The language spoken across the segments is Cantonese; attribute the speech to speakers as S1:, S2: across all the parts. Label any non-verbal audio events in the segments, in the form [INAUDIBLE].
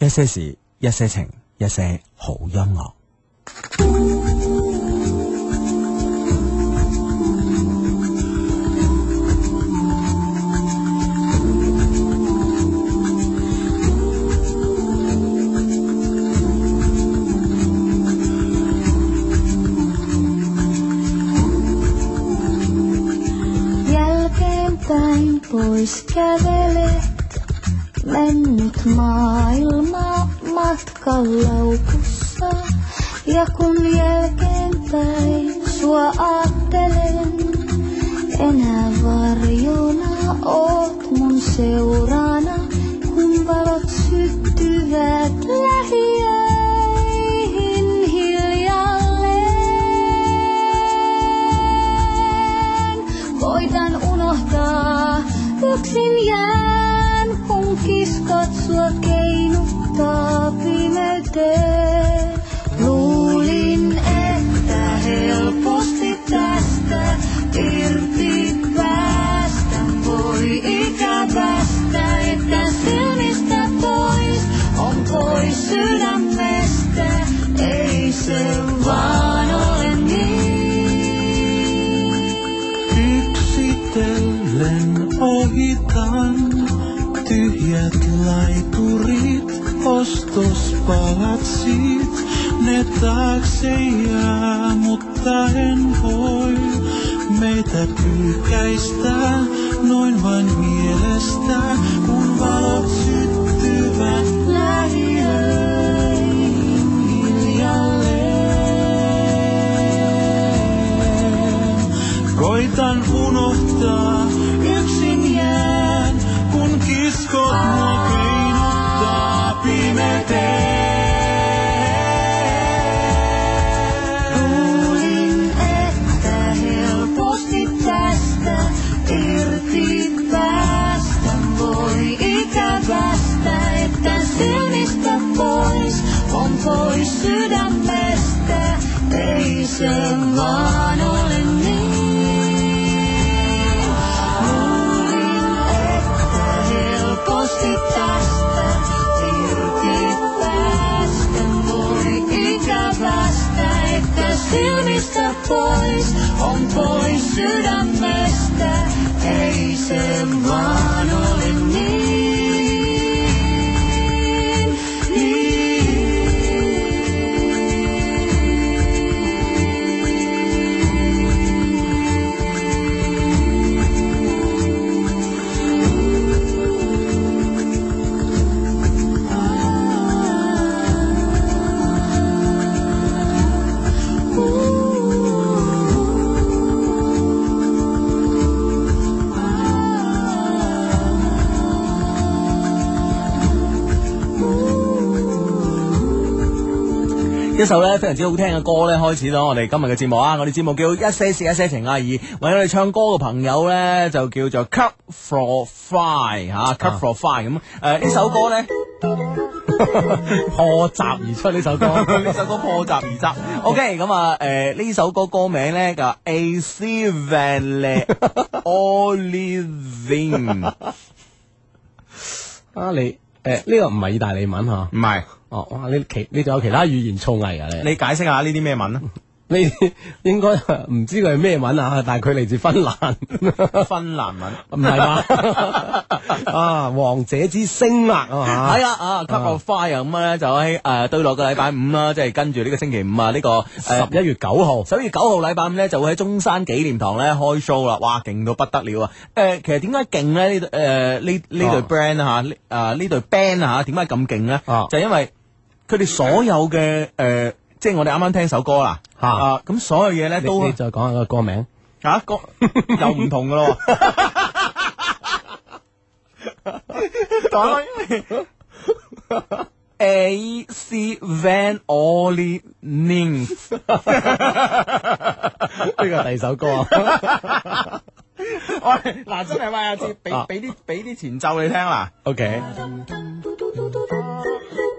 S1: 一些事，一些情，一些好音樂。
S2: Jälkeen päin pois kävelee, mennyt maailma matkan laukussa. Ja kun jälkeen päin sua ajattelen, enää varjona oot mun seurana, kun valot syttyvät lähiöihin hiljalleen. Koitan unohtaa, yksin jään, kun kiskat sua keinuttaa pimeyteen. Luulin, että helposti tästä irti päästä voi ikävästä, että silmistä pois on pois sydämestä. Ei se vaan ole niin.
S3: Yksitellen ohitan tyhjät laiturit, ostospalatsit. Ne taakse jää, mutta en voi meitä pyyhkäistä noin vain mielestä, kun valot syttyvät lähiöihin hiljalleen. Koitan unohtaa, yksin jään, kun kiskot mua keinuttaa pimeteen.
S2: Luulin, että helposti tästä irti päästä voi ikävästä, että silmistä pois on pois sydämestä. Ei se vaan ole niin. Luulin, että helposti tästä irti päästä voi ikävästä, että silmistä pois on pois sydämestä. Ei se vaan ole niin. niin.
S1: 一首咧非常之好聽嘅歌咧，開始咗我哋今日嘅節目啊！我哋節目叫一些事一些情啊，而為我哋唱歌嘅朋友咧就叫做 Cut for Fly 吓、c u t
S4: 啊
S1: for Fly 咁誒呢首歌
S4: [LAUGHS]
S1: 咧破閘而出呢首歌，呢首歌 [LAUGHS] 破閘而出。OK，咁啊誒呢首歌歌名咧就 A C Vale Olivin，
S4: [LAUGHS] 啊，你诶呢個唔係意大利文吓，
S1: 唔係
S4: 哦，哇，你其你仲有其他語言造詣啊你？
S1: 你解釋下呢啲咩
S4: [LAUGHS]
S1: 文啊？
S4: 你應該唔知佢係咩文啊，但係佢嚟自芬蘭，
S1: 芬蘭文。
S4: 唔係嘛？ [LAUGHS] 啊，王者之星啊，係嘛
S1: 系啊啊，Cup of Fire 咁咧就喺诶對落個禮拜五啦，即係跟住呢個星期五啊，呢個
S4: 十一月九號。
S1: 十一月九號禮拜五咧就會喺中山紀念堂咧開 show 啦，哇，勁到不得了啊！诶，其實點解勁咧？呢诶呢呢
S4: 啊
S1: 隊 brand 啊吓，诶呢隊 band 啊吓，點解咁勁咧
S4: 啊？
S1: 就因為佢哋所有嘅诶，即係我哋啱啱聽首歌啦，
S4: 嚇
S1: 啊咁所有嘢咧
S4: 你
S1: 都
S4: 你再講下個歌名，
S1: 吓歌又唔同噶咯喎。A C Van o l i n i
S4: [LAUGHS]
S1: n
S4: 呢個係第二首歌啊。
S1: 嗱真係喂阿志，俾
S4: 啊
S1: 俾啲俾啲前奏你聽啦。
S4: O K，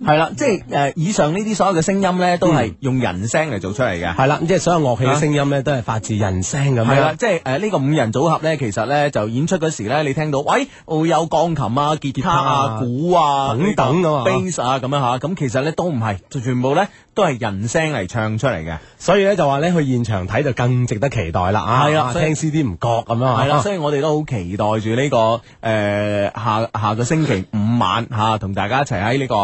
S4: 系啦，即系诶，以上呢啲所有嘅聲音咧，都係用人聲嚟做出嚟嘅。
S1: 系啦，咁即係所有樂器嘅聲音咧，都係發自人聲咁樣。
S4: 系啦，即啊係呃诶呢個五人組合咧，其實咧就演出嗰時咧，你聽到喂會有鋼琴啊、吉他啊、
S1: 吉他啊
S4: 鼓啊
S1: 等等㗎嘛
S4: b a s s 啊咁樣吓，咁其實咧都唔係，就全部咧都係人聲嚟唱出嚟嘅。
S1: 所以咧就話咧去現場睇就更值得期待啦啊！
S4: 係啊所以
S1: 聽 CD 唔覺咁樣
S4: 係啦，
S1: 啊
S4: 所以我哋都好期待住呢、個个呃下下個星期五晚吓，同、大家一齊喺呢個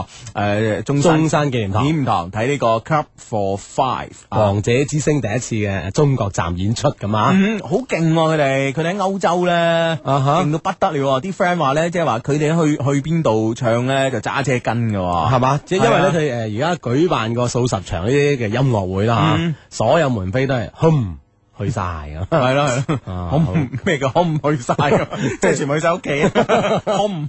S4: 诶、呃中山
S1: 中山紀念堂
S4: 紀念堂睇呢個 Cup for Five 啊
S1: 王者之星第一次嘅中國站演出咁啊！
S4: 嗯，好勁喎！佢哋，佢哋喺歐洲咧，
S1: 啊哈
S4: 勁到不得了喎！啲 friend 話咧，即係話佢哋去去邊度唱咧，就揸車跟嘅喎，
S1: 係嘛？即係因為
S4: 係啊
S1: 咧，佢誒呃而家舉辦過數十場呢啲嘅音樂會啦嚇
S4: 嗯，
S1: 所有門飛都係哼去晒咁。
S4: [LAUGHS] 係咯係咯，
S1: 啊
S4: 我唔 [LAUGHS] 咩叫我唔去晒㗎， [LAUGHS] 即係全部去晒屋企， [LAUGHS] 我唔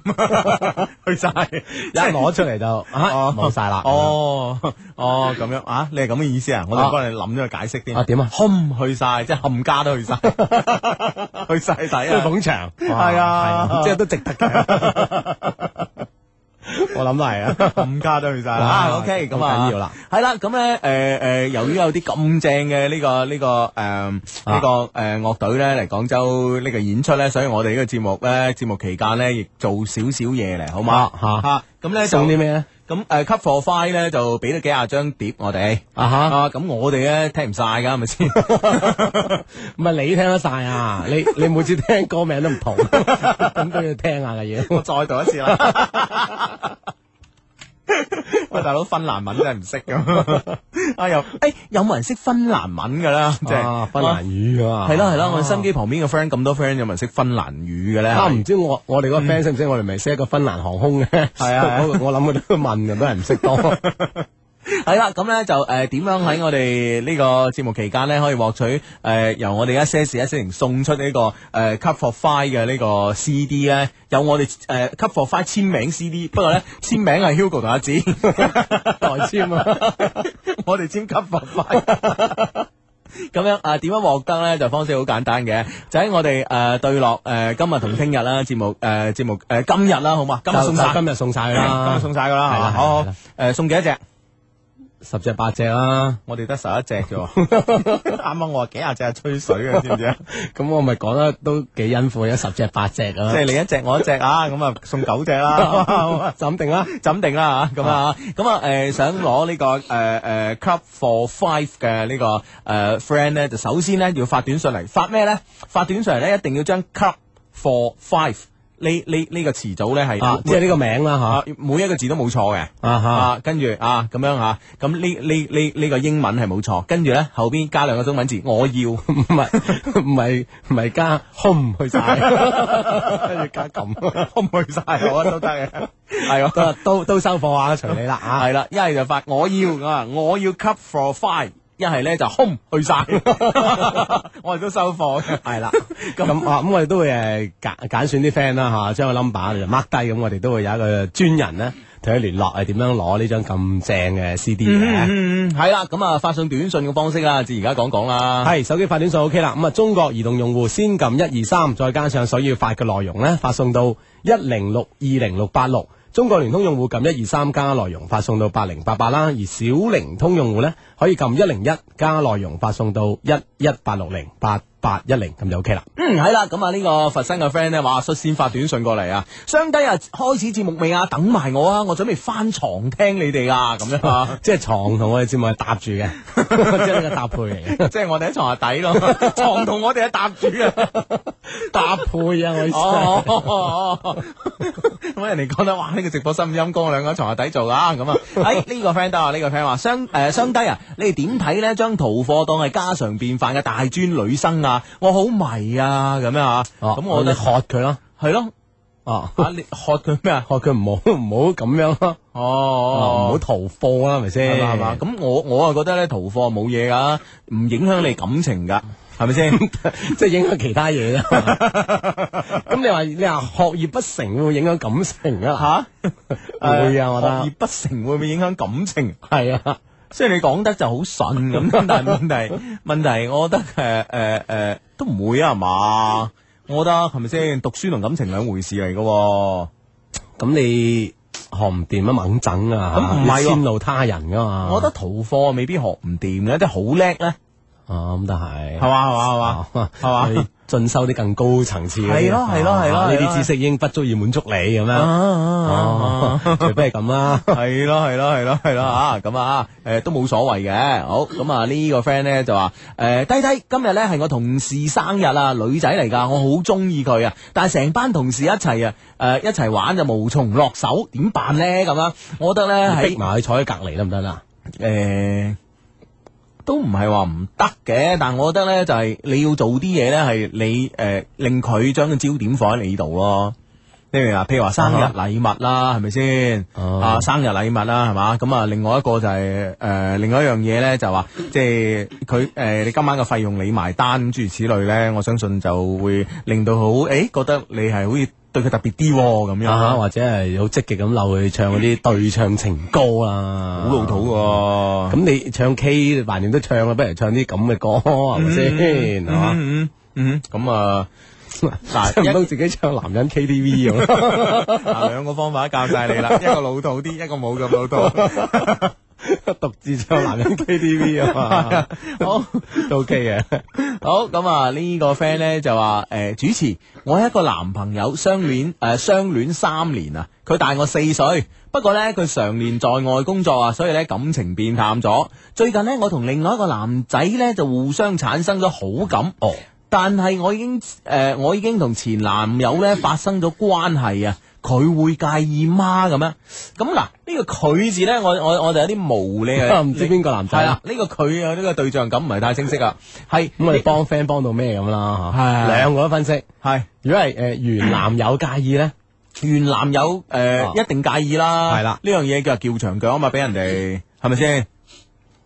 S4: 去晒，
S1: 一攞出嚟就啊冇晒啦。
S4: 哦哦咁樣啊？你係咁嘅意思啊？我哋
S1: 啊
S4: 幫你諗咗個解釋添
S1: 啊點啊
S4: 冚去晒，即係冚家都
S1: [LAUGHS]
S4: 去晒，去晒
S1: 即
S4: 底
S1: 係
S4: 啊！
S1: 捧場，
S4: 係啊
S1: 係即係都值得嘅。我諗都係 [LAUGHS] 啊。
S4: 冚家都去晒啦。
S1: 哇
S4: [LAUGHS] 啊，OK，咁啊，
S1: 好緊要啦。
S4: 係啦，咁咧，诶诶，由於有啲咁正嘅呢個呢個诶呢個诶樂隊咧嚟廣州呢個演出咧，所以我哋呢個節目咧節目期間咧亦做少少嘢嚟，好嘛？
S1: 啊
S4: 吓咁咧就
S1: 送啲咩咧？
S4: 咁诶，Cup for Five 咧就俾咗幾廿張碟我哋。
S1: 啊哈！
S4: 啊，咁我哋咧聽唔晒㗎，係咪先？
S1: [LAUGHS] 唔係你聽得晒啊！你你每次聽歌名都唔
S4: [LAUGHS]
S1: 同，咁都要聽下嘅嘢。
S4: 我再讀一 [LAUGHS] 次啦。喂，大佬，芬蘭文真係唔識咁。啊，又诶，有冇人識芬蘭文㗎啦？即
S1: 啊，
S4: 係
S1: 芬蘭語啊嘛，
S4: 系啦系啦，我
S1: 啊
S4: 哋心機旁邊嘅 friend 咁多 friend 有冇人識芬蘭語嘅咧？
S1: 啊，唔知我我哋嗰個 friend 識唔識？我哋咪識一個芬蘭航空嘅，
S4: 係啊
S1: [LAUGHS] 我我諗佢都問嘅，都係唔識多。
S4: [LAUGHS] 係啦，咁咧就诶点样喺我哋呢個節目期間咧，可以獲取诶由我哋一些事一些情送出呢個诶 Cup for Five 嘅呢個 CD 咧，有我哋诶 Cup for Five 簽名 CD，不過咧 [LAUGHS] 簽名係 Hugo 同阿子，
S1: 代簽啊，
S4: [LAUGHS] 我哋簽 Cup for Five。咁樣啊，點樣獲得咧？就方式好簡單嘅，就喺我哋诶、呃、對落诶、呃今日同聽日啦，節目诶節目诶、呃今日啦，好嘛？今日送晒
S1: 就。今日送晒佢
S4: [LAUGHS] 今日
S1: 啦，
S4: 送晒㗎啦，
S1: 係啦
S4: 係嘛好
S1: 係啦
S4: 誒送幾多隻？
S1: 十隻八隻啦。
S4: 我哋得十一 [LAUGHS] 隻啫喎，啱啱我話幾廿隻係吹水嘅，知唔知啊？ [LAUGHS]
S1: 咁我咪講得都幾殷苦，有十隻八隻啊。
S4: [LAUGHS] 即係你一隻我一隻啊，咁啊送九隻啦。
S1: 就咁定啦。
S4: 怎定啦嚇咁啊，咁啊誒想攞呢個誒誒 Club for Five 嘅呢個誒 friend 咧，就首先咧要發短信嚟，發咩咧？發短信嚟咧，一定要將 Club for Five 呢呢呢個詞組咧
S1: 啊
S4: 係，
S1: 即係呢個名啦
S4: 啊，每一個字都冇錯嘅。
S1: 吓。啊哈，
S4: 啊，跟住啊，咁樣吓，咁呢呢呢呢個英文係冇錯，跟住咧後邊加兩個中文字，我要
S1: 唔係唔係唔係加空
S4: [LAUGHS]
S1: 去晒，跟住加咁。
S4: 我唔去晒，我覺得都得嘅，係喎，
S1: 都都都收貨啊，隨你啦啊！
S4: 係啦，一係就發我要咁啊，我要 cup for five，一係咧就 home 去晒， [LAUGHS] 我哋都收貨嘅，係啦，
S1: 咁啊，咁我哋都會誒揀揀選啲 friend 啦嚇，將個 number 就 mark 低，咁我哋都會有一個專人咧同佢聯絡，係點樣攞呢張咁正嘅 CD 嘅。
S4: 嗯，係啦，咁啊發送短信嘅方式啦，至而家講
S1: [LAUGHS]
S4: 講啦，
S1: 係手機發短信 OK 啦，咁啊中國移動用戶先撳一二三，再加上所要發嘅內容咧，發送到一零六二零六八六。中國聯通用戶撳一二三加內容發送到八零八八啦，而小靈通用戶呢，可以撳一零一加內容發送到一一八六零八八一零咁就 OK 啦。
S4: 嗯，係啦，咁啊呢個佛山嘅 friend 咧話率先發短信過嚟啊，相低啊，開始節目未啊？等埋我啊，我準備翻床聽你哋啊，咁樣
S1: [LAUGHS]
S4: 啊。
S1: 即係床同我哋節目係搭住
S4: [LAUGHS]
S1: 嘅，即係呢個搭配嚟嘅，
S4: 即係我哋喺床下
S1: [LAUGHS]
S4: 底咯，床同我哋喺搭住啊！
S1: 搭配啊！我意思係
S4: 哦
S1: [LAUGHS]
S4: 哦哦，咁啊人哋覺得哇，呢、個直播室咁陰公，兩個喺床下底做啊咁
S1: [LAUGHS]
S4: 啊！哎，呢、個 friend 得啊，呢、個 friend 話相誒相低啊，你哋點睇咧？將淘貨當係家常便飯嘅大專女生啊，我好迷啊咁樣啊！
S1: 哦
S4: 咁、我覺
S1: 哋
S4: 得
S1: 喝佢咯，
S4: 係咯，
S1: 哦，
S4: 啊你喝佢咩啊？
S1: 喝佢唔好唔好咁樣咯，
S4: 哦
S1: 唔
S4: 哦
S1: 好逃課啦，係咪先？
S4: 係嘛係嘛？咁我我啊覺得咧淘貨冇嘢㗎，唔影響你感情㗎，係咪先？
S1: [LAUGHS] 即係影響其他
S4: [LAUGHS]
S1: 嘢啊。咁你話你話學業不成會唔會影響感情啊？
S4: 吓，
S1: [LAUGHS] 會啊我覺得
S4: [LAUGHS] 學業不成會唔會影響感情？
S1: 係啊，
S4: 雖然你講得就好順 [LAUGHS] 咁，但係問題問題，我覺得誒誒誒都唔會啊，係嘛？我覺得係咪先？讀書同感情兩回事嚟嘅喎。
S1: 咁你
S4: 學唔掂啊嘛，肯整啊，
S1: 咁唔係喎
S4: 你遷怒他人噶嘛。
S1: 我覺得逃課未必學唔掂嘅，即係好叻咧，
S4: 啊，咁都係
S1: 係嘛係嘛係嘛係嘛
S4: [LAUGHS] 你進修啲更高層次嗰啲。
S1: 係咯係咯係咯
S4: 啊呢
S1: 係咯
S4: 啲知識已經不足以滿足你咁
S1: 啊
S4: 樣。
S1: 啊啊
S4: 哦
S1: 啊，
S4: 除非係咁啦。
S1: 系咯系咯系咯系咯啊咁啊诶都冇所謂嘅，好咁啊呢個 friend 咧就話诶低低今日咧係我同事生日啊，女仔嚟㗎，我好中意佢啊，但係成班同事一齊啊诶一齊玩就無從落手，點辦咧咁啊？我覺得咧
S4: 逼
S1: 喺
S4: 埋佢坐喺隔離得唔得啦？
S1: 诶。都唔係話唔得嘅，但我覺得咧就係、你要做啲嘢咧，係你誒、呃令佢將個焦點放喺你度咯。你明唔明啊？譬如話生日
S4: 啊
S1: 禮物啦，係咪先？
S4: 哦
S1: 啊，生日禮物啦，係嘛？咁啊，另外一個就係、呃另外一樣嘢咧，就話即係佢誒，你今晚嘅費用你埋單，諸如此類咧，我相信就會令到好誒、欸，覺得你係好似對佢特別啲喎咁樣。
S4: 啊，或者係好積極咁溜去唱嗰啲對唱情歌啦，
S1: 好老土喎、
S4: 啊咁你唱 K 橫掂都唱啦，不如唱啲咁嘅歌係咪先？係嘛？
S1: 嗯嗯嗯，咁
S4: [LAUGHS]
S1: 啊，嗱
S4: 即係唔通自己唱男人 KTV 咁？ [LAUGHS]
S1: 嗱，啊兩個方法教晒你 [LAUGHS] 啦，一個老土啲，一個冇咁老土。
S4: 獨自唱男人 KTV [LAUGHS] 啊嘛，
S1: 好
S4: 都 OK 嘅。
S1: 好咁啊，呢個 friend 咧就話诶、誒主持，我係一個男朋友相戀
S4: [LAUGHS]
S1: 诶相戀三年啊，佢大我四歲，不過咧佢常年在外工作啊，所以咧感情變淡咗。最近咧，我同另外一個男仔咧就互相產生咗好感。哦。但係我已經诶、誒我已經同前男友咧發生咗關係啊，佢會介意嗎？咁樣咁嗱，呢、個佢字咧，我我我就有啲無 [LAUGHS] 理啊，
S4: [LAUGHS] 唔知邊個男
S1: 系
S4: 仔啦
S1: 啦，。呢個佢啊，呢個對象感唔係太清晰啊，係
S4: 咁我哋幫 friend 幫到咩咁啦
S1: 係啊
S4: 嚇，兩個都分析。
S1: 係
S4: 如果係誒原男友介意咧，
S1: 原男友诶
S4: 啊
S1: 一定介意啦，
S4: 係啦
S1: 呢樣嘢叫叫長腳啊嘛，俾人哋係咪先？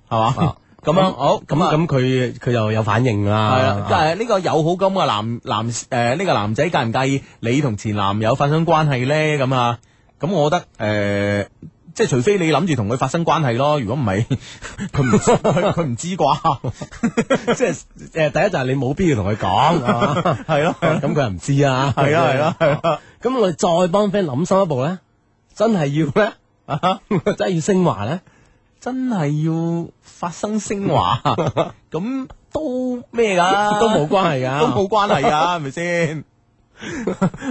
S1: 係嘛
S4: 啊？
S1: 咁樣好
S4: 咁
S1: 咁啊。
S4: 咁佢佢又有反應啦。
S1: 係啦，但係呢個有好感嘅男男诶，呢個男仔介唔介意你同前男友發生關係咧？咁啊，咁我覺得诶，呃即係除非你諗住同佢發生關係 [LAUGHS] 咯，如果唔係，佢唔佢佢唔知啩，
S4: [LAUGHS] 即係誒第一就係你冇必要同佢
S1: [LAUGHS]
S4: 講，係嘛
S1: 係咯
S4: 啊咁佢又唔知啊。
S1: 係咯係咯係咯。
S4: 咁我哋再幫 friend 諗深一步咧，真係 [LAUGHS] 要咧，啊真係要升華咧，
S1: 真係要發生升華，咁都咩噶？
S4: [LAUGHS] 都冇關係㗎。
S1: [LAUGHS] 都冇關係噶，係咪先？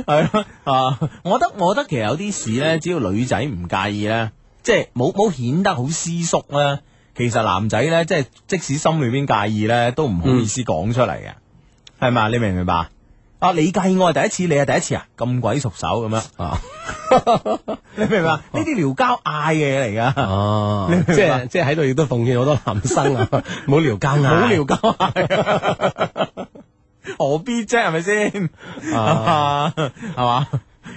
S1: 係咯啊！我覺得我覺得其實有啲事咧，只要女仔唔介意咧，即係冇冇顯得好私縮咧，其實男仔咧，即係即使心裏邊介意咧，都唔好意思講出嚟嘅，係嘛？你明唔明白？啊！你介意我係第一次，你係第一次啊，咁鬼熟手咁樣啊！ [LAUGHS] 你明唔明白？呢啲撩交嗌嘅嘢嚟 [LAUGHS] 噶，
S4: 哦，即係即係喺度亦都奉勸好多男
S1: [LAUGHS]
S4: 生啊，冇聊交嗌，
S1: 好撩交嗌啊，何必啫？係咪先？
S4: 啊
S1: 係嘛？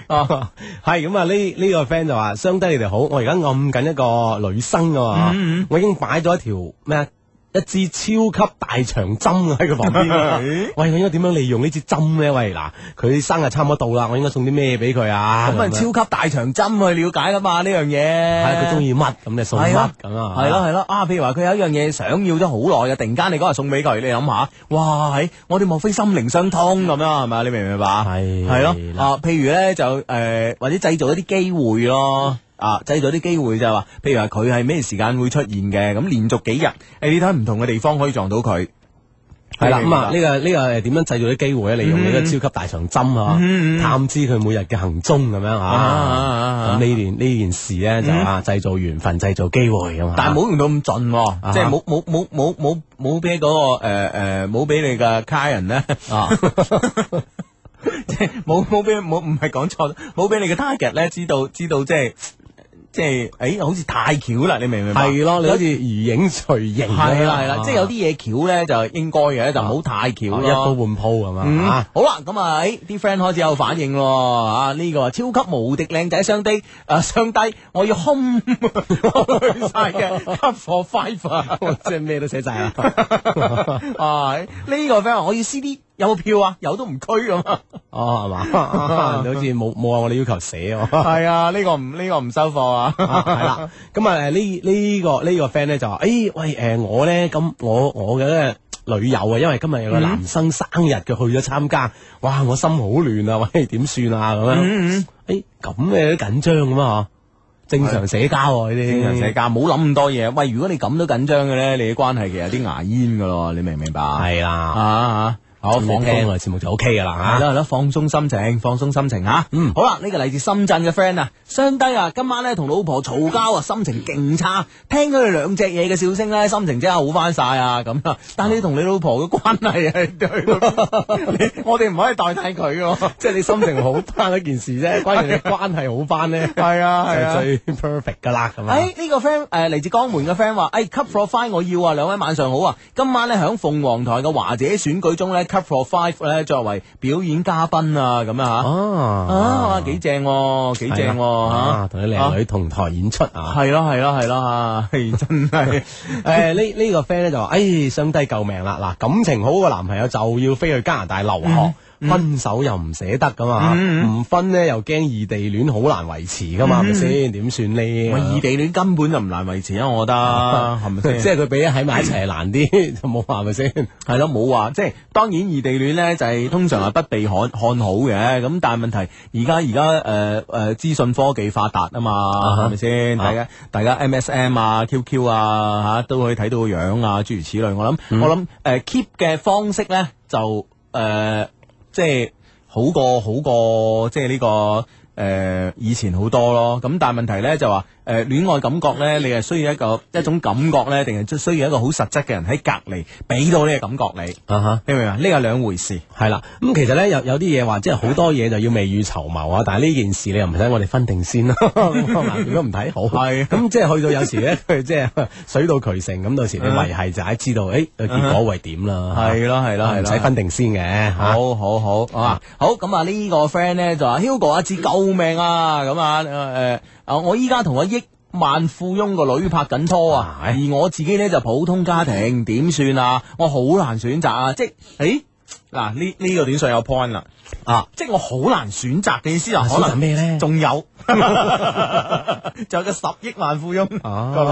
S4: 哦，係 [LAUGHS] 咁啊！呢呢個 friend 就話：，相低你哋好，我而家暗緊一個女生啊，
S1: 嗯
S4: 我已經擺咗一條咩啊一支超級大長針喺佢旁
S1: [LAUGHS]
S4: 邊啊。
S1: 哎
S4: 喂，我應該點樣利用呢支針咧？喂，嗱，佢生日差唔多到啦，我應該送啲咩俾佢啊？
S1: 咁啊，
S4: 樣
S1: 超級大長針去了解啦嘛，呢樣嘢。
S4: 係啊
S1: 係
S4: 佢中
S1: 意
S4: 意乜咁你送乜
S1: 係
S4: 咁
S1: 咯
S4: 啊？係
S1: 係咯係咯啊！譬如話佢有一樣嘢想要咗好耐嘅，突然間你嗰日送俾佢，你諗下，哇！係我哋莫非心靈相通咁啊樣係咪？你明唔明白？
S4: 係
S1: 係咯
S4: 啦
S1: 啊！譬如咧就誒，或者製造一啲機會咯。啊！製造啲機會就係話，譬如話佢係咩時間會出現嘅，咁連續幾日，誒你睇唔同嘅地方可以撞到佢，
S4: 係啦，
S1: 你明
S4: 咁
S1: 白
S4: 啊呢個呢個係點樣製造啲機會咧？利用
S1: 嗯
S4: 呢個超級大長針啊，探知佢每日嘅行蹤咁樣
S1: 啊啊
S4: 啊。
S1: 啊啊嗯
S4: 咁呢件呢件事咧就啊製造緣分、製造機會咁啊。
S1: 但係冇用到咁盡喎，
S4: 啊
S1: 即係冇冇冇冇冇冇俾嗰個誒誒冇俾你嘅卡人咧，
S4: 啊，
S1: [LAUGHS] 即係冇冇俾冇唔係講錯，冇俾你嘅 target 咧知道知道即係即係誒好似太巧啦，你明唔明白？
S4: 係咯，你好 [LAUGHS] 似如影隨形咁啊樣。
S1: 係啦係啦，即係有
S4: 啲
S1: 啲嘢巧咧就應該嘅，就唔好太巧
S4: 哦一
S1: 咯。
S4: 鋪半鋪咁
S1: 嗯
S4: 啊。
S1: 好啦，咁啊，誒啲 friend 開始有反應咯，啊呢個超級無敵靚仔雙低，啊雙低，我要空去晒嘅 cut for five 啊！
S4: 嚇哦即係咩都寫晒啦。
S1: [LAUGHS] 啊！呢、個 friend 話我要 CD，有冇票啊？有都唔區咁啊！
S4: 哦，係嘛？
S1: [LAUGHS]
S4: 啊你好似冇冇按我哋要求寫喎。
S1: 係啊，呢、個唔呢、個唔收貨啊！
S4: 啊係啦，咁啊誒呢呢個呢個 friend 咧就話，誒喂誒我咧咁我我嘅呢女友啊，因為今日有
S1: 嗯
S4: 個男生生日，佢去咗參加，哇 [LAUGHS] 嗯我心好亂啊，喂點算啊咁樣，誒咁嘅都緊張咁啊正常社交喎呢啲，
S1: 正常社交，冇諗咁多嘢。喂，如果你咁都緊張嘅咧，你嘅關係其實有啲牙煙噶咯，你明唔明白？
S4: 系
S1: 啊
S4: 啦，
S1: 啊，好
S4: 我
S1: 放
S4: 放鬆
S1: 鬆
S4: 我哋節目就 O K 噶啦
S1: 係
S4: 吓。
S1: 咯係咯，放鬆心情，放鬆心情吓。
S4: 啊嗯
S1: 好啦，呢個嚟自深圳嘅 friend 啊，相低啊，今晚咧同老婆嘈交啊，心情勁差，聽佢哋兩隻嘢嘅笑聲咧，心情即刻好翻晒啊咁啊。但係你同你老婆嘅關係係 [LAUGHS] 對到邊，你我哋唔可以代替佢嘅喎。
S4: [LAUGHS] 即係你心情好翻一件事啫，關鍵你關係好翻咧，係
S1: 啊 [LAUGHS] 係啊哎
S4: 就 [LAUGHS] 最 perfect 噶啦咁啊
S1: 诶，。呢、個 friend 诶嚟自江門嘅 friend 話：，诶 c u p for five 我要啊，兩位晚上好啊！今晚咧響鳳凰台嘅華姐選舉中咧 c u p for five 咧作為表演嘉賓啊，咁啊吓，啊
S4: 哦，
S1: 幾正喎，幾正喎
S4: 啊
S1: 吓，
S4: 同啲靚女同台演出啊！
S1: 係咯係咯係咯吓，係 [LAUGHS] 真
S4: [LAUGHS]
S1: 係
S4: 诶，呢呢個 friend 咧就話：，诶，上帝救命啦！嗱，感情好嘅男朋友就要飛去加拿大留學，
S1: 嗯
S4: 嗯分手又唔捨得噶嘛，唔分呢又驚異地戀好難維持噶嘛，係咪先？點算呢？
S1: 喂
S4: [LAUGHS]
S1: 異地戀根本就唔難維持啊，我覺得係咪先？
S4: 即係佢比喺埋一齊難啲，就冇話係咪先？
S1: 系咯，冇話即係當然異地戀呢，就係通常係不被看看好嘅，咁但係問題而家呃而家诶诶资讯科技發達啊嘛，
S4: 哈
S1: 係咪先？
S4: 啊
S1: 大家大家 MSM 啊、QQ 啊吓都可以睇到個樣啊，諸如此類。我諗
S4: 嗯
S1: 我諗诶 keep 嘅方式呢，就诶即係好過好過即係呢個。诶以前好多咯，咁但係問題呢，就話诶戀愛感覺
S4: 嗯
S1: 呢，你係需要一個一種感覺呢，定係需要一個好實質嘅人喺隔離俾到呢個感覺你。
S4: 啊哈。
S1: 你明唔明啊？呢個兩回事。
S4: 系啦，咁、其實咧有有啲嘢話，即係好多嘢就要未雨綢繆啊。但係呢件事你又唔使我哋分定
S1: [LAUGHS]
S4: 先啦，如果唔睇好，
S1: 係
S4: 咁即係去到有時咧，佢即係
S1: [LAUGHS]
S4: 水到渠成，咁到時你維係就係知道，誒、個結果會點啦。
S1: 係咯係咯係
S4: 啊唔
S1: 咯
S4: 使分定先嘅。嚇
S1: 好好好，好啊，好咁啊！呢個 friend 咧就話 Hugo 阿志救命啊！咁啊，誒啊，我依家同個億萬富翁個女拍緊拖啊，
S4: 唉
S1: 而我自己咧就普通家庭，點算啊？我好難選擇啊！即係，誒嗱呢呢個短信有 point 啦，
S4: 啊，
S1: 即係我好難選擇嘅意思啊，
S4: 啊
S1: 可
S4: 選擇
S1: 能
S4: 咩咧
S1: 仲有， [LAUGHS] 仲有個十億萬富翁個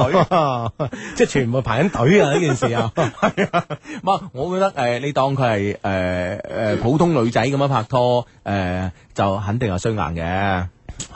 S1: 女。
S4: 啊，即係全部排緊隊啊！呢件事啊，
S1: 系啊，唔係我覺得诶、誒你當佢係诶诶普通女仔咁樣拍拖，诶、就肯定係衰硬嘅。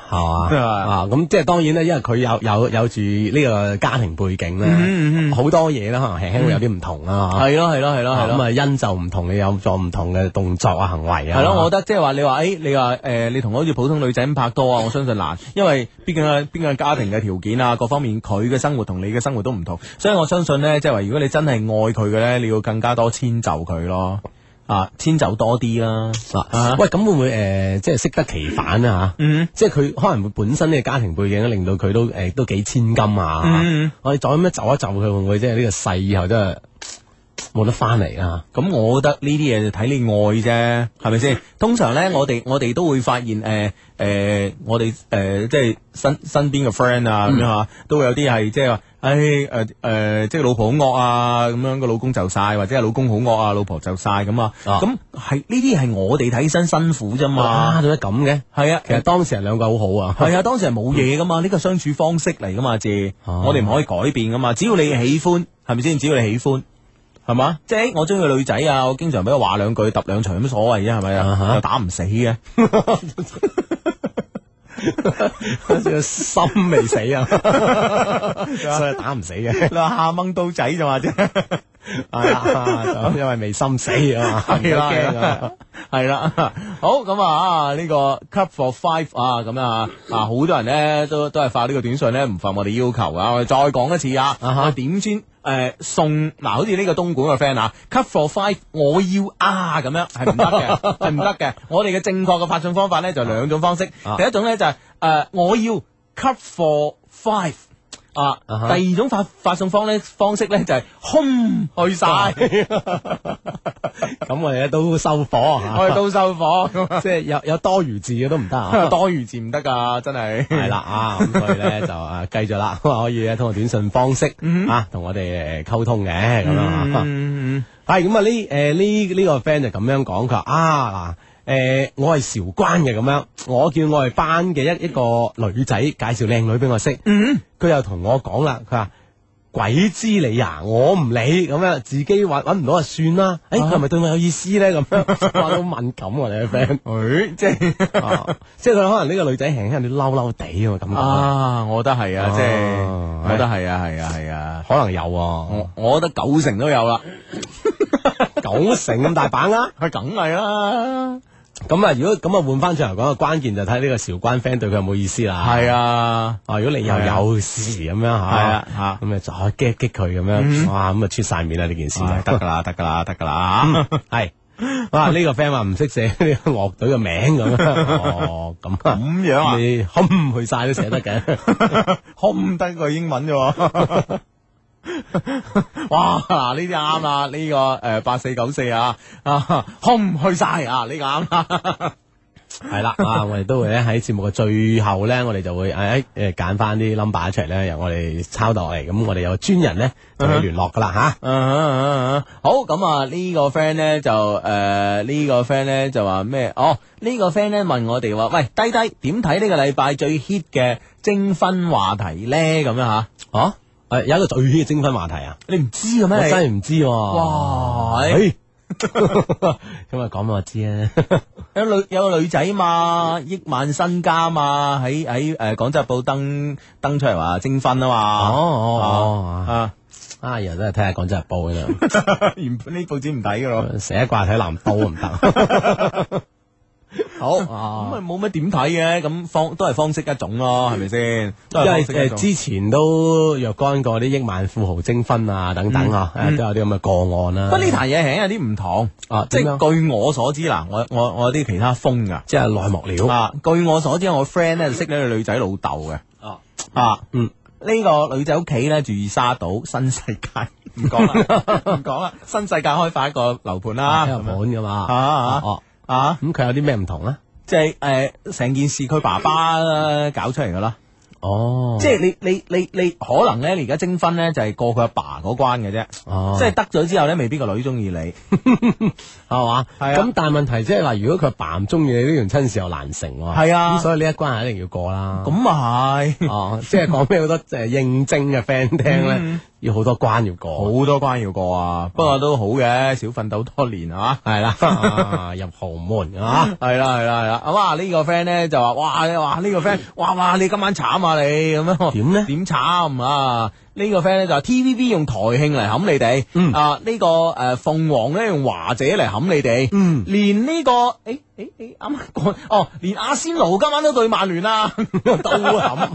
S4: 係嘛啊，咁即係當然咧，因為佢有有有住呢個家庭背景
S1: 嗯嗯
S4: 咧，好、多嘢啦，可能輕輕會有啲唔同啦。嚇
S1: 係咯係咯係咯
S4: 啊
S1: 係
S4: 咁
S1: 咯。
S4: 啊，因就唔同，你有做唔同嘅動作啊、行為啊。
S1: 係咯，我覺得即係話你話，誒你話誒你同我好似普通女仔咁拍拖啊，我相信難，因為畢竟啊係邊個家庭嘅條件啊，各方面佢嘅生活同你嘅生活都唔同，所以我相信呢，即係話如果你真係愛佢嘅呢，你要更加多遷就佢咯，啊遷就多啲啦，
S4: 啊，喂，咁會唔會誒，即係適得其反啊？嚇，
S1: 嗯
S4: 即係佢可能會本身呢個家庭背景咧令到佢都誒都幾千金啊
S1: 嗯。
S4: 我哋再咁樣走一走佢，會唔會即係呢個世以後真係冇得翻嚟啊？
S1: 咁我覺得呢啲嘢就睇你愛啫，係咪先？通常呢，我哋我哋都會發現誒誒、呃呃我哋誒、呃即係身身邊嘅 friend 啊
S4: 嗯
S1: 咁樣嚇，都會有啲係即係話，唉誒誒，即係老婆好惡啊，咁樣個老公就晒，或者係老公好惡啊，老婆就晒咁啊。
S4: 啊
S1: 咁係呢啲係我哋睇起身辛苦啫
S4: 哇，
S1: 嘛。
S4: 做咩啊咁嘅？
S1: 係啊，
S4: 其實當時人兩個好好啊。
S1: [LAUGHS] 係啊，當時係冇嘢噶嘛，呢個相處方式嚟噶嘛，字、
S4: 哦
S1: 我哋唔可以改變噶嘛，只要你喜歡，係咪先？只要你喜歡，係嘛？即係哎我中意個女仔啊，我經常俾佢話兩句，揼兩場有乜所謂啫？係咪
S4: 啊哈
S1: 啊？又打唔死
S4: [LAUGHS]
S1: 嘅， [LAUGHS]
S4: 個心未死啊，
S1: [LAUGHS]
S4: 所以打唔死嘅。
S1: 你話下掹刀仔就
S4: [LAUGHS]
S1: 話啫，
S4: 係啊，就因為未心死啊嘛，唔
S1: [LAUGHS]
S4: 使
S1: 係啦
S4: 驚啊。
S1: 係啦。好咁啊，呢、個 cup for five 啊，咁啊啊，好多人咧都都係發呢個短信咧，唔符合我哋要求啊。我哋再講一次啊，
S4: 啊哈
S1: 我點先？誒、送嗱，好似呢個東莞嘅 friend 啊，cut for five，我要啊咁樣係唔得
S4: [LAUGHS]
S1: 嘅，係唔得嘅。我哋嘅正確嘅發送方法咧就兩種方式，
S4: 啊
S1: 第一種咧就係、呃我要 cut for five 啊
S4: 啊哈
S1: 第二種發發送方咧方式咧就係、空去晒，
S4: 咁我哋咧都收火啊，
S1: 我哋
S4: [LAUGHS]
S1: 都收火咁 [LAUGHS] 啊，
S4: 即係有有多餘字嘅都唔得 [LAUGHS] 啊。
S1: 多餘字唔得㗎，真係 [LAUGHS]
S4: 系啦啊，咁所以咧就啊繼續啦，可以咧通過短信方式啊同我哋誒溝通嘅
S1: 啊
S4: 咁啊啦。
S1: 嗯嗯。
S4: 係咁啊呢诶呢呢個 friend 就咁樣講，佢話啊嗱诶我係韶關嘅咁樣，我叫我哋班嘅一一個女仔介紹靚女俾我識，佢又同我講啦，佢話鬼知你啊！我唔理咁樣，自己揾揾唔到就啊算啦。誒、佢係咪對我有意思咧？咁樣哇，都敏感喎、你嘅 friend
S1: 誒，哎即 [LAUGHS] 係。
S4: 啊即係佢可能呢個女仔輕輕有啲嬲嬲地喎，感覺、
S1: 啊，我覺得係啊，即係，
S4: 啊
S1: 我覺得係啊，係啊，係啊，
S4: 可能有喎、
S1: 我我覺得九成都有啦，
S4: 九成咁大把握。
S1: 佢梗係啦，
S4: 咁啊，如果咁啊，換翻轉頭講，關鍵就睇呢個韶關 friend 對佢有冇意思啦。
S1: 係啊，
S4: 啊！如果你又
S1: 係啊
S4: 有事咁樣吓，
S1: 啊嗯嚇
S4: 咁啊再激一激佢咁樣，哇咁啊出晒面啦呢件事，
S1: 唉啊得噶啦，得噶啦，得噶啦，
S4: 係哇呢個 friend 話唔識寫呢個樂隊嘅名咁樣，哦咁啊
S1: 咁樣啊
S4: 你冚去晒都寫得嘅，
S1: 空得個英文啫喎。 [LAUGHS] 哇！嗱，呢啲啱啦，呢、個誒八四九四啊，啊空去晒啊，呢、個啱啦，
S4: 係啦啊！我哋都會咧喺節目嘅最後咧，我哋就會誒誒揀翻啲 number 出嚟咧，由我哋抄落嚟，咁我哋有專人咧同你聯絡噶啦吓。
S1: 嗯嗯
S4: 啊
S1: 嗯嗯好咁啊！呢個 friend 咧就呃誒呢、個 friend 咧就話咩？哦，呢、個 friend 咧問我哋話，喂，低低點睇呢個禮拜最 hit 嘅徵婚話題咧？咁樣吓，
S4: 哦，誒有一個最 hit 嘅徵婚話題啊！
S1: 你唔知嘅
S4: 我
S1: 咩？
S4: 真
S1: 你
S4: 係唔知喎，
S1: 哇 [LAUGHS]
S4: 嘿 [LAUGHS] 咁啊講我知啊，
S1: 有女有個女仔嘛，億萬身家嘛，喺喺誒廣州日報登登出嚟話徵婚啊嘛。
S4: 哦
S1: 啊！
S4: 啊又真係睇下廣州日報嘅啫，
S1: [LAUGHS] 原本呢報紙唔睇噶咯，
S4: 成一掛睇南都唔得，
S1: [LAUGHS] 好咁咪冇乜點睇嘅，咁方都係方式一種咯，係咪先？都嗯係
S4: 因
S1: 方
S4: 為
S1: 式一
S4: 誒
S1: 種
S4: 之前都若干過啲億萬富豪徵婚啊等等啊，誒都有啲咁嘅個案
S1: 嗯
S4: 啊
S1: 不過呢
S4: 啦，
S1: 壇嘢係有啲唔同，
S4: 啊
S1: 即
S4: 點樣
S1: 係據我所知嗱，我我我有啲其他風噶。
S4: 即係內幕料
S1: 啊，據我所知，我 friend 咧就識呢個女仔老豆嘅。
S4: 啊
S1: 啊，
S4: 嗯。
S1: 呢個女仔屋企咧住二沙島新世界，唔講啦， [LAUGHS] 唔講啦。新世界開發一個樓盤啦，
S4: 喺日
S1: 咁樣
S4: 本噶嘛，
S1: 啊啊
S4: 哦
S1: 啊，
S4: 咁佢有啲咩唔同咧？
S1: 即係誒成件事佢爸爸呃搞出嚟噶啦。
S4: 哦，
S1: 即係你你你你可能咧，你而家徵婚咧就係過佢阿爸嗰關嘅啫，
S4: 哦
S1: 即係得咗之後咧，未必個女中意你。
S4: 係嘛？
S1: 係啊
S4: 咁但係問題即係話，如果佢阿爸唔中意你呢段親事又難成喎。
S1: 係啊
S4: 咁所以呢一關係一定要過啦。
S1: 咁啊係，
S4: 哦，即係講俾好多誒應徵嘅 friend 聽咧，要好多關要過。
S1: 嗯好多關要過啊，不過都好嘅，少奮鬥多年係嘛。
S4: 係啦，
S1: 哦
S4: 啊入豪門啊！
S1: 系啦系啦系啦，咁啊呢個 friend 咧就話：，哇你話呢個 friend，哇哇你今晚慘啊你咁樣，
S4: [LAUGHS] 點呢
S1: 點慘啊？呢個 friend 咧就話 TVB 用台慶嚟冚你哋，
S4: 嗯
S1: 啊呢個誒鳳凰咧用華姐嚟冚你哋，
S4: 嗯
S1: 連呢個誒誒誒啱啱講，哦連阿仙奴今晚都對曼聯啦，都冚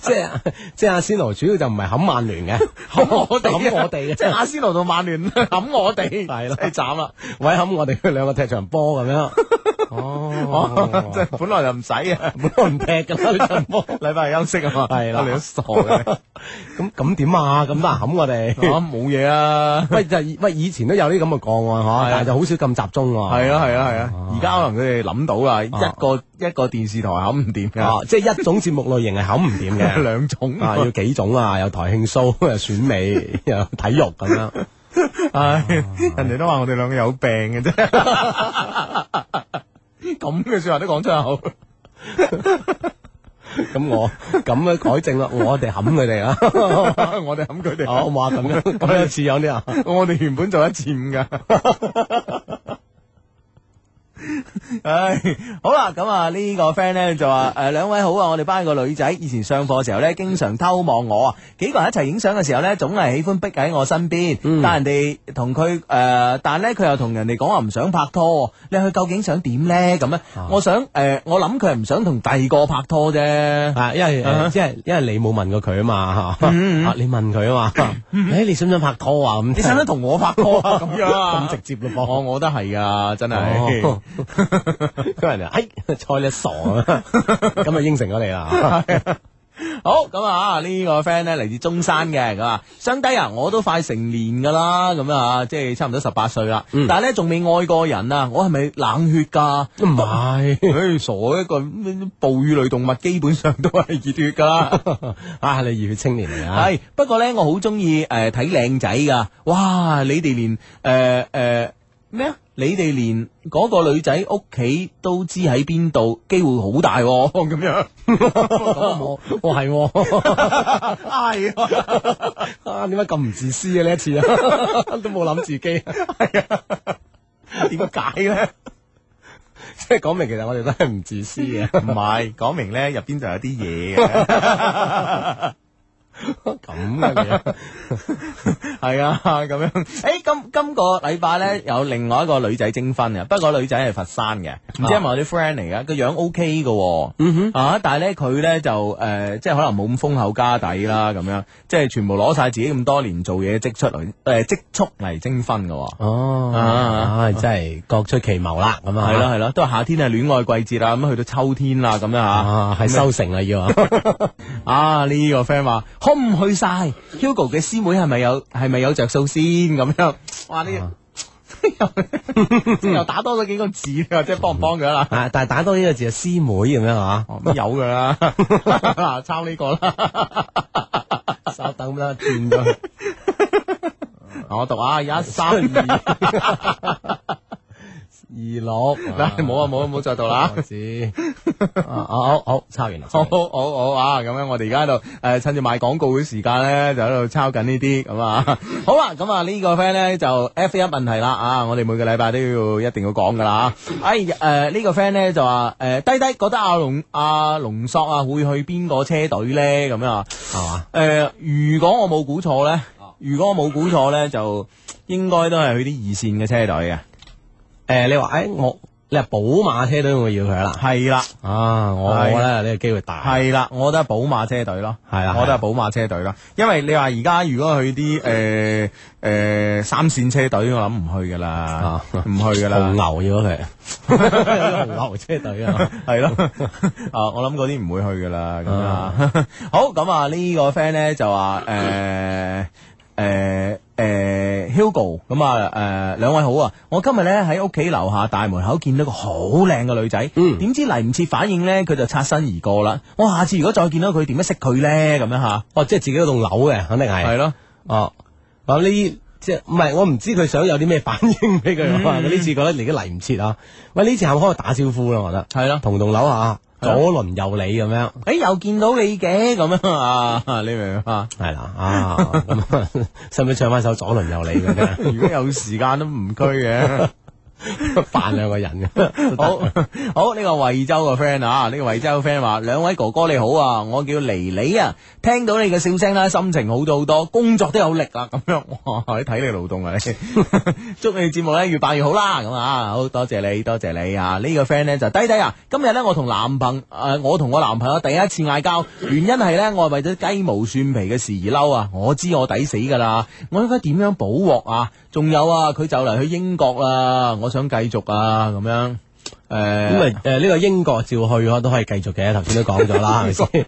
S4: 即係即係阿仙奴主要就唔係冚曼聯嘅，
S1: 冚我哋啊，
S4: [LAUGHS] 冚我哋
S1: 即係阿仙奴同曼聯冚我哋，
S4: 係咯
S1: 真係慘啦，
S4: 喂冚我哋佢兩個踢場波咁樣。 [LAUGHS]
S1: [LAUGHS]
S4: 哦，
S1: 即係本來就唔使啊，
S4: 本來唔踢㗎 [LAUGHS] 啦呢場波。
S1: 禮拜日休息啊嘛，
S4: 係啦
S1: 你都傻嘅。
S4: [LAUGHS] 咁咁點啊？咁多人冚我哋。
S1: 啊，冇嘢啊，
S4: [LAUGHS] 喂就以喂以前都有啲咁嘅個案
S1: 係
S4: 嗬
S1: 啊，
S4: 但係就好少咁集中喎。
S1: 係啊，係啊，係啊，而家可能佢哋諗到啦，
S4: 啊
S1: 一個一個電視台冚唔掂
S4: 啊
S1: [LAUGHS] 㗎，，
S4: 即係一種節目類型係冚唔掂嘅。 [LAUGHS]
S1: 兩種
S4: 啊，要幾種啊？有台慶 show，有選美，又有體育咁樣。
S1: [LAUGHS] 唉，
S4: 啊
S1: 人哋都話我哋兩個有病嘅啫， [LAUGHS] 咁嘅説話都講出口，
S4: [LAUGHS] 咁我咁樣改正啦，我哋冚佢哋啦。
S1: [LAUGHS] 我哋冚佢哋，
S4: 哦，哇，咁樣咁樣似有啲啊。
S1: [LAUGHS] 我哋原本做一次五噶。唉，好啦，咁啊呢個 friend 咧就話誒兩位好啊，我哋班有個女仔以前上課嘅時候咧，經常偷望我啊，幾個人一齊影相嘅時候咧，總係喜歡逼喺我身邊，
S4: 嗯
S1: 但人哋同佢誒，但咧佢又同人哋講話唔想拍拖，你佢究竟想點咧？咁咧，
S4: 啊
S1: 我想誒、我諗佢係唔想同第二個拍拖啫。
S4: [LAUGHS] 啊，因為
S1: 啊哈嗯
S4: 誒即係因為你冇問過佢啊嘛，嚇啊你問佢啊嘛， [LAUGHS] 誒你想唔想拍拖啊？
S1: [LAUGHS]
S4: 咁 [LAUGHS]
S1: 你想唔想同我拍拖啊？咁樣啊
S4: 咁直接咯
S1: 我
S4: 噃？
S1: 我覺得係噶，真係。 [LAUGHS]
S4: 哦，
S1: 哎
S4: [LAUGHS] 咁人哋誒睬你傻啊，咁啊應承咗你
S1: [LAUGHS]
S4: 啦。
S1: 好咁啊！呢、個 friend 咧嚟自中山嘅，咁啊，相低啊，我都快成年噶啦，咁啊，即係差唔多十八歲啦，但係咧仲未愛過人啊，我係咪冷血噶？
S4: 唔
S1: [LAUGHS]
S4: 係 [LAUGHS]
S1: 唉、傻一個嗯哺乳類動物，基本上都係熱血噶啦。
S4: 啊，你熱血青年嚟啊，
S1: [LAUGHS] 係，不過咧，我好中意誒睇靚仔噶。哇！你哋連誒誒咩啊？你哋連嗰個女仔屋企都知喺邊度，機會好大喎咁、樣。
S4: 我我系
S1: 啊 [LAUGHS] 係
S4: 啊，点解咁唔自私嘅呢一次啊？ [LAUGHS] 都冇谂自己，系啊，点解咧？即系讲明，其实我哋都系唔自私嘅，
S1: 唔係講明咧入邊就有啲嘢嘅。
S4: [LAUGHS] 咁嘅啊嘢。
S1: 系啊，咁樣。诶、今今个禮拜咧有另外一個女仔徵婚嘅，不過女仔係佛山嘅，唔知係咪我啲 friend 嚟噶，個樣 O K 嘅。啊嗯哼。啊，但係咧佢咧就诶、呃即係可能冇咁豐厚家底啦，咁樣，即係全部攞晒自己咁多年做嘢積出嚟，诶、積蓄嚟徵婚嘅喎。
S4: 哦，唉，真系各出奇謀啦，咁啊，
S1: 啊係咯係咯，都係夏天係戀愛季節啦，咁去到秋天啦，咁樣吓。
S4: 啊，係收成啦要啊， [LAUGHS]
S1: 啊，呢、個 friend 話空去晒，Hugo 嘅師妹係咪有係咪有着數先咁樣？哇！呢、 [LAUGHS] 又又打多咗幾個字，即係幫唔幫佢啦？
S4: 啊，但係打多呢個字啊，師妹咁樣啊，
S1: [LAUGHS] 哦，咁有噶啦，嗱， [LAUGHS] 抄呢個啦，
S4: 稍等啦，轉咗去
S1: 我讀啊，一三二，嗱，
S4: 二六，
S1: 冇啊，冇 [LAUGHS] 啊，冇再讀啦
S4: 我。知，啊好好抄完啦，
S1: [LAUGHS] 好好
S4: 抄完
S1: 好好啊！咁樣我哋而家喺度誒，趁住賣廣告嘅時間咧，就喺度抄緊呢啲咁啊。 [LAUGHS] 好啦，咁啊呢個 friend 咧就 F 一問題啦啊！我哋每個禮拜都要一定要講噶啦。哎誒、呢個 friend 咧就話誒、低低覺得阿龍阿龍索啊會去邊個車隊咧咁樣啊？
S4: 係嘛，
S1: 誒、如果我冇估錯咧，如果我冇估錯咧，就應該都係去啲二線嘅車隊嘅。
S4: 誒你話誒哎我你話寶馬車隊我要佢啦，
S1: 係啦。
S4: 啊我我
S1: 係
S4: 咧呢個機會大，
S1: 系啦，我覺得寶馬車隊咯，
S4: 係啦
S1: 我覺得寶馬車隊咯，因為你話而家如果去啲诶诶三線車隊，我諗唔去噶啦
S4: 啊，
S1: 唔去噶
S4: [LAUGHS] 紅
S1: 啦，
S4: 牛要佢，紅牛車隊啊，
S1: 係咯， [LAUGHS] 啊，我諗嗰啲唔會去噶啦，咁啊， [LAUGHS] 好，咁啊呢個 friend 咧就話呃诶。诶诶，Hugo，咁呃啊诶，兩位好啊！我今日咧喺屋企樓下大門口見到個好靚嘅女仔，
S4: 嗯
S1: 點知嚟唔切反應咧，佢就擦身而過啦。我下次如果再見到佢，點樣識佢咧？咁樣吓。
S4: 哦即係自己嗰棟樓嘅，肯定係。
S1: 系咯，
S4: 哦，啊呢即系唔系我唔知佢想有啲咩反應俾佢， [LAUGHS] 我呢次覺得嚟都嚟唔切啊！喂，呢次係咪可以打招呼啦？我覺得
S1: 係咯
S4: 同棟樓啊，
S1: 係
S4: 左
S1: 咯
S4: 鄰右里咁樣，
S1: 诶、又見到你嘅咁樣啊， [LAUGHS] 你明唔明
S4: [LAUGHS]
S1: 啊？
S4: 係啦啊，咁啊 [LAUGHS] 使唔使唱翻首左鄰右里嘅啫？ [LAUGHS]
S1: 如果有時間都唔拘嘅。
S4: 扮兩個人 [LAUGHS] 嘅，
S1: [LAUGHS] 好好呢、個惠州嘅 friend 啊，呢、個惠州嘅 friend 話：兩位哥哥你好啊，我叫妮妮啊，聽到你嘅笑聲啦，心情好咗好多，工作都有力啦，咁樣 [LAUGHS] 哇，你睇你 [LAUGHS] 勞動啊你，祝你節目咧越辦越好啦，咁啊，好多謝你，多謝你啊，呢、個 friend 咧就低低啊，今日咧我同男朋誒、呃我同我男朋友第一次嗌交，原因係咧我係為咗雞毛蒜皮嘅事而嬲啊，我知我抵死㗎啦，我應該點樣補鑊啊？仲有啊，佢就嚟去英國啦，我想繼續啊，咁樣。诶，
S4: 咁咪诶呢個英國照去啊都可以繼續嘅，頭先都講咗啦，係咪先？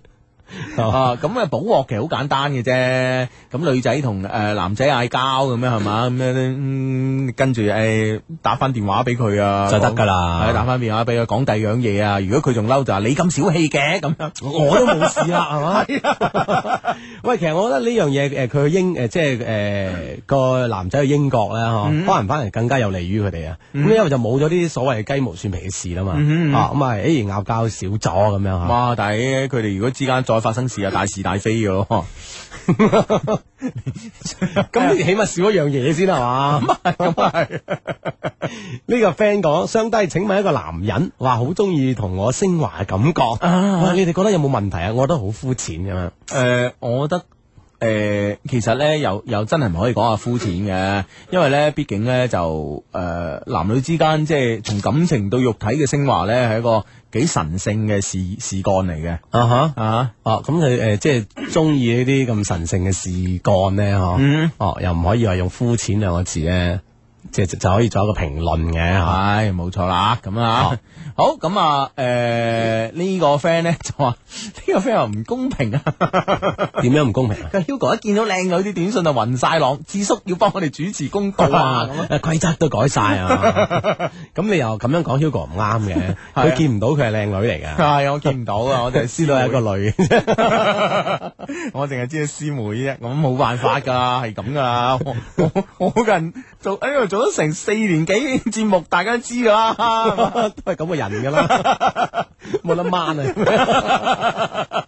S4: [LAUGHS]
S1: 啊，
S4: 哦
S1: 咁嘅補鑊其實好簡單嘅啫。咁女仔同誒男仔嗌交咁樣係嘛，咁樣嗯跟住誒打翻電話俾佢啊，
S4: 就得㗎啦
S1: 係打翻電話俾佢講第二樣嘢啊。如果佢仲嬲就話你咁小氣嘅咁樣，
S4: 我都冇事啦， [LAUGHS] 係啊嘛？喂，其實我覺得呢樣嘢，誒佢去英誒，即係誒個男仔去英國咧，嗬，可能反而更加有利於佢哋啊。咁因為就冇咗呢啲所謂嘅雞毛蒜皮嘅事啦嘛，啊咁啊，誒拗交少咗咁樣啊嚇。
S1: 哇！但係佢哋如果之間再發生事啊，大是大非嘅咯。
S4: 咁 [LAUGHS] 你起碼少一樣嘢先係嘛？咁啊係。呢個 friend 講，相低請問一個男人話好中意同我升華嘅感覺，哇！你哋覺得有冇問題啊？我覺得好膚淺咁樣。
S1: 誒、呃我覺得。誒、其實咧又又真係唔可以講話膚淺嘅，因為咧，畢竟咧就誒、男女之間即係從感情到肉體嘅升華咧，係一個幾神聖嘅事事幹嚟嘅
S4: 啊哈。
S1: 啊！
S4: 哦，咁佢誒即係中意呢啲咁神聖嘅事幹咧，嗬、
S1: 嗯
S4: 哦，又唔可以話用膚淺兩個字咧，即係就就可以做一個評論嘅嚇。
S1: [LAUGHS] 唉，冇錯啦，咁啊， [LAUGHS] 好咁啊，誒、呢、個 friend 咧就話呢、個 friend 話唔公平啊！
S4: 點樣唔公平啊？
S1: 個 Hugo 一見到靚女啲短信就暈晒浪，智叔要幫我哋主持公道啊！ [LAUGHS] 咁啊
S4: 誒規則都改晒
S1: [LAUGHS]
S4: 啊！咁你又咁樣講 Hugo 唔啱嘅，
S1: 啊
S4: 佢見唔到佢係靚女嚟
S1: [LAUGHS]
S4: 㗎，
S1: 係我見唔到啊，我就係知
S4: 知道
S1: 道
S4: 係
S1: 有
S4: 一
S1: 個
S4: 個女。
S1: 我 [LAUGHS] 淨係知道師妹啫，咁冇辦法㗎，係咁㗎啦。我我我好近做喺度哎做咗成四年幾節目，大家都知㗎啦。
S4: [LAUGHS]
S1: [LAUGHS]
S4: 都係咁嘅人㗎啦，冇得掹啊！ [LAUGHS]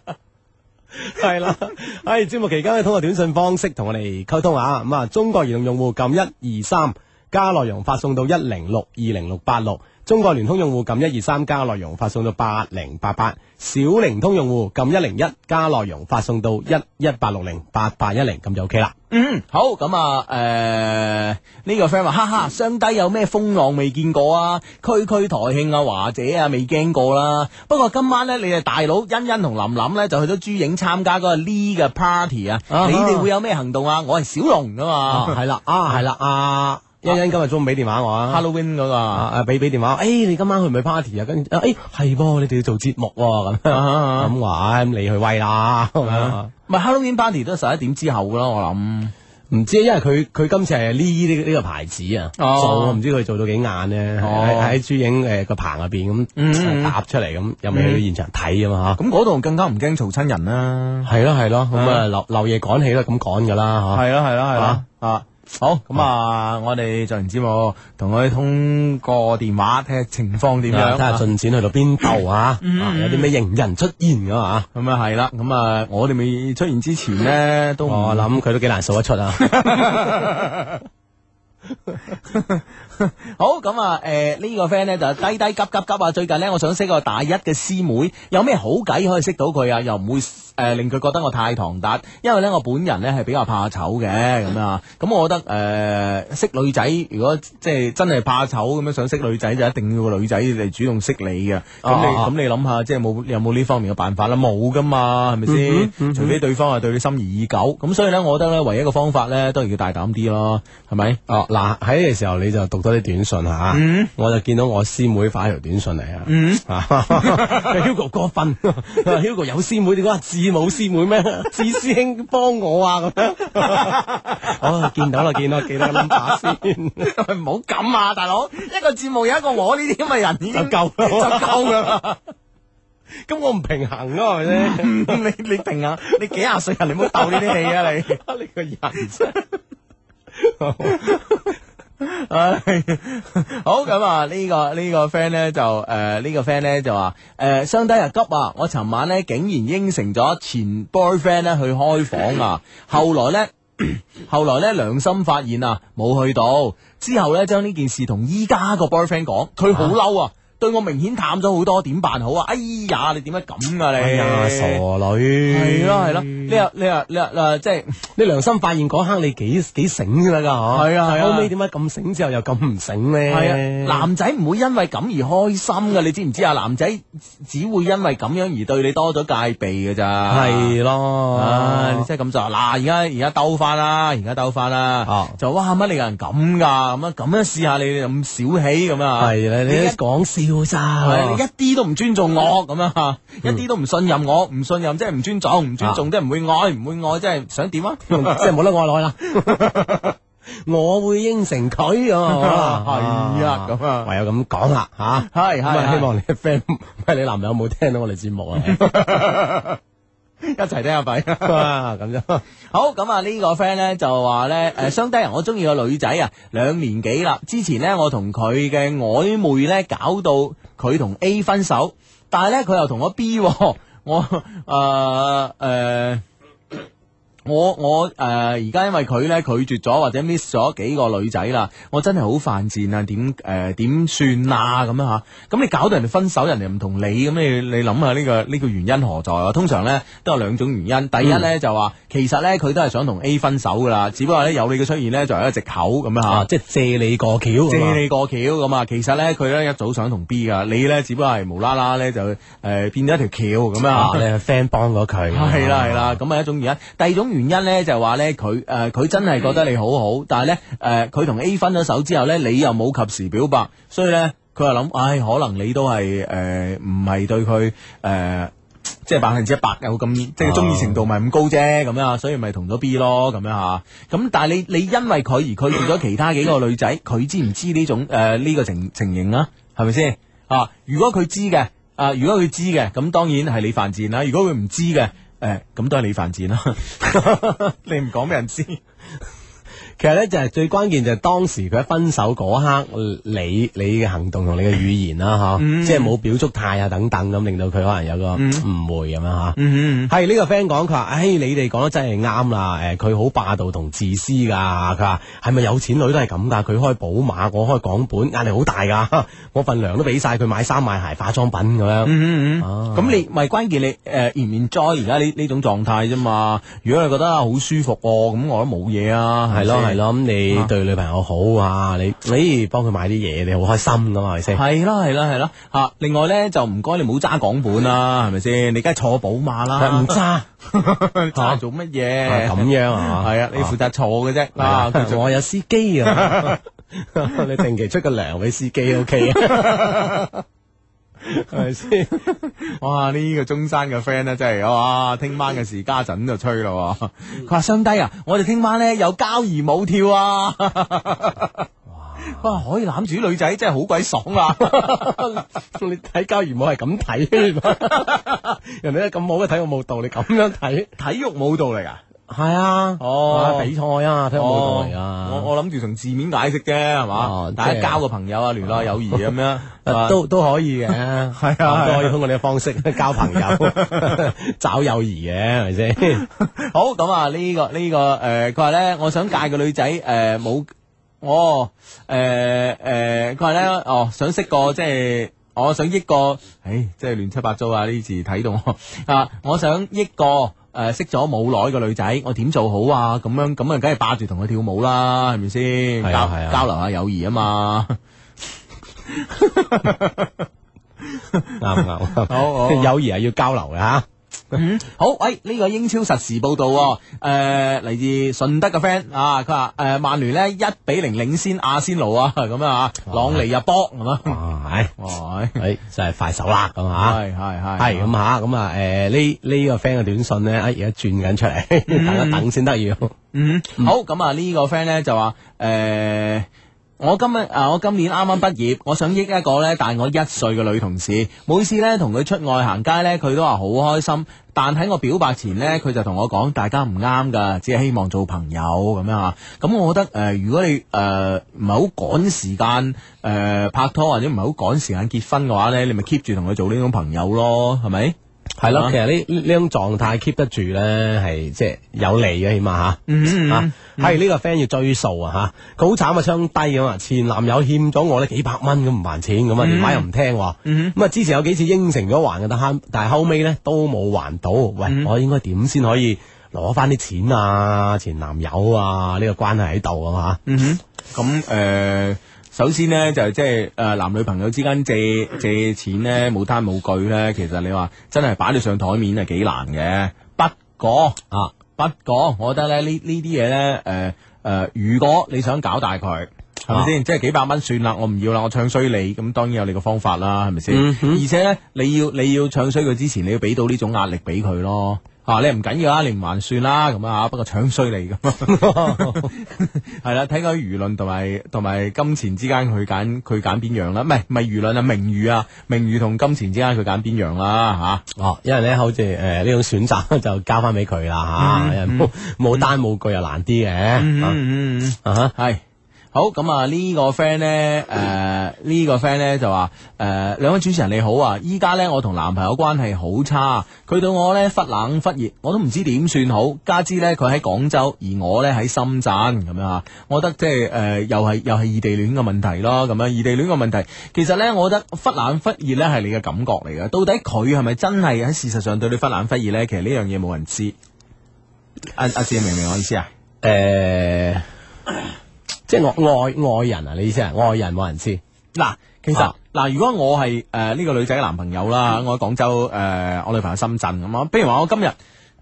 S4: 係啦，喺節目期間咧，通過短信方式同我哋溝通啊。咁啊，中國移動用戶撳一二三加內容發送到一零六二零六八六，中國聯通用戶撳一二三加內容發送到八零八八，小靈通用戶撳一零一加內容發送到一一八六零八八一零，咁就 OK 啦。
S1: 嗯，好咁啊，诶、呢、個 friend 話，哈哈，雙低有咩風浪未見過啊？區區台慶啊、華姐啊，未驚過啦。不過今晚呢，你哋大佬欣欣同林林呢，就去咗珠影參加嗰個 Lee 嘅 party 啊。
S4: 啊哈
S1: 你哋會有咩行動啊？我係小龍噶嘛
S4: 啊，係啦，啊，係啦，啊，欣欣今日中午俾電話我啊。
S1: ，Halloween 嗰個
S4: 啊
S1: 啊。
S4: 啊！俾俾電話，誒、你今晚去唔去 party 啊？跟住，誒、哎係噃，你哋要做節目喎、咁樣
S1: 啊
S4: 咁話，咁你去威啦，咁樣
S1: 唔係 Halloween party 都十一點之後啦，我諗。
S4: 唔知，因為佢佢今次係呢呢呢個牌子啊，
S1: 哦
S4: 做唔知佢做到幾晏咧，喺
S1: 哦嗯
S4: 喺喺珠影誒個棚入邊咁搭出嚟咁，又未去到現場睇啊嘛
S1: 咁嗰度更加唔驚嘈親人啦。
S4: 嚇，係咯係咯，咁
S1: 啊
S4: 啊留留夜趕起啦，咁趕噶啦嚇，
S1: 係啦係啦係啦啊！好咁啊，我哋做完節目，同佢通過電話啊睇下情況點樣。
S4: 啊
S1: 嗯
S4: 睇下進展去到邊度啊，啊有啲咩型人出現噶嘛
S1: 咁啊係啦，咁啊我哋未出現之前咧，都
S4: 嚇，
S1: 唔
S4: 我諗佢都幾難數得出啊。
S1: 好咁啊！诶、呢、個 friend 咧就低低急急急啊！最近咧，我想識個大一嘅師妹，有咩好計可以識到佢啊？又唔會诶、誒令佢覺得我太唐突，因為咧我本人咧係比較怕醜嘅咁啊。咁我覺得诶、誒識女仔，如果即係真係怕醜咁樣想識女仔，就一定要個女仔嚟主動識你嘅。咁你
S4: 啊
S1: 咁你諗下，即係冇有冇呢方面嘅辦法啦？冇噶嘛，係咪
S4: 嗯
S1: 先？除非對方係對你心儀已久，咁所以咧，我覺得咧，唯一嘅方法咧，當然要大膽啲咯，係咪？
S4: 哦，嗱喺呢個時候你就讀多啲短信吓，
S1: 嗯
S4: 我就見到我師妹發一條短信嚟啊 [LAUGHS] 啊，Hugo 過分 [LAUGHS] ，Hugo 有師妹，你嗰字冇師妹咩？ [LAUGHS] 志師兄幫我啊咁樣， [LAUGHS] 哦見到啦，見到，記得個 number 先， [LAUGHS]
S1: [LAUGHS] 喂唔好咁啊，大佬！一個節目有一個我呢啲咁嘅人已
S4: 就
S1: 經
S4: 夠
S1: [LAUGHS]
S4: 啦，
S1: 就夠啦。
S4: 咁我唔平衡咯，係咪先？
S1: 嗯你你定啊！你幾廿歲人，你唔好鬥呢啲戲啊！你
S4: 你個人真係
S1: 唉，好咁啊！呢個呢個 friend 咧就誒呢個 friend 咧就話誒相低啊急啊！我尋晚咧竟然應承咗前 boyfriend 咧去開房啊，後來咧。 [COUGHS] 後來咧良心發現啊，冇去到，之後咧將呢件事同依家個 boyfriend 講，佢好嬲啊，對我明顯淡咗好多，點辦好啊？哎呀，你點解咁噶你？
S4: [LAUGHS] 哎呀傻女，
S1: 係咯係咯，你又你又你又嗱即係。
S4: 你良心發現嗰刻你幾幾醒先得㗎嗬，
S1: 係啊係啊
S4: 後尾點解咁醒之後又咁唔醒咧？
S1: 系啊，男仔唔會因為咁而開心噶，你知唔知啊？男仔只會因為咁樣而對你多咗戒備嘅咋。
S4: 係咯，
S1: 啊！你真係咁就嗱，而家而家兜翻啦，而家兜翻啦
S4: 哦，
S1: 就哇乜你個人咁噶，咁樣咁樣試下你哋咁小氣咁啊，
S4: 系啦，你啊
S1: 你一
S4: 講笑
S1: 係啊
S4: 咋？
S1: 你一啲都唔尊重我咁樣啊，
S4: 嗯
S1: 一啲都唔信任我，唔信任即係唔尊重，唔尊
S4: 啊
S1: 重即係唔會愛，唔會愛即係想點啊？
S4: [LAUGHS] 即係冇得我耐啦。
S1: [LAUGHS]
S4: 我會應承佢啊，
S1: 係啊咁啊
S4: 唯有咁講啦吓。
S1: 係
S4: 咁啊，
S1: 係
S4: 希望你嘅 friend，唔係你男朋友冇聽到我哋節
S1: [LAUGHS]
S4: 目啊，
S1: 一齊聽下幣。
S4: [LAUGHS] 哇咁就
S1: 好咁啊！呢個 friend 咧就話咧，誒相低人，我中意個女仔啊，兩年幾啦。之前咧，我同佢嘅曖昧咧，搞到佢同 A 分手，但係咧佢又同我 B，喎 [LAUGHS] 我誒誒。呃我我誒而家因為佢咧拒絕咗或者 miss 咗幾個女仔啦，我真係好犯賤啊！點誒點算啊咁樣嚇？咁你搞到人哋分手，人哋唔同你，咁你你諗下呢個呢個原因何在啊？通常咧都有兩種原因，第一咧就話其實咧佢都係想同 A 分手噶啦，只不過咧有你嘅出現咧就係一個藉口咁樣
S4: 啊，
S1: 嚇。
S4: 即係借你過橋啊嘛，
S1: 借你過橋咁啊！其實咧，佢咧一早想同 B 噶，你咧只不過係無啦啦咧就誒、呃、變咗一條橋咁
S4: 啊
S1: 啊！，
S4: [LAUGHS] 你係 friend 幫咗
S1: [LAUGHS]
S4: 佢，啊
S1: 係啦係啦，咁啊係一種原因。第二種原因咧就係話咧佢誒佢真係覺得你好好，但係咧誒佢同 A 分咗手之後咧，你又冇及時表白，所以咧佢又諗，唉，可能你都係誒唔係對佢呃誒。即係百分之一百有咁，即係中意程度咪咁高啫，咁樣啊，所以咪同咗 B 咯，咁樣吓。咁但係你你因為佢而拒絕咗其他幾個女仔，佢知唔知呢種誒呢個情情形啊？係咪先啊？如果佢知嘅，啊如果佢知嘅，咁當然係你犯賤啦。如果佢唔呃 [LAUGHS] 知嘅，誒咁都係你犯賤啦。你唔講俾人知，
S4: 其實咧就係最關鍵就係當時佢一分手嗰刻，你你嘅行動同你嘅語言啦，吓、
S1: 嗯
S4: 即係冇表足態啊等等咁，令到佢可能有個誤會咁樣吓。
S1: 嗯
S4: 係呢個 friend 講，佢話：，唉，你哋講得真係啱啦，诶，佢好霸道同自私㗎。佢話係咪有錢女都係咁㗎？佢開寶馬，我開港本，壓力好大㗎。 [LAUGHS] 我份糧都俾晒佢買衫買鞋化妝品咁樣。
S1: 嗯嗯，
S4: 啊
S1: 咁你咪關鍵你誒 enjoy 而家呢呢種狀態啫嘛。如果你覺得好舒服喎，咁我都冇嘢啊，
S4: 係咯係
S1: 咯，
S4: 咯，咁你
S1: 啊
S4: 對女朋友好啊，你你幫佢買啲嘢，你好開心㗎嘛，係咪先？
S1: 係啦係啦係啦嚇。另外咧就唔該你唔好揸港本啦，係咪先？你梗係坐寶馬啦 [LAUGHS]
S4: 唔，揸
S1: 揸做乜嘢？
S4: 咁樣啊？
S1: 啊係啊，你負責坐嘅啫。啊，
S4: 啊
S1: 佢，仲
S4: 我有司
S1: [LAUGHS]
S4: 機啊， [LAUGHS] 你定期出個糧俾司機 OK 啊？
S1: [LAUGHS]
S4: 係咪先？
S1: 哇！呢、個中山嘅 friend 咧，真係哇！聽晚嘅時家陣就吹咯喎。佢話相低啊，我哋聽晚咧有交誼舞跳啊！哇！可以攬住啲女仔，真係好鬼爽啊！
S4: [LAUGHS] 你睇交誼舞係咁睇，原來 [LAUGHS] 人哋都咁好嘅體育舞蹈，你咁樣睇，
S1: 體育舞蹈嚟噶，
S4: 係啊，
S1: 哦
S4: 啊比賽啊，體育舞蹈
S1: 哦
S4: 嚟
S1: 我
S4: 啊，
S1: 我諗住從字面解釋啫，係嘛
S4: 哦？
S1: 大
S4: 即
S1: 家
S4: 係
S1: 交個朋友啊，聯絡友誼咁
S4: [LAUGHS]
S1: 樣，
S4: 啊都都可以嘅， [LAUGHS] 係
S1: 啊
S4: 都可以通過呢個方式 [LAUGHS] 交朋友、
S1: [LAUGHS]
S4: 找友誼嘅，係咪先？
S1: 好咁啊！呢、個呢、個誒，佢話咧，我想戒個女仔誒冇，我誒誒，佢話咧，哦想識個即係。我想益個，唉，真係亂七八糟啊！呢啲字睇到我啊，我想益個誒、呃、識咗冇耐嘅女仔，我點做好啊？咁樣咁啊，梗係霸住同佢跳舞啦，係咪先？
S4: 係
S1: 交
S4: 啊係啊
S1: 交流下友誼啊嘛。
S4: 啱唔 [LAUGHS] 啱？
S1: 好好
S4: 友誼係啊要交流嘅嚇。
S1: 嗯，好，喂，呢、個英超實時報導喎，诶、嚟自順德嘅 friend 啊，佢話诶，曼聯呢一比零領先阿仙奴啊，咁樣啊，朗尼入波咁啊，
S4: 啊，唉
S1: 哇，
S4: 诶，就哎係快手啦，咁啊。
S1: 係係係，
S4: 係咁吓，咁啊，诶呢呢個 friend 嘅短信咧，啊而家轉緊出嚟， [LAUGHS] 大家等先得要。
S1: 嗯，好，咁啊呢個 friend 呢就話诶。誒我今日啊，我今年啱啱畢業，我想益一個咧大我一歲嘅女同事。每次咧同佢出外行街咧，佢都話好開心。但喺我表白前咧，佢就同我講：大家唔啱噶，只係希望做朋友咁樣啊。咁我覺得誒、呃如果你誒唔係好趕時間誒、呃拍拖，或者唔係好趕時間結婚嘅話咧，你咪 keep 住同佢做呢種朋友咯，係咪？
S4: 係
S1: 啊
S4: 咯，其實呢呢呢種狀態 keep 得住咧，係即係有利嘅，起碼吓。
S1: 嗯
S4: 啊，係呢個 friend 要追數啊吓，佢好慘啊，槍低咁啊，前男友欠咗我呢幾百蚊咁唔還
S1: 嗯
S4: 錢咁啊，電話又唔聽喎。咁啊，之前有幾次應承咗還嘅，但係但係後尾咧都冇還到。
S1: 嗯
S4: 喂，我應該點先可以攞翻啲錢啊？前男友啊，呢個關係喺度啊嘛。
S1: 嗯哼，咁誒、呃首先呢，就即係誒男女朋友之間借借錢呢，冇單冇據呢。其實你話真係擺到上台面係幾難嘅。不過
S4: 啊，
S1: 不過我覺得咧呢呢啲嘢呢，誒、誒、如果你想搞大佢。係咪先？即係幾百蚊算啦，我唔要啦，我唱衰你，咁當然有你個方法啦，係咪先？而且呢，你要你要唱衰佢之前，你要俾到呢種壓力俾佢咯。啊，你唔緊要啦，你唔還算啦，咁啊，不過唱衰你咁啊。 [LAUGHS] 系啦，睇佢舆论同埋同埋金钱之间佢拣佢拣边样啦，唔系唔系舆论啊，名誉啊，名誉同金钱之间佢拣边样啦吓。
S4: 哦，因為咧，好似诶呢種選擇就交翻俾佢啦吓，因為冇冇單冇據又難啲嘅啊
S1: 嗯嗯。
S4: 啊哈。
S1: 系。好咁啊！呢個 friend 咧，誒呢個 friend 咧就話誒兩位主持人你好啊！依家咧我同男朋友關係好差，佢對我咧忽冷忽熱，我都唔知點算好。加之咧佢喺廣州，而我咧喺深圳咁樣啊，我覺得即係誒又係又係異地戀嘅問題咯。咁樣異地戀嘅問題，其實咧我覺得忽冷忽熱咧係你嘅感覺嚟嘅。到底佢係咪真係喺事實上對你忽冷忽熱咧？其實呢樣嘢冇人知。阿阿志明唔明我意思啊？
S4: 诶、呃即系我爱爱人啊！你意思係愛人冇人知，
S1: 嗱，其實
S4: 啊嗯
S1: 嗱、如果我係诶呢個女仔嘅男朋友啦，我喺廣州诶、呃我女朋友喺深圳咁啊，譬如話我今日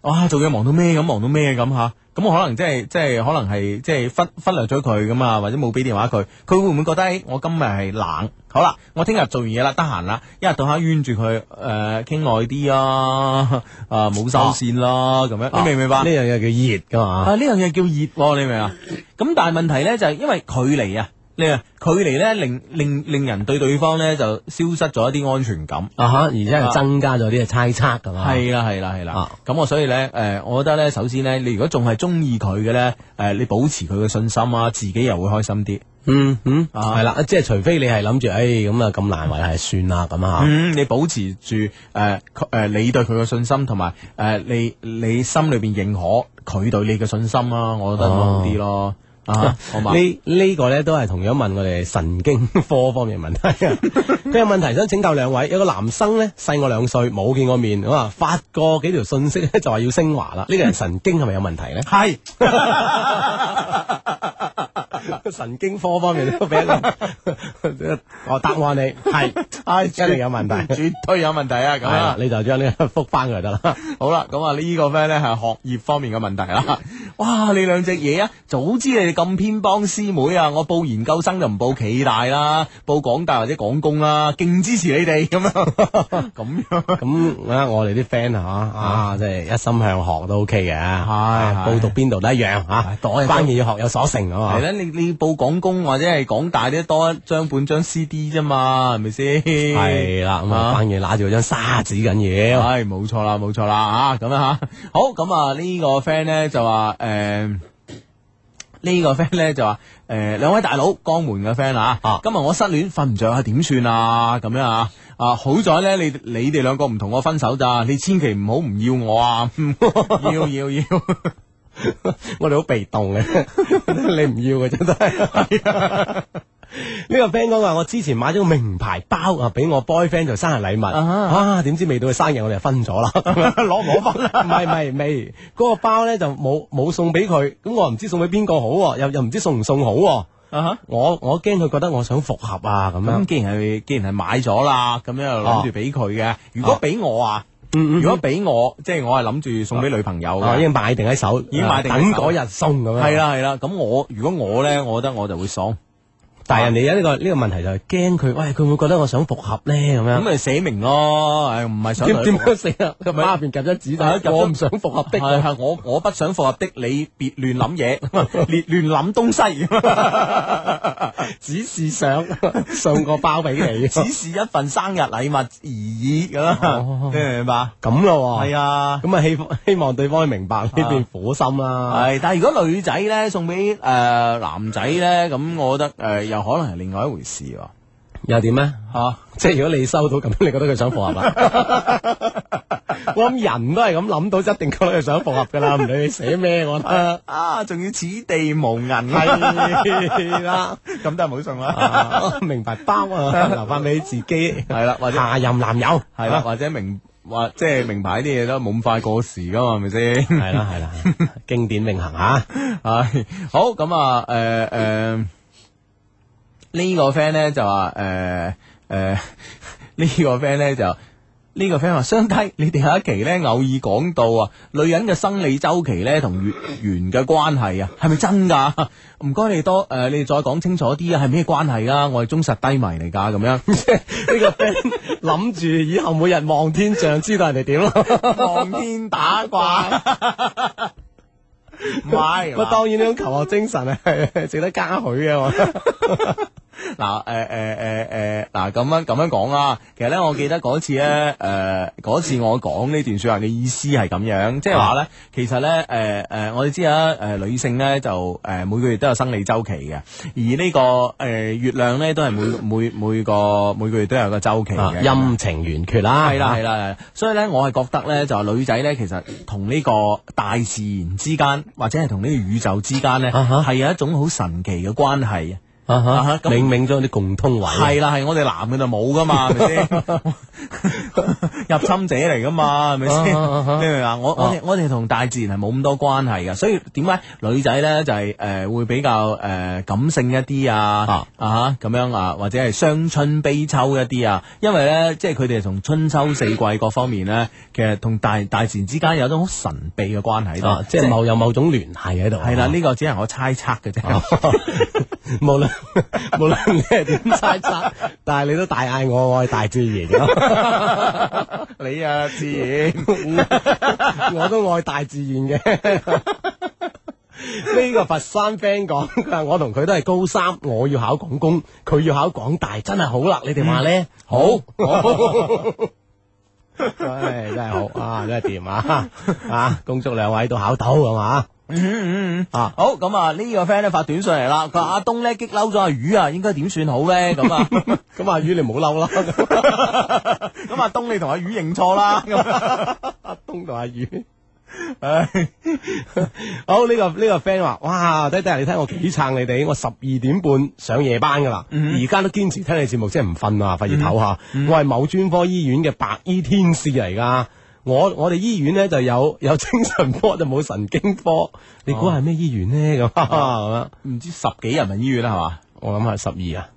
S1: 哇做嘢忙到咩咁，忙到咩咁吓，咁我可能即係即系可能係即係忽忽略咗佢咁啊，或者冇俾電話佢，佢會唔會覺得誒我今日係冷？好啦，我聽日做完嘢啦，得閒啦，一日到黑冤住佢诶傾耐啲啊，啊冇收線啦咁樣，你明唔明白？
S4: 呢樣嘢叫熱噶嘛？
S1: 啊，呢樣嘢叫熱喎，你明啊？咁但係問題咧就係因為距離啊，你啊距離咧令令令人對對方咧就消失咗一啲安全感。
S4: 啊哈，而且係增加咗啲嘅猜測㗎嘛。
S1: 係啦，係啦，係啦
S4: 啊。
S1: 咁我所以咧，誒，我覺得咧，首先咧，你如果仲係中意佢嘅咧，誒，你保持佢嘅信心啊，自己又會開心啲。
S4: 嗯嗯，
S1: 啊
S4: 係啦，即係除非你係諗住，诶咁啊咁難為係算啦咁啊，
S1: 嗯，你保持住誒誒你對佢嘅信心，同埋誒你你心裏邊認可佢對你嘅信心啦，我
S4: 哦
S1: 覺得會好啲咯。啊，好嘛？？
S4: 呢呢個咧都係同樣問我哋神經科方面嘅問題啊。佢有問題想請教兩位，有個男生咧細我兩歲，冇見過面，咁啊發過幾條信息 [LAUGHS] 咧就話要升華啦。呢個人神經係咪有問題咧
S1: [LAUGHS] 係
S4: [LAUGHS] 神經科方面都俾
S1: [LAUGHS]
S4: 一個我答案你係
S1: 係
S4: 一定有問題
S1: 絕對有問題 [LAUGHS] 啊！咁
S4: 係啦
S1: 啊，，
S4: 你就將呢個覆翻佢就得啦。
S1: [LAUGHS] 好啦，咁啊呢個 friend 咧係學業方面嘅問題
S4: [LAUGHS]
S1: 啦。哇，你兩隻嘢啊，早知你哋咁偏幫師妹啊，我報研究生就唔報暨大啦，報廣大或者廣工啦，勁支持你哋咁
S4: [LAUGHS]
S1: 樣，咁樣
S4: 咁啊，我哋啲 friend 啊，啊，即係一心向學都 OK 嘅，啊
S1: 係
S4: 報讀邊度都一樣
S1: 係
S4: 嚇，
S1: 袋
S4: 關鍵要學有所成啊
S1: 係
S4: 嘛。
S1: 啦，你你報廣工或者係廣大啲多一張半張 CD 啫嘛，係咪先？
S4: 係啦，咁啊，
S1: 啊
S4: 關鍵揦住張沙紙緊要。
S1: 唉，冇錯啦，冇錯啦啊， [LAUGHS] 咁樣吓，好咁啊呢個 friend 咧就話诶。誒呢個 friend 咧就話：誒、兩位大佬，江門嘅 friend 啊，
S4: 啊
S1: 今日我失戀瞓唔着啊，點算啊？咁樣啊，啊好在咧，你你哋兩個唔同我分手咋，你千祈唔好唔要我啊！ [LAUGHS] 要要要，
S4: 我哋好被動嘅， [LAUGHS] 你唔要嘅真係。 [LAUGHS] 呢個 friend 講話，我之前買咗個名牌包啊，俾我 boyfriend 做生日禮物
S1: 啊
S4: 啊，點知未到佢生日，我哋就
S1: [LAUGHS]
S4: 分咗啦，攞唔攞分 [LAUGHS] 啦？唔係唔係未，嗰個包咧就冇冇送俾佢，咁我唔知送俾邊個好喎，又又唔知送唔送好喎。
S1: 啊哈
S4: 我我惊佢覺得我想復合啊咁
S1: 咁
S4: 樣，
S1: 既然係既然係買咗啦，咁樣又諗住俾佢嘅。如果俾我啊，
S4: 嗯
S1: 如果俾我，即係我係諗住送俾女朋友
S4: 我
S1: 嘅。
S4: 已經買定喺手，已
S1: 經買定喺
S4: 等
S1: 手
S4: 嗰日送咁樣。
S1: 係，啊啦係啦，咁我如果我咧，我覺得我就會爽。
S4: 但係人哋呢個呢個問題就係驚佢，喂佢會覺得我想復合咧咁
S1: 咁啊
S4: 樣。
S1: 咪寫明咯，唉，唔係想
S4: 點
S1: 同你
S4: 點
S1: 復合
S4: 樣死啊？個包入邊夾咗紙
S1: 係啊夾
S4: 仔，
S1: 咗啊
S4: 我唔想復合的。
S1: 係係我我不想復合的，你別亂諗嘢，亂亂諗東西。
S4: 只是
S1: [LAUGHS]
S4: 想送個包俾你，
S1: 只是一份生日禮物而已咁啦，
S4: 哦
S1: 你明唔明白？
S4: 咁咯喎。
S1: 係啊。
S4: 咁啊希希望對方明白呢邊苦心啦。
S1: 系，但系如果女仔咧送俾诶、呃男仔咧，咁我覺得诶、呃又可能係另外一回事喎。
S4: 又點咧？
S1: 吓
S4: 即係如果你收到咁，你覺得佢想復合啦？
S1: [LAUGHS]
S4: 我諗人都係咁諗到，一定覺得佢想復合
S1: [LAUGHS]
S4: 噶啦，唔理你寫咩，我覺得。
S1: 啊啊，仲要此地無銀
S4: 係啦，
S1: 咁都係冇送啦。
S4: 啊明白包
S1: [LAUGHS]
S4: 啊，留翻俾自己
S1: 係啦，或者
S4: 下任男友，
S1: 係啦，或者名或即係名牌啲嘢都冇咁快過時噶嘛，係咪先？ [LAUGHS]
S4: 系啦系啦，經典永啊恒吓，
S1: 系好咁啊，诶、诶，呢、個 friend 咧就話诶诶， [LAUGHS] 呢、個 friend 咧就。呢個 friend 話：相低，你哋有一期咧偶爾講到啊，女人嘅生理周期咧同月圓嘅關係啊，係咪真㗎？唔該你多誒、呃你哋再講清楚啲啊，係咩關係啊？我係忠實低迷嚟㗎，咁樣
S4: 呢個 friend 諗住以後每日望天象，知道人哋點咯。
S1: 望天打卦，
S4: [LAUGHS]
S1: 唔係
S4: 不過當然呢種求學精神係值得嘉許嘅，我覺得
S1: 嗱，誒誒誒誒，嗱咁樣咁樣講啦。其實咧，我記得嗰次咧，誒嗰次我講呢段説話嘅意思係咁樣，即係話咧，其實咧，誒誒，我哋知啦，誒女性咧就誒每個月都有生理周期嘅，而呢個誒月亮咧都係每每每個每個月都有個周期
S4: 啊
S1: 嘅。
S4: 陰晴圓缺啦，
S1: 系啦系啦，係啦所以咧我係覺得咧就係女仔咧其實同呢個大自然之間，或者係同呢個宇宙之間咧，
S4: 啊哈
S1: 係有一種好神奇嘅關係。
S4: 啊
S1: 啊哈
S4: 哈，
S1: 咁
S4: 冥冥中有啲共通位，啊
S1: 系啦，系我哋男嘅就冇噶
S4: [LAUGHS]
S1: 嘛，係咪先？入侵者嚟噶嘛，係咪先？
S4: 啊啊啊啊
S1: 你明唔明啊？我我哋我哋同大自然係冇咁多關係噶，所以點解女仔咧就係、呃會比較誒、呃感性一啲啊啊咁樣啊，或者係傷春悲秋一啲啊，因為咧即係佢哋從春秋四季各方面咧，其實同大大自然之間有一種好神秘嘅關係喺度
S4: 啊，即係某有某種聯繫喺度。
S1: 係啦，呢、個只係我猜測嘅啫。
S4: 啊
S1: [LAUGHS]
S4: [LAUGHS] 無論無論你係點猜 [LAUGHS] 測，但係你都大嗌我，我係大自 [LAUGHS] 然咯。
S1: 你啊，
S4: [LAUGHS]
S1: 自然。
S4: 我都愛大自然嘅。呢個佛山 friend 講，佢話我同佢都係高三，我要考廣工，佢要考廣大，真係好啦！你哋話咧？好， [LAUGHS] 唉，真係好啊，真係掂啊！啊，恭祝兩位都考到係嘛？
S1: 嗯嗯嗯
S4: 啊
S1: 好咁啊！呢個 friend 咧發短信嚟啦，佢話阿東咧激嬲咗阿魚啊，應該點算好咧？咁 [LAUGHS] 啊，
S4: 咁阿宇你唔好嬲啦，
S1: 咁阿東你同阿魚認錯啦。
S4: 阿東同阿宇。
S1: 唉
S4: 好呢、個呢、個 friend 話，哇，低低你睇我幾撐你哋，我十二點半上夜班噶啦，
S1: 嗯
S4: 而家、都堅持聽你節目，即係唔瞓啊，費事唞下。我係某專科醫院嘅白衣天使嚟噶。我我哋醫院咧就有 [LAUGHS] 有精神科就冇神經科，你
S1: 哦
S4: 估係咩醫院呢？咁啊咁樣，
S1: 唔知十幾人民醫院啦，係嘛？
S4: 我諗係十二啊，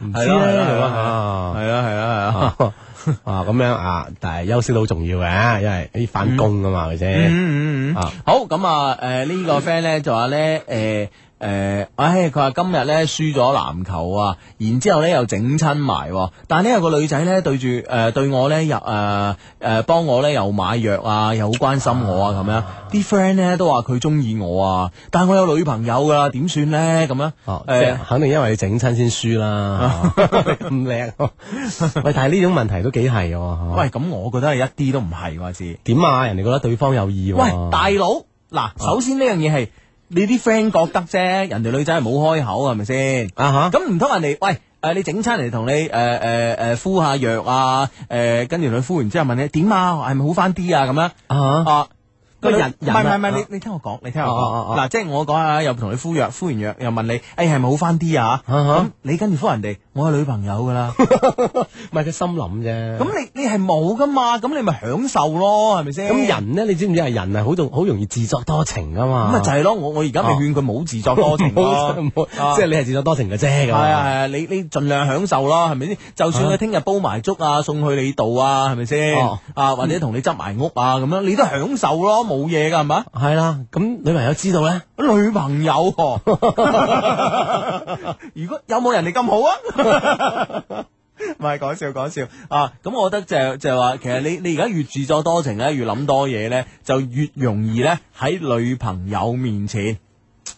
S4: 唔
S1: [LAUGHS] 係
S4: 知
S1: 咯
S4: 咧
S1: 係
S4: 咁
S1: 咯
S4: 啊。
S1: 係啊係啊係啊。
S4: [LAUGHS] 啊，咁樣啊，但係休息都好重要嘅，因為啲
S1: 嗯
S4: 翻工啊嘛，係咪先？
S1: 嗯嗯嗯
S4: 啊
S1: 好咁啊！誒呢個 friend 咧就話咧誒誒，唉佢話今日咧輸咗籃球啊，然之後咧又整親埋喎，但係呢有個女仔咧對住誒對我咧又誒誒幫我咧又買藥啊，又好關心我啊咁樣，啲 friend 咧都話佢中意我啊，但係我有女朋友㗎啦，點算咧咁樣？呃
S4: 哦，即係
S1: 誒
S4: 肯定因為你整親先
S1: [LAUGHS]
S4: 輸啦，咁靚喎。喂，但係呢種問題都幾係喎。
S1: 喂，，咁我覺得係一啲都唔係喎，知。
S4: 點啊？人哋覺得對方有意喎。
S1: 喂，大佬，
S4: 啊
S1: 嗱，首先呢樣嘢係你啲 friend 覺得啫，人哋女仔係冇開口係咪先？
S4: 啊
S1: 咁唔通人哋喂？誒、你整親嚟同你誒誒誒敷下藥啊，誒、跟住佢敷完之後問你點啊，係咪好翻啲啊咁樣
S4: 嚇啊嚇
S1: 啊？
S4: 個人
S1: 唔
S4: 人
S1: 係唔
S4: 啊
S1: 係唔係，
S4: 啊
S1: 你你聽我講，你聽我
S4: 哦哦
S1: 講
S4: 哦
S1: 啊嗱，即係我講下，又同你敷藥，敷完藥又問你，誒哎係咪好翻啲啊？
S4: 啊哈
S1: 咁你跟住敷人哋，我有女朋友噶啦，
S4: 唔係佢心諗啫。
S1: 咁你你係冇噶嘛，咁你咪享受咯，係咪先？
S4: 咁人咧，你知唔知係人係好容好容易自作多情噶
S1: 咁
S4: 嘛？
S1: 咪就係咯，我我而家咪
S4: 啊
S1: 勸佢冇自作多情 [LAUGHS] 咯，
S4: [LAUGHS] 唔好唔好
S1: 啊
S4: 即係你係自作多情嘅啫。咁
S1: 係啊係啊，你你盡量享受咯，係咪先？就算佢聽日煲埋粥啊，送去你度啊，係咪先
S4: 哦？
S1: 啊，或者同你執埋屋啊，咁樣你都享受咯，冇嘢噶係咪？
S4: 係啦。咁女朋友知道咧，
S1: 女朋友喎， [LAUGHS] 如果有冇人哋咁好啊？ [LAUGHS] 唔係講笑講笑啊！咁我覺得就就係話，其實你你而家越自作多情咧，越諗多嘢咧，就越容易咧喺女朋友面前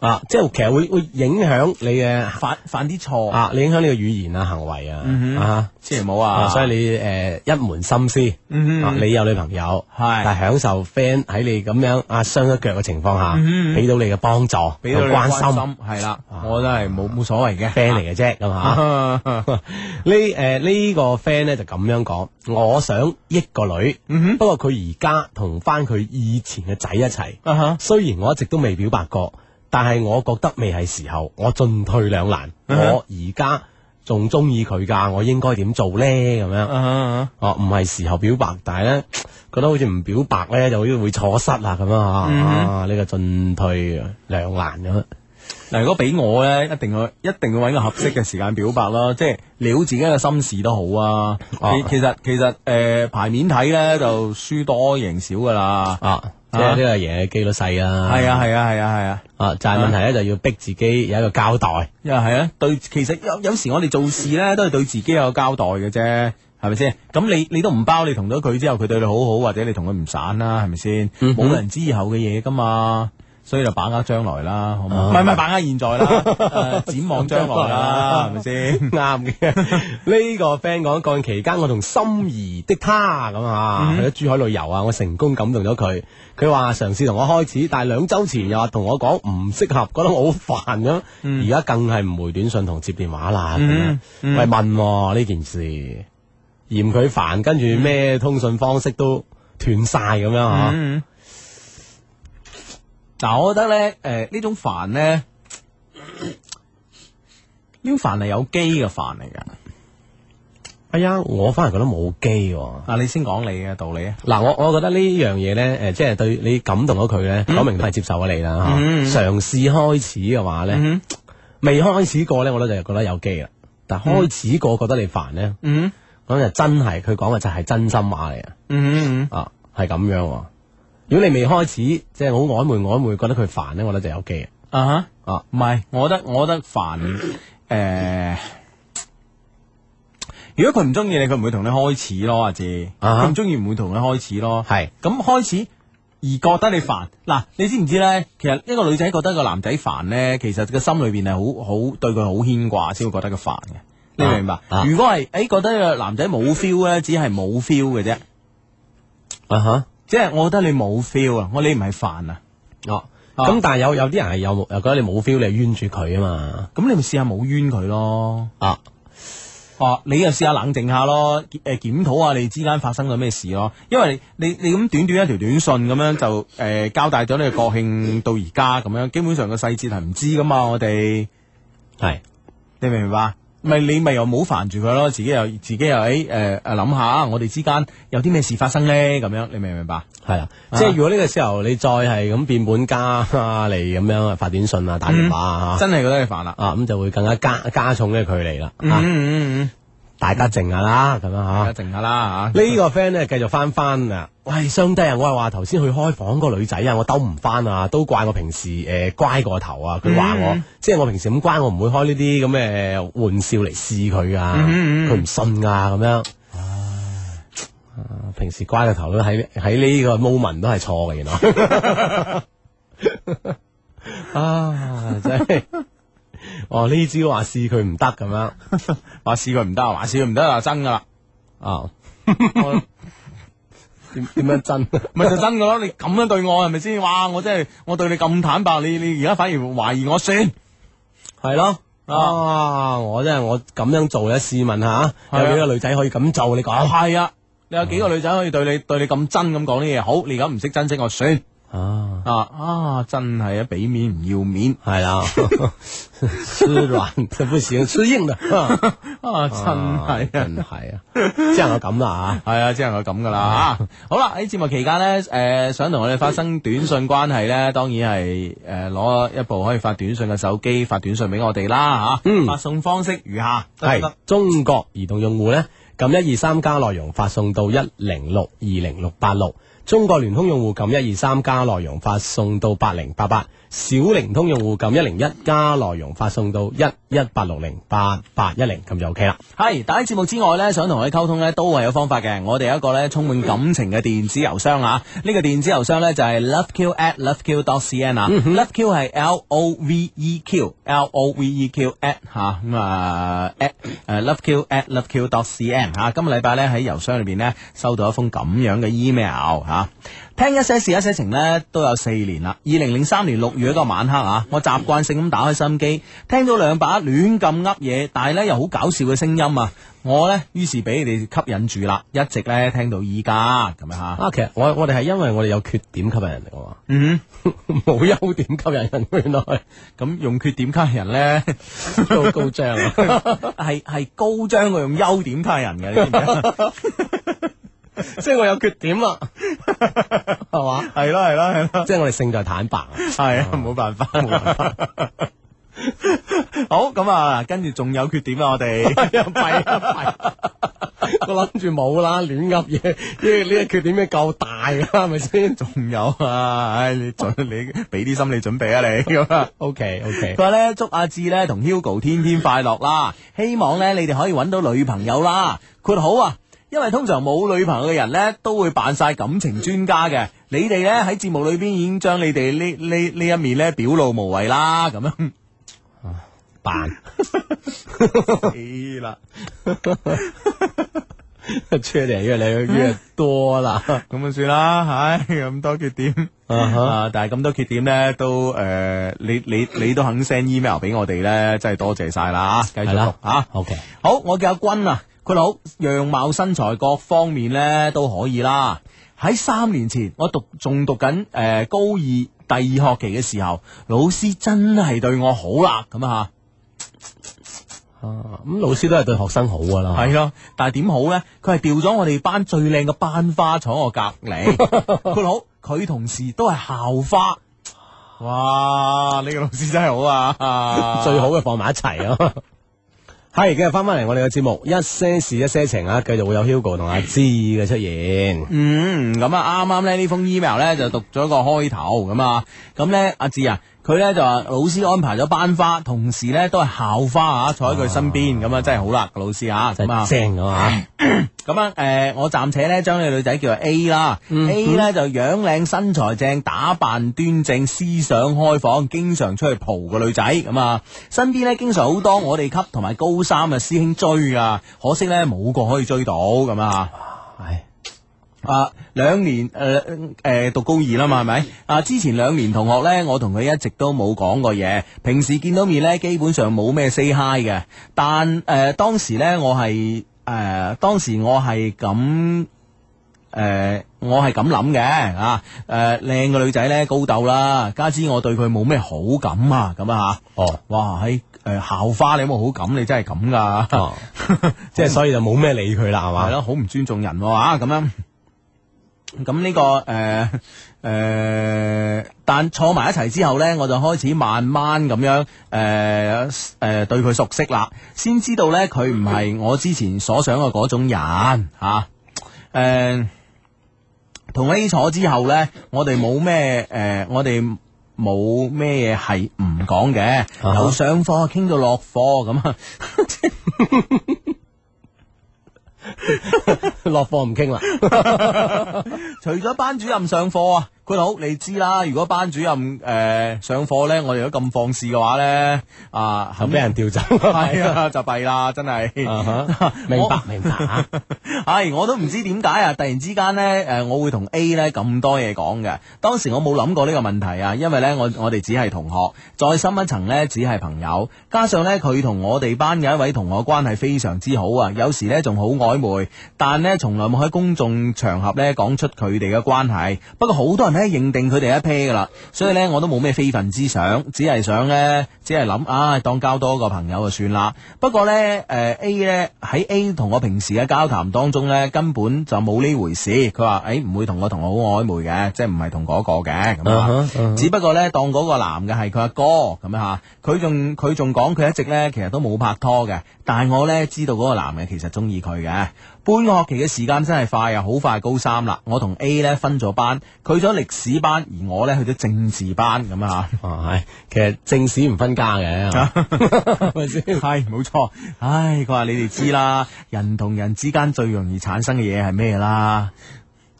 S4: 啊，即係其實會會影響你嘅
S1: 犯犯啲錯，
S4: 啊，你影響你嘅語言啊、行為啊
S1: 嗯哼
S4: 啊。
S1: 千祈唔好啊！
S4: 啊，所以你誒一門心思，
S1: 嗯
S4: 啊你有女朋友，
S1: 係
S4: 但係享受 friend 喺你咁樣啊傷咗腳嘅情況
S1: 嗯
S4: 下，俾到你嘅幫助，
S1: 俾到你
S4: 同
S1: 嘅
S4: 關
S1: 關
S4: 心
S1: 心，係啦
S4: 啊，
S1: 我覺得係冇冇所謂嘅。
S4: friend 嚟嘅啫，咁嚇。
S1: 啊
S4: [LAUGHS] 呢誒呢個 friend 咧就咁樣講，我想益個女，
S1: 嗯
S4: 不過佢而家同翻佢以前嘅仔一齊，
S1: 啊哈
S4: 雖然我一直都未表白過，但係我覺得未係時候，我進退兩難。
S1: 嗯
S4: 我而家仲中意佢㗎，我應該點做呢？咁樣。
S1: 啊
S4: 哦，唔係時候表白，但係咧覺得好似唔表白咧，就好似會錯失啊咁樣啊，啊呢個進退兩難咁。啊
S1: 嗱，如果俾我咧，一定要一定要揾個合適嘅時間表白咯，即係了自己嘅心事都好啊。
S4: 哦
S1: 其其實其實誒、呃牌面睇咧就輸多贏少噶啦。
S4: 啊，即係呢個贏嘅機率細啦。
S1: 係啊係啊係啊係啊，
S4: 啊，就係問題咧就要逼自己有一個交代。
S1: 因為係啊對，其實有有時我哋做事咧都係對自己有交代嘅啫。係咪先？咁你你都唔包，你同咗佢之後，佢對你好好，或者你同佢唔散啦，係咪先？
S4: 嗯
S1: 冇
S4: 哼
S1: 人知以後嘅嘢噶嘛，所以就把握將來啦，好嘛？
S4: 啊
S1: 唔係唔係把握現在
S4: [LAUGHS]
S1: 啦，呃展望將來啦，係咪先？
S4: 啱嘅，呢個 friend 講過年期間，我同心儀的他咁啊，去咗珠海旅遊啊，我成功感動咗佢。佢話嘗試同我開始，但係兩週前又話同我講唔適合，覺得我好煩咁。而家更係唔回短信同接電話啦。咁樣喂，問喎呢件事，嫌佢煩，跟住咩通訊方式都斷晒咁樣嚇。
S1: 嗯，嗱，我覺得咧，誒、呢種煩咧，呢種煩係有機嘅煩嚟㗎。
S4: 哎呀，我反而覺得冇機喎。
S1: 啊，你先講你嘅道理啊。
S4: 嗱，我我覺得呢樣嘢咧，誒、即係對你感動咗佢咧，講明都係接受咗你啦嚇。
S1: 嗯
S4: 嘗試開始嘅話咧，
S1: 嗯
S4: 未開始過咧，我咧就覺得有機啦。但係開始過覺得你煩咧，
S1: 嗯
S4: 咁就真係佢講嘅就係真心話嚟啊！
S1: 嗯
S4: 啊，係咁樣喎。如果你未開始，即係好曖昧曖昧，覺得佢煩咧，我覺得就有機
S1: 啊哈，
S4: 啊。
S1: 唔係，我覺得我覺得煩誒、如果佢唔中意你，佢唔會同你開始咯，阿志。
S4: 啊哈
S1: 佢唔中意唔會同你開始咯。
S4: 係
S1: 咁開始而覺得你煩嗱，你知唔知呢？其實一個女仔覺得個男仔煩呢，其實個心裏邊係好好對佢好牽掛，先會覺得佢煩嘅。你明唔明白？
S4: 啊
S1: 如果係誒、覺得個男仔冇 feel 呢，只係冇 feel 嘅啫，
S4: 啊哈，
S1: 即係我覺得你冇 feel 啊，我你唔係煩啊，
S4: 哦，
S1: 啊
S4: 咁但係有有啲人係有又覺得你冇 feel，你係冤住佢啊嘛，
S1: 咁你咪試下冇冤佢咯。
S4: 啊，
S1: 哦，你又試下冷靜下咯，誒檢討下你之間發生咗咩事咯，因為你你咁短短一條短信咁樣就誒、呃交代咗你國慶到而家咁樣，基本上個細節係唔知噶嘛，我哋
S4: 係
S1: 你明唔明白？咪你咪又冇煩住佢咯，自己又自己又誒誒誒諗下，啊我哋之間有啲咩事發生咧？咁樣你明唔明白？
S4: 係啦，
S1: 啊
S4: 即係如果呢個時候你再係咁變本加啊嚟咁樣發短信啊、打電話啊，
S1: 真係覺得你煩啦。
S4: 啊咁就會更加加加重呢個距離啦，
S1: 嗯
S4: 啊
S1: 嗯嗯
S4: 大家靜下啦，咁樣
S1: 嗯，
S4: 啊吓
S1: 大。家靜下啦嚇。
S4: 呢個 friend 咧繼續翻翻啊！喂，相低啊！我係話頭先去開房嗰個女仔啊，我兜唔翻啊，都怪我平時誒、呃乖過頭啊！佢話我，
S1: 嗯
S4: 即係我平時咁乖，我唔會開呢啲咁嘅呃玩笑嚟試佢啊，
S1: 嗯嗯嗯
S4: 佢唔、信啊咁樣。啊平時乖過頭都喺喺呢個 moment 都係錯嘅，原來。
S1: [LAUGHS]
S4: [LAUGHS] 啊，真係，哦呢招話試佢唔得咁樣
S1: 話試佢唔得啊，話試佢唔得啊，真噶啦。
S4: 啊，點點樣真？
S1: 咪就真噶咯！你咁樣對我係咪先？哇！我真係我對你咁坦白，你你而家反而懷疑我算，
S4: 系咯。啊！我真系我咁樣做咧，試問下，
S1: 係啊
S4: 有幾個女仔可以咁做？你講
S1: 係啊！你有幾個女仔可以對你對你咁真咁講呢嘢？好，你而家唔識珍惜我算
S4: 啊，
S1: 啊啊！真係啊，俾面唔要面
S4: 係啦， [LAUGHS] 吃軟的不行，吃硬 [LAUGHS] 的，
S1: 啊！真
S4: 啊
S1: 係啊！
S4: 真係啊，只能夠咁啦
S1: 系啊，只能夠咁噶啦吓。好啦，喺節目期間呢，诶、想同我哋發生短信關係呢，當然係诶攞一部可以發短信嘅手機發短信俾我哋啦吓。
S4: 嗯
S1: 發送方式如下，
S4: 吓，係中國移動用戶咧，撳一二三加內容發送到一零六二零六八六。中國聯通用戶撳一二三加內容發送到八零八八，小靈通用戶撳一零一加內容發送到一一八六零八八一零，咁就 OK 啦。
S1: 系，但喺節目之外呢，想同我哋溝通呢，都係有方法嘅。我哋有一個呢充滿感情嘅電子郵箱啊，呢、個電子郵箱呢，就係 loveq at loveq dot cn 啊、l o v e q 係 L O V E Q，L O V E Q at 吓咁啊 at 誒 loveq at loveq dot cn 吓、今個禮拜呢，喺郵箱裏邊呢，收到一封咁樣嘅 email 吓、聽一些事一些情呢，都有四年啦。二零零三年六月一個晚黑啊，我習慣性咁打開心機，聽到兩把亂咁噏嘢，但係呢又好搞笑嘅聲音啊！我呢，於是俾你哋吸引住啦，一直呢聽到依家咁樣吓。
S4: 啊，其實我我哋係因為我哋有缺點吸引人嚟㗎嘛，
S1: 嗯，
S4: [LAUGHS] 冇優點吸引人，原來
S1: 咁用缺點卡人 [LAUGHS] 呢，
S4: 高高漲啊！
S1: [LAUGHS] 係係高張過用優點卡人嘅，你知唔知啊？
S4: 即係我有缺點啦，係嘛？
S1: [LAUGHS] 係咯係咯係咯。
S4: 即係我哋勝在坦白啊！
S1: 系啊，冇辦法，冇辦法。 [LAUGHS] 好咁啊，跟住仲有缺點啊，我哋。
S4: 弊啊弊！我諗住冇啦，亂噏嘢，呢呢個缺點咩夠大㗎啦，係咪先
S1: 仲有啊，唉，你準你俾啲心理準備啊，你咁啊。
S4: ？OK OK，
S1: [LAUGHS] 佢話咧祝阿志咧同 Hugo 天天快樂啦，希望咧你哋可以揾到女朋友啦。括好啊，因為通常冇女朋友嘅人咧都會扮晒感情專家嘅，你哋咧喺節目裏邊已經將你哋呢呢呢一面咧表露無遺啦，咁 [LAUGHS] 樣
S4: 扮
S1: 死啦。
S4: 出嚟越嚟越多啦。
S1: 咁啊算啦，唉， [LAUGHS] 咁多缺點
S4: Uh-huh
S1: 啊，但係咁多缺點咧，都诶，你你你都肯 send email 俾我哋咧，真係多謝晒啦，繼續
S4: 係啦
S1: 讀啊。
S4: OK，
S1: 好，我叫阿君啊，佢好樣貌、身材各方面咧都可以啦。喺三年前，我讀仲讀緊誒、呃高二第二學期嘅時候，老師真係對我好啦，咁啊
S4: 啊咁老師都係對學生好
S1: 嚇，
S4: 㗎啦。
S1: [LAUGHS] 係咯。但係點好呢？佢係調咗我哋班最靚嘅班花坐我隔
S4: [LAUGHS]
S1: 離，佢好，佢同時都係校花。哇！呢、個老師真係好啊
S4: [LAUGHS] 最好嘅放埋一齊啊！係，今日翻翻嚟我哋嘅節目，一些事一些情啊，繼續會有 Hugo 同阿芝嘅出現。
S1: 嗯，咁啊，啱啱咧呢封 email 咧就讀咗個開頭咁啊，咁咧阿志啊，佢佢咧就話老師安排咗班花，同時咧都係校花啊，坐喺佢身邊，咁啊真係好啦，個老師啊，
S4: 真
S1: 咁啊
S4: 係。正㗎嘛。
S1: 咁啊，誒、我暫且咧將呢個女仔叫做 A 啦、a 咧就樣靚、身材正、打扮端正、思想開放，經常出去蒲嘅女仔。咁啊，身邊咧經常好多我哋級同埋高三嘅師兄追啊，可惜咧冇個可以追到咁啊。
S4: 唉，
S1: 啊，兩年誒誒、呃呃讀高二啦嘛，係咪？啊，之前兩年同學呢，我同佢一直都冇講過嘢，平時見到面呢，基本上冇咩 say hi 嘅。但誒、呃、當時呢，我係誒、呃、當時我係咁。誒、我係咁諗嘅啊！誒、靚嘅女仔呢，高竇啦，加之我對佢冇咩好感啊，咁啊嚇。
S4: 哦，
S1: 哇！喺、誒校花你有冇好感？你真係咁噶？
S4: 哦，即係所以就冇咩理佢啦，係嘛？
S1: 系咯，好唔尊重人喎啊咁樣。咁呢、個誒誒、呃呃但坐埋一齊之後呢，我就開始慢慢咁樣誒誒、呃呃對佢熟悉啦，先知道呢，佢唔係我之前所想嘅嗰種人嚇。啊誒同 A 坐之後呢，我哋冇咩誒，我哋冇咩嘢係唔講嘅，
S4: 啊哈
S1: 由上課傾到落課咁啊。
S4: 落課唔傾啦，
S1: 除咗班主任上課啊，佢好你知啦。如果班主任誒、呃上課咧，我哋如果咁放肆嘅話咧，啊，
S4: 就俾人調走。 [LAUGHS]
S1: 係啊，就弊啦，真係。
S4: 啊
S1: [LAUGHS]
S4: 哈明白明白啊， [LAUGHS]
S1: 係，我都唔知點解啊！突然之間呢，誒、我會同 A 呢咁多嘢講嘅。當時我冇諗過呢個問題啊，因為呢，我我哋只係同學，再深一層呢，只係朋友。加上呢，佢同我哋班嘅一位同學關係非常之好啊，有時呢仲好曖昧，但呢，從來冇喺公眾場合呢講出佢哋嘅關係。不過好多人呢認定佢哋一 pair 噶啦，所以呢，我都冇咩非分之想，只係想呢，只係諗啊，當交多個朋友就算啦。不過呢，誒、A 呢喺 A 同我平時嘅交談當中呢，根本就冇呢回事。佢話：誒唔會同我同學好曖昧嘅，即係唔係同嗰個嘅咁啊。
S4: 啊哈
S1: 只不過呢，當嗰個男嘅係佢阿哥咁樣嚇，佢仲佢仲講佢一直呢，其實都冇拍拖嘅，但係我呢，知道嗰個男嘅其實中意佢嘅。半個學期嘅時間真係快啊，好快高三啦！我同 A 呢分咗班，佢咗歷史班，而我呢去咗政治班咁啊
S4: [LAUGHS]
S1: 嚇。
S4: 啊係，其實正史唔分家嘅，
S1: 啊
S4: 係啊咪先？
S1: 係冇錯，唉，佢話你哋知啦，人同人之間最容易產生嘅嘢係咩啦？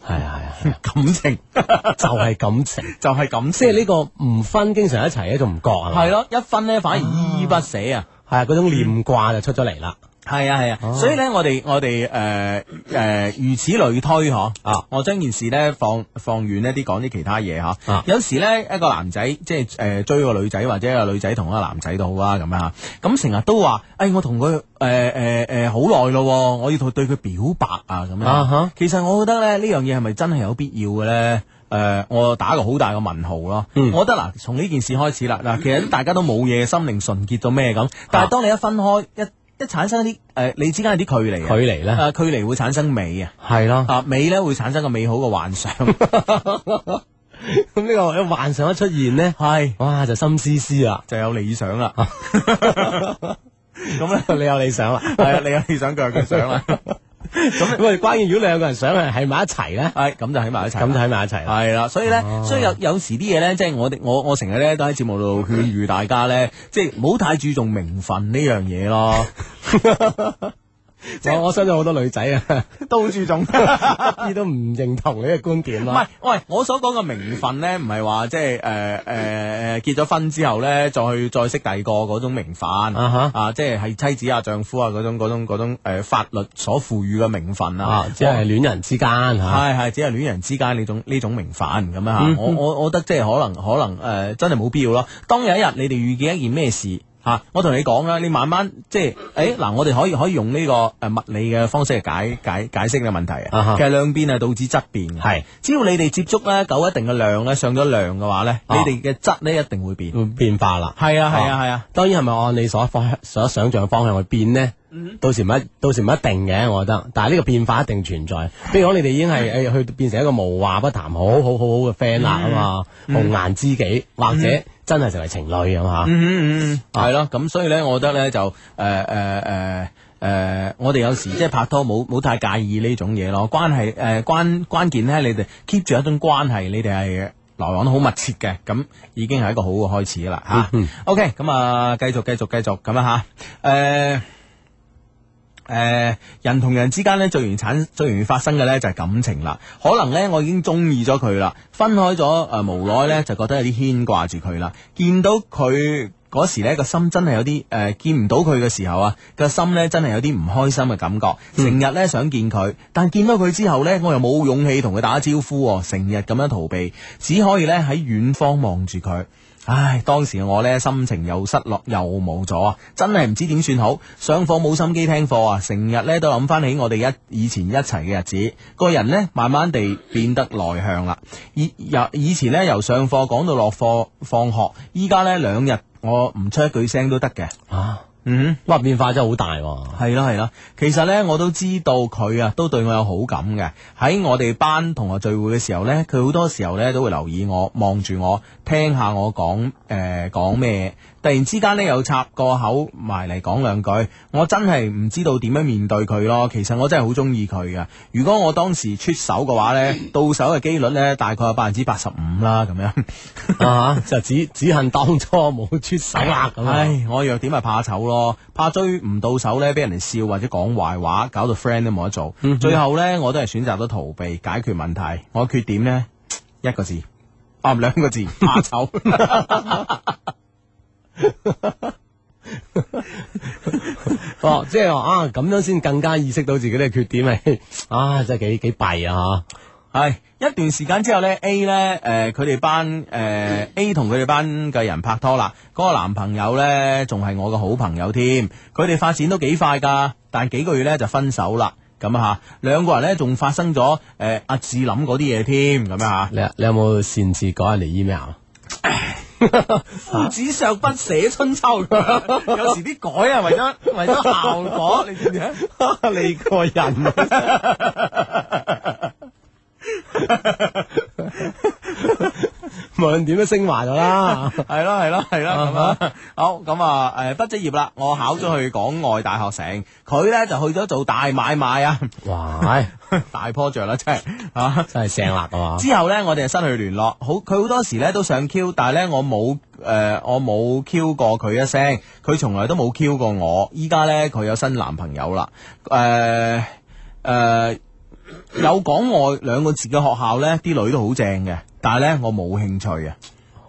S4: 係啊係啊，
S1: 感
S4: [LAUGHS]
S1: 情
S4: 就係感情，
S1: 就係咁
S4: 即係
S1: 先。
S4: 呢個唔分，經常一齊咧就唔覺係嘛？
S1: 係咯，一分呢反而依依不捨啊！
S4: 係啊，嗰種念掛就出咗嚟啦。
S1: 係啊係
S4: 哦
S1: 啊，所以咧我哋我哋誒誒如此類推嗬
S4: 啊，
S1: 我將件事咧放放遠一啲，講啲其他嘢嗬。
S4: 啊
S1: 有時咧一個男仔即係誒、呃追個女仔，或者一個女仔同一個男仔都好啊咁啊，咁成日都話，誒、我同佢誒誒誒好耐咯，我要對對佢表白啊咁樣。
S4: 啊哈
S1: 其實我覺得咧呢樣嘢係咪真係有必要嘅咧？誒、我打個好大嘅問號咯。
S4: 嗯
S1: 我覺得嗱，從呢件事開始啦，嗱，其實大家都冇嘢，心靈純潔到咩咁。但係
S4: 啊
S1: 當你一分開，一一產生一啲誒、你之間有啲距離啊，
S4: 距離咧
S1: 誒、距離會產生美啊，
S4: 係咯，
S1: 啊美咧會產生個美好嘅幻
S4: [LAUGHS]
S1: 想，
S4: 咁呢個幻想一出現咧，
S1: 係
S4: 哇就心思思啊啦，
S1: 就有理想
S4: [LAUGHS]
S1: 啦。咁咧
S4: 你有理想啦。
S1: 係啊，你有理想，佢有佢想
S4: [LAUGHS]
S1: 啦，
S4: 咁喂，關鍵如果兩個人想係喺埋一齊咧，
S1: 係咁就喺埋一齊啦。
S4: 咁就喺埋一齊啦。
S1: 系啦，所以咧，所以有有時啲嘢咧，即係我哋我我成日咧都喺節目度勸喻大家咧，即係唔好太注重名分呢樣嘢 [LAUGHS] 咯，
S4: 我我相信好多女仔啊，
S1: [LAUGHS] 都好注重。
S4: [LAUGHS] 一啲都唔認同你嘅觀點
S1: 唔
S4: 啦
S1: 係。，喂，我所講嘅名分咧，唔係話即係誒誒誒結咗婚之後咧，再去再識第二個嗰種名分
S4: 哈
S1: 啊，即係係妻子啊、丈夫啊嗰種嗰種嗰種誒法律所賦予嘅名分
S4: 啊
S1: 啊，，
S4: 即係戀人之間啊吓，
S1: 係係，只係戀人之間呢種呢種名分咁樣
S4: 嗯
S1: 吓，我我我覺得即係可能可能誒、呃真係冇必要咯。當有一日你哋遇見一件咩事吓、我同你講啦，你慢慢即係誒嗱，我哋可以可以用呢、個誒、呃物理嘅方式去解解解釋呢個問題
S4: 啊哈
S1: 其實兩邊係導致質變嘅，
S4: 係
S1: 只要你哋接觸咧夠一定嘅量咧，上咗量嘅話咧，
S4: 啊嗯
S1: 你哋嘅質咧一定會變。
S4: 會變化啦。
S1: 係啊係啊係啊，
S4: 當然係咪按你所方所想象嘅方向去變呢？
S1: 嗯
S4: 到時唔一到時唔一定嘅，我覺得。但係呢個變化一定存在。譬如講，你哋已經
S1: 嗯
S4: 係誒去變成一個無話不談、好好好好嘅 friend 啦，啊
S1: 嗯
S4: 嘛，紅顏知己或者真係成為情侶咁啊嚇。
S1: 嗯嗯嗯，系咯，咁所以咧，我覺得咧就呃诶诶诶诶，呃我哋有時即係拍拖冇冇太介意呢種嘢咯，關係诶、呃關關鍵咧，你哋 keep 住一種關係，你哋係來往都好密切嘅，咁已經係一個好嘅開始啦吓。OK，咁啊，繼續繼續繼續咁啊吓，誒、誒、呃人同人之間咧最容易產最容易發生嘅咧就係感情啦。可能咧我已經中意咗佢啦，分開咗誒、呃、無奈咧就覺得有啲牽掛住佢啦。見到佢嗰時咧個心真係有啲誒、呃、見唔到佢嘅時候啊，個心咧真係有啲唔開心嘅感覺。成日咧想見佢，但見到佢之後咧我又冇勇氣同佢打招呼喎，成日咁樣逃避，只可以咧喺遠方望住佢。唉，當時我呢心情又失落又冇咗啊，真係唔知點算好。上課冇心機聽課啊，成日呢都諗翻起我哋一以前一齊嘅日子。個人呢慢慢地變得內向啦。以由以前呢由上課講到落課放學，依家呢兩日我唔出一句聲都得嘅。
S4: 啊，
S1: 嗯。
S4: 哇，變化真係好大
S1: [LAUGHS]
S4: 喎、
S1: 系咯系咯，其實呢，我都知道佢啊，都對我有好感嘅。喺我哋班同學聚會嘅時候呢，佢好多時候呢都會留意我，望住我，聽下我講誒講咩。突然之間呢，又插個口埋嚟講兩句，我真係唔知道點樣面對佢咯。其實我真係好中意佢嘅。如果我當時出手嘅話呢，到手嘅機率呢，大概有百分之八十五啦，咁樣。
S4: 啊，就只只恨當初冇出手啦咁啊！
S1: 唉，我弱點咪怕醜咯，怕追唔到手咧，俾人哋笑或者講壞話，搞到 friend 都冇得做。
S4: 嗯
S1: 最後呢，我都係選擇咗逃避解決問題。我缺點呢，一個字，啊兩個
S4: [LAUGHS]
S1: 字，怕醜。
S4: 哦，即係話啊，咁樣先更加意識到自己嘅缺點係啊，真係幾幾弊啊
S1: 係一段時間之後呢 a 呢，誒、佢哋班誒、A 同佢哋班嘅人拍拖啦，嗰、個男朋友呢，仲係我嘅好朋友添，佢哋發展都幾快㗎，但幾個月呢就分手啦，咁啊嚇，兩個人呢仲發生咗誒阿志林嗰啲嘢添，咁樣啊嚇
S4: 嚇！。你你有冇擅自改人哋 email？啊
S1: 夫子上筆寫春秋， [LAUGHS] 有時啲改啊，為咗為咗效 [LAUGHS] 果，你知唔知啊？
S4: [LAUGHS] 你個人無論點都升華咗啦。
S1: 係咯係咯係咯咁啊！好咁啊誒，畢職業啦，我考咗去港外大學城，佢咧就去咗做大買賣啊， [LAUGHS]
S4: 哇，哎唉
S1: 大 project 啦，真係啊！
S4: 真係正辣啊！
S1: 之後咧，我哋就失去聯絡。好，佢好多時咧都上 Q，但係咧我冇誒、呃我冇 Q 過佢一聲，佢從來都冇 Q 過我。依家咧佢有新男朋友啦，誒、誒、有港外兩個字嘅學校咧，啲女都好正嘅，但係咧我冇興趣啊。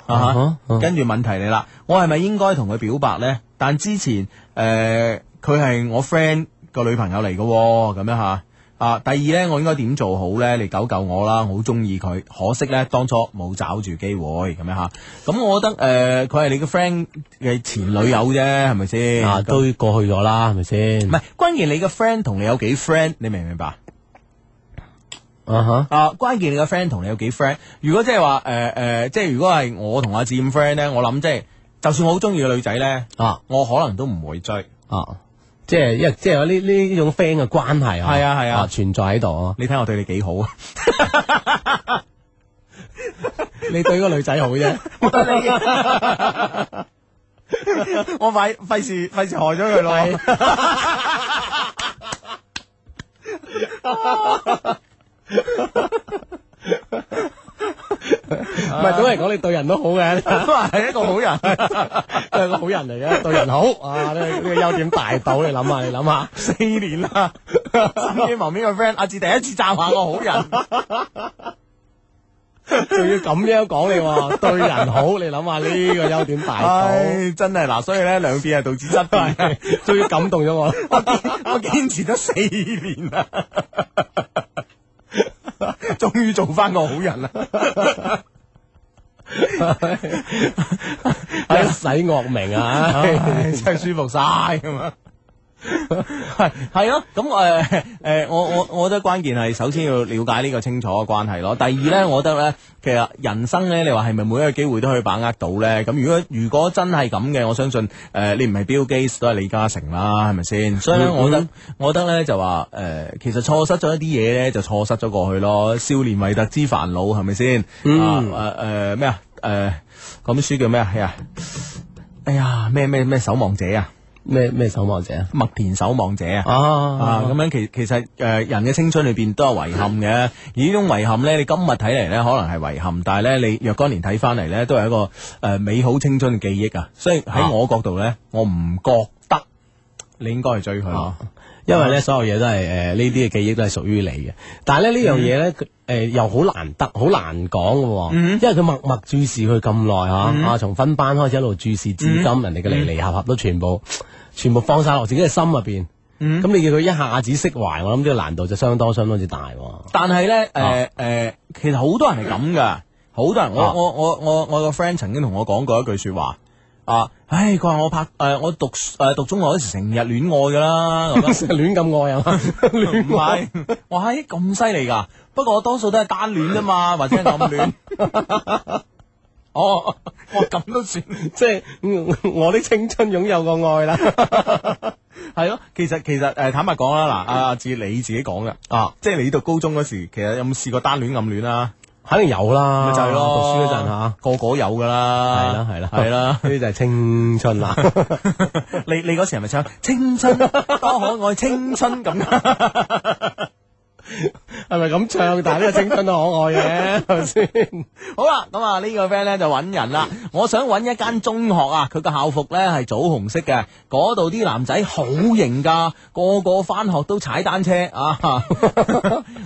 S1: 啊哈
S4: 啊
S1: 跟住問題嚟啦，我係咪應該同佢表白呢？但之前誒佢係我 friend 個女朋友嚟嘅喎，咁樣嚇。啊，第二呢，我應該點做好呢？你救救我啦，我好中意佢，可惜呢，當初冇找住機會咁樣嚇。咁我覺得誒，呃佢、係你嘅 friend 嘅前女友啫，係咪先？
S4: [LAUGHS] 啊，
S1: 咁
S4: 都過去咗啦，係咪先？
S1: 唔係，關鍵你嘅 friend 同你有幾 friend，你明唔明白？
S4: 啊哈，
S1: 啊，關鍵你個 friend 同你有幾 friend？如果即係話誒誒，即係如果係我同阿志咁 friend 咧，我諗即係，就算我好中意嘅女仔咧，
S4: 啊
S1: 我可能都唔會追。
S4: 啊，即係一即係有呢呢呢種 friend 嘅關係啊，
S1: 係啊係啊
S4: 存在喺度啊。
S1: 你睇我對你幾好啊？ [LAUGHS]
S4: 你對個女仔好 [LAUGHS] 啫，
S1: 我費費事費事害咗佢咯。
S4: 唔係總嚟講，你對人都好嘅， [LAUGHS]
S1: 係一個好人， [LAUGHS]
S4: 都係個好人嚟嘅，對人好啊！呢個呢個優點大到，你諗下，你諗下，
S1: 四年啦，身邊旁邊個 friend 阿志第一次讚下我好人，
S4: 仲要咁樣講你喎，對人好，你諗下呢個優點大到，
S1: 唉，真係嗱，所以咧兩邊係導致質變。
S4: 終於感動咗 [LAUGHS] 我啦。
S1: 我堅持咗四年啦， [LAUGHS] 終於做翻個好人啦。
S4: 一哎洗惡名啊！
S1: 唉真係舒服晒咁啊！係係咯，咁 [LAUGHS] 誒誒，我我我覺得關鍵係首先要了解呢個清楚嘅關係咯。第二咧，我覺得咧，其實人生咧，你話係咪每一個機會都可以把握到咧？咁如果如果真係咁嘅，我相信誒、呃你唔係 Bill Gates 都係李嘉誠啦，係咪先？所以咧，我覺得我覺得咧就話誒、呃其實錯失咗一啲嘢咧，就錯失咗過去咯。少年維特之煩惱係咪先？啊呃誒誒哎咩啊誒，嗰、本書叫咩啊？係啊！哎呀，咩咩咩守望者啊！
S4: 咩咩守望者啊？
S1: 麥田守望者啊。啊，
S4: 啊
S1: 咁樣其其實誒、呃人嘅青春裏邊都有遺憾嘅，而呢種遺憾咧，你今日睇嚟咧可能係遺憾，但係咧你若干年睇翻嚟咧，都係一個誒、呃美好青春嘅記憶啊！所以喺
S4: 啊
S1: 我角度咧，我唔覺得你應該去追佢。
S4: 啊因為咧所有嘢都係誒呢啲嘅記憶都係屬於你嘅，但係咧呢樣嘢咧誒又好難得，好難講嘅喎，因為佢默默注視佢咁耐嚇，啊從分班開始一路注視至今，人哋嘅離離合合都全部全部放晒落自己嘅心入邊，咁你叫佢一下子釋懷，我諗呢個難度就相當相當之大喎。
S1: 但係咧，誒、誒、
S4: 啊
S1: 其實好多人係咁噶，好多人，我、
S4: 啊
S1: 我我我我個 friend 曾經同我講過一句説話。啊！唉，佢話我拍誒、呃我讀誒、讀中學嗰時成日戀愛噶啦，
S4: [LAUGHS]
S1: 咁樣
S4: 成日亂咁愛啊嘛，
S1: 唔係，哇！咦咁犀利噶，不過我多數都係單戀啫 [LAUGHS] 嘛，或者係暗戀。哦，哇咁都算
S4: 即係嗯我的青春擁有個愛啦。
S1: 係咯。其實其實誒，坦白講啦，嗱，阿志你自己講嘅，
S4: 啊，
S1: 即係你讀高中嗰時，其實有冇試過單戀暗戀啊？
S4: 肯定有啦，
S1: 咪就係咯，
S4: 讀書嗰陣嚇，
S1: 個個有噶啦，
S4: 係啦係啦
S1: 啊係
S4: [LAUGHS]
S1: 啦。
S4: 呢啲就係青春啦。
S1: [LAUGHS] 你你嗰時係咪唱青春多可愛青春咁？
S4: 系咪咁唱？但系呢個青春都可愛嘅，係咪先？
S1: 好啦，咁啊呢個 friend 咧就揾人啦。我想揾一間中學啊，佢個校服咧係棗紅色嘅，嗰度啲男仔好型噶，個個翻學都踩單車 [LAUGHS] 啊！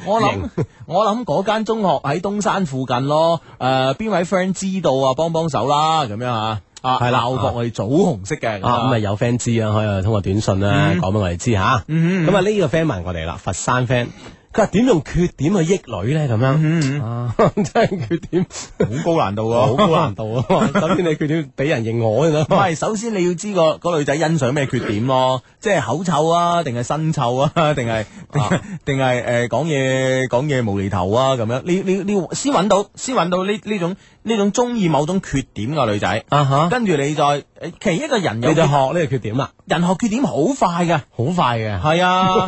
S1: 我諗我諗嗰間中學喺東山附近咯。誒、邊位 friend 知道啊？幫幫手啦，咁樣啊！啊，
S4: 係啦
S1: 校服我哋棗紅色嘅，
S4: 啊，咁啊有 friend 知啊，可以通過短信啦講俾我哋知吓。咁啊呢個 friend 問我哋啦，佛山 friend，佢話點用缺點去益女咧？咁樣 [LAUGHS] 啊，真係缺點
S1: 好高難度
S4: 好高難度啊！首先你缺點俾人認我先啦
S1: 唔。係，首先你要知個個女仔欣賞咩缺點咯，即係口臭啊，定係身臭啊， [LAUGHS] 定係定係定係誒講嘢講嘢無厘頭啊咁樣，你你你要先揾到先揾到呢呢種呢種中意某種缺點嘅女仔，
S4: 啊吓，
S1: 跟住你再誒其一個人有
S4: 你就
S1: 缺
S4: 學呢個缺點啦，
S1: 人學缺點好快
S4: [LAUGHS]
S1: 嘅，
S4: 好快嘅。
S1: 係啊，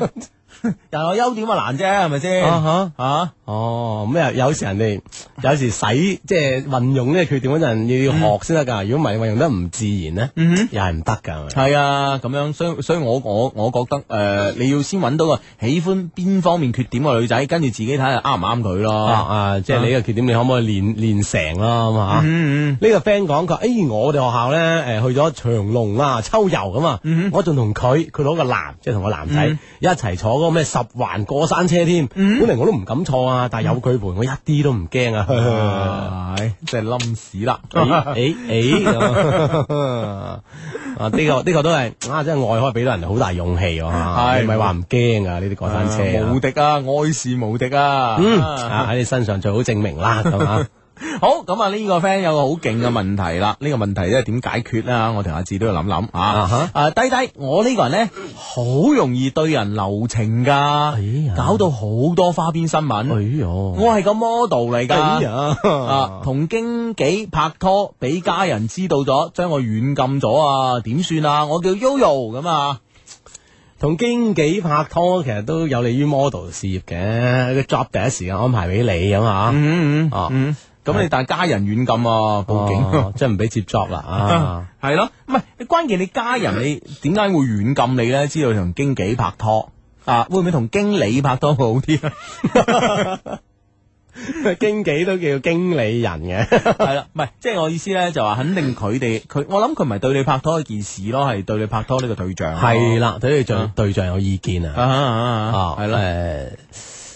S1: 人學優點啊難啫，係咪先？
S4: 啊哈
S1: 啊
S4: 哦，咁啊有時人哋有時使即係運用呢個缺點嗰陣要學先得㗎，如果唔係運用得唔自然咧，又嗯係唔得㗎。
S1: 係啊，咁樣，所以所以我我我覺得誒、呃你要先揾到個喜歡邊方面缺點嘅女仔，跟住自己睇下啱唔啱佢咯。
S4: 啊啊！即係你嘅缺點，你可唔可以練練成啦咁啊？
S1: 嗯
S4: 呢個 friend 講佢話，誒我哋學校咧，誒去咗長隆啊秋遊咁啊，我仲同佢，佢攞個男，即係同個男仔一齊坐嗰個咩十環過山車添。本嚟我都唔敢坐啊，但係有佢陪，我一啲都唔驚啊。
S1: 唉，真係冧屎啦！
S4: [LAUGHS]
S1: 哎
S4: 誒誒誒哎咁啊！啊呢 [LAUGHS] 個呢個都係啊，真係愛可以俾到人哋好大勇氣喎啊！
S1: 係
S4: 你咪話唔驚啊？呢啲過山車啊
S1: 無敵啊，愛是無敵啊！
S4: 嗯
S1: 啊
S4: 啊喺你身上最好證明 [LAUGHS] 啦，咁啊。
S1: 好咁啊！呢個 friend 有個好勁嘅問題啦，呢個問題咧點解決啦？我同阿志都要諗諗
S4: 啊
S1: 啊
S4: 哈！
S1: 啊，低低，我呢個人咧好容易對人留情噶
S4: 哎呀，
S1: 搞到好多花邊新
S4: 哎
S1: 聞。
S4: 呦！
S1: 我係個 model 嚟
S4: 哎
S1: 噶。
S4: 呀，
S1: 啊，同經紀拍拖，俾家人知道咗，將我軟禁咗啊，點算啊？我叫 Yoyo 咁啊，
S4: 同經紀拍拖其實都有利於 model 事業嘅，個 job 第一時間安排俾你咁啊，
S1: 嗯
S4: 啊
S1: 嗯，咁你但係家人軟禁啊，報警。
S4: 哦即係唔俾接 job 啦
S1: [LAUGHS]
S4: 啊，
S1: 系咯，唔系关键，你家人你点解会軟禁你咧？知道你同經紀拍拖啊，會唔會同經理拍拖會好啲啊
S4: [LAUGHS]
S1: 咧？
S4: [LAUGHS] 經紀都叫經理人嘅，
S1: 係啦，唔係即係我意思咧，就話肯定佢哋佢，我諗佢唔係對你拍拖一件事咯，係對你拍拖呢個對象咯。
S4: [LAUGHS] 係啦，對呢個
S1: 啊
S4: 象對象有意見
S1: 啊，
S4: 啊，
S1: 啊啊
S4: 啊
S1: 啊係啦，
S4: 誒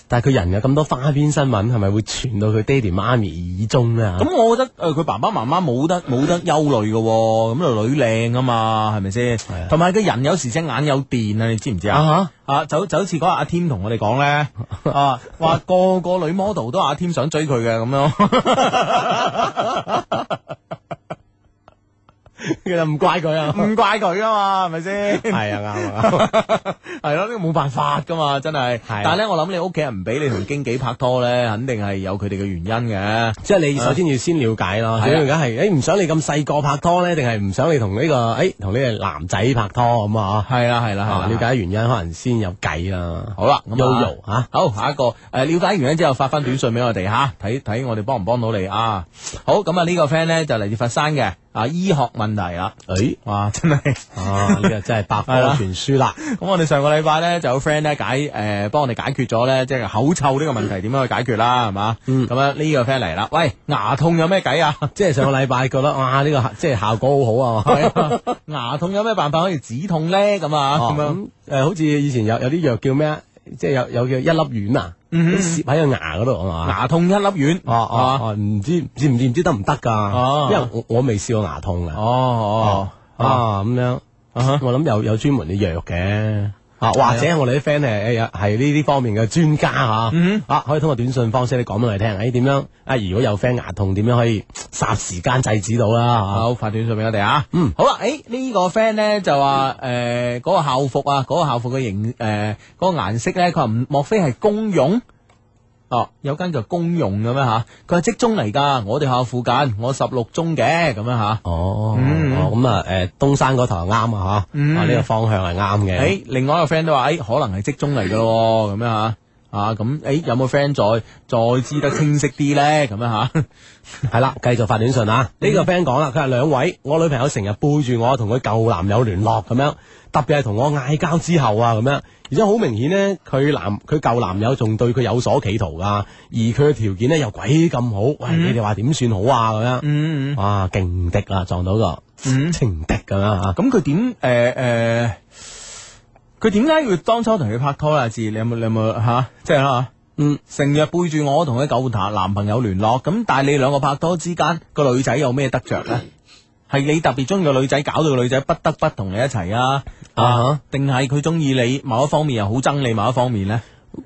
S4: 但係佢人有咁多花邊新聞，係咪會傳到佢爹哋媽咪耳中咧？啊
S1: 咁我覺得誒佢爸爸媽媽冇得冇得憂慮嘅喎，咁個女靚啊嘛，係咪先
S4: 啊？
S1: 同埋個人有時隻眼有電啊，你知唔知啊？
S4: [LAUGHS] 啊
S1: 啊，就就好似嗰日阿添同我哋講咧， [LAUGHS] 啊，話個個女 model 都話阿添想追佢嘅咁 [LAUGHS] 樣，
S4: 嚇，其實唔怪佢啊，
S1: 唔怪佢啊嘛，係咪先？[LAUGHS]
S4: [LAUGHS] 係啊啱啊啱啊，
S1: 係咯，呢個冇辦法噶嘛，真係。但係咧，我諗你屋企人唔俾你同經紀拍拖咧，肯定係有佢哋嘅原因嘅。
S4: [LAUGHS] 即係你首先要先了解啦，最了解係啊誒唔想你咁細個拍拖咧，定係唔想你同呢個誒同呢個男仔拍拖咁啊？
S1: 係啦，係啦，
S4: 啊，
S1: 了
S4: 了
S1: 解。
S4: 解原因可能先有計啦。
S1: 好啦，咁啊
S4: Yoyo，啊
S1: 好下一個誒、呃了解完咗之後發翻短信俾我哋吓，睇睇我哋幫唔幫到你啊。好，咁啊呢個 friend 咧就嚟自佛山嘅，啊醫學問題啊啦。
S4: 诶，
S1: 哇，真係〜
S4: 啊，呢個真係百
S1: 係啦
S4: 科全書 [LAUGHS] 啦。
S1: [LAUGHS] 咁我哋上個禮拜咧就有 friend 咧解诶，帮、幫我哋解決咗咧，即係口臭呢個問題點樣去解決啦，係嘛？咁啊呢個 friend 嚟啦，喂，牙痛有咩計啊？
S4: 嗯 [LAUGHS] 即係上個禮拜覺得哇，呢個即係效果好好啊。
S1: [LAUGHS] 牙痛有咩辦法可以止痛咧？咁啊，
S4: 哦
S1: 咁樣
S4: 咁誒，好似以前有有啲藥叫咩啊？即係有有叫一粒丸啊，咁攝喺個牙嗰度啊嘛。
S1: 牙痛一粒丸，
S4: 哦哦哦，唔知唔知唔知唔知得唔得
S1: 哦
S4: 㗎？因為我我未試過牙痛
S1: 哦
S4: 啊。
S1: 哦
S4: 啊咁樣，我諗有有專門嘅藥嘅。啊，或者我哋啲 friend 係誒係呢啲方面嘅專家嚇，
S1: 嗯
S4: 啊可以通過短信方式你講俾我哋聽，誒點樣啊？如果有 friend 牙痛，點樣可以霎時間制止到啦
S1: 好，發短信俾我哋啊！嗯，好啦，誒呢個 friend 咧就話誒嗰個校服啊，嗰個校服嘅型誒嗰個顏色咧，佢話唔莫非係公用？哦，有間叫公用嘅咩嚇？佢係職中嚟㗎，我哋學校附近，我十六中嘅咁樣嚇。
S4: 哦，
S1: 嗯
S4: 哦咁啊誒東山嗰頭係啱啊嚇，
S1: 嗯哎
S4: 啊呢個方向係啱
S1: 誒、
S4: 嘅。
S1: 另外一個 friend 都話誒，可能係職中嚟㗎咯，咁樣嚇。啊，咁誒、有冇 friend 再再知得清晰啲咧？咁樣嚇，
S4: 係啦，繼續發短信啊！呢
S1: 嗯
S4: 個 friend 講啦，佢話兩位，我女朋友成日背住我同佢舊男友聯絡咁樣，特別係同我嗌交之後啊咁樣，而且好明顯呢，佢男佢舊男友仲對佢有所企圖噶，而佢嘅條件呢又鬼咁好，喂、你哋話點算好啊咁樣？
S1: 嗯
S4: 哇，勁敵啦，撞到個情敵咁樣啊！
S1: 咁佢點誒誒？佢點解要當初同佢拍拖啦？啊志，你有冇你有冇吓、即係啦、
S4: 嗯，
S1: 成日背住我同佢舊男男朋友聯絡，咁但係你兩個拍拖之間個女仔有咩得着呢？係你特別中意個女仔，搞到個女仔不得不同你一齊啊？
S4: 啊哈
S1: 定係佢中意你某一方面又好憎你某一方面呢？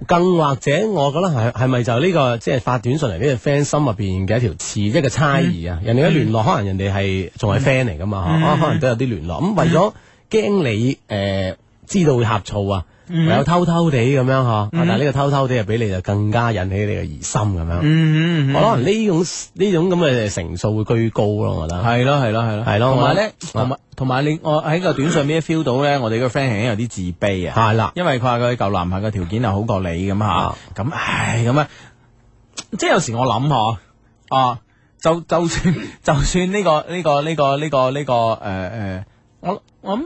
S4: 更或者我覺得係係咪就呢、個即係發短信嚟呢個 friend 心入邊嘅一條刺
S1: 嗯
S4: 一個猜疑啊？人哋一聯絡，可能人哋係仲係 friend 嚟噶嘛，
S1: 嗯
S4: 嚇啊可能都有啲聯絡。咁為咗驚你誒、呃知道會呷醋啊，
S1: 嗯
S4: 唯有偷偷地咁樣嚇，啊但係呢個偷偷地啊，俾你就更加引起你嘅疑心咁樣。
S1: 嗯
S4: 我可能呢種呢種咁嘅成數會居高咯，我覺得。
S1: 係咯，係咯，係咯，
S4: 係咯
S1: 同埋咧
S4: 我，啊
S1: 同埋同埋你，我喺個短信邊 feel 到咧，我哋個 friend 係有啲自卑啊。
S4: 係啦，
S1: 因為佢話佢舊男朋友嘅條件係好過你咁吓
S4: 啊，
S1: 咁唉咁啊，即係有時我諗下啊，就就算 [LAUGHS] 就算呢、個呢、個呢、個呢、個呢、個誒誒、呃我我諗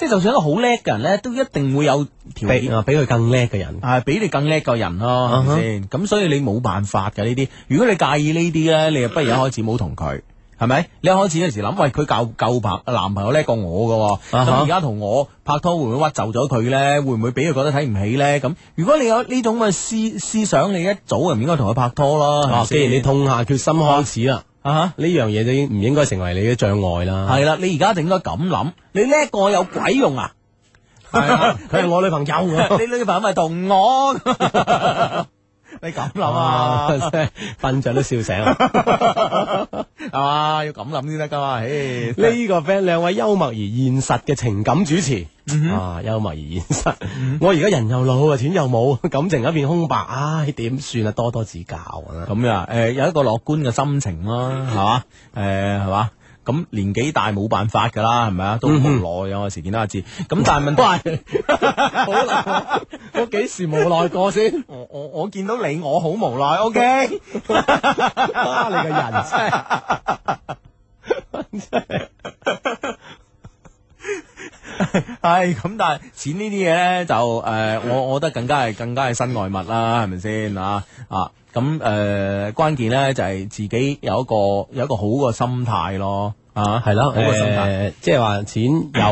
S1: 即係就算一個好叻嘅人咧，都一定會有條
S4: 比
S1: 件。
S4: 啊比佢更叻嘅人。
S1: 係比你更叻個人咯，係咪先？咁所以你冇辦法嘅呢啲。如果你介意呢啲咧，你就不如一開始冇同佢，係咪？你一開始嗰時諗，喂，佢舊舊朋男朋友叻過我嘅喎，咁
S4: 啊哈
S1: 而家同我拍拖會唔會屈就咗佢咧？會唔會俾佢覺得睇唔起咧？咁如果你有呢種咁嘅思思想，你一早就唔應該同佢拍拖咯。係咪
S4: 啊，既然你
S1: 先
S4: 痛下決心開始啦，
S1: 啊哈
S4: 呢樣嘢就已經唔應該成為你嘅障礙啦。
S1: 係啦，你而家就應該咁諗，你叻過我有鬼用啊！
S4: 係啊，佢係我女朋友咁。
S1: [LAUGHS] 你女朋友咪同我， [LAUGHS] 你咁諗啊？
S4: 啊， [LAUGHS] 真係瞓着都笑醒啦！
S1: [LAUGHS] 系嘛，要咁諗先得噶嘛， [LAUGHS] 唉，
S4: 呢個 friend 兩位幽默而現實嘅情感主持，
S1: 嗯
S4: 啊，幽默而現實。我而家人又老啊， [LAUGHS] 錢又冇，感情一片空白，唉，點算啊？多多指教啊！
S1: 咁呀，诶、有一個樂觀嘅心情啦，係嘛，诶、係嘛。咁年紀大冇辦法㗎啦，係咪啊？都無奈啊！我有時見到阿志，咁但 [LAUGHS] 係問題，
S4: 好
S1: [LAUGHS]
S4: 啦，我幾時無奈過先？
S1: 我我我見到你，我好無奈。O K，
S4: 啊，你個人真係
S1: [LAUGHS] 係咁，但係錢呢啲嘢咧，就誒、我我覺得更加係更加係身外物啦，係咪先啊啊？咁誒、呃關鍵咧就係、自己有一個有一個好嘅心態咯，啊，
S4: 係咯，
S1: 好嘅心態，
S4: 誒，即係話錢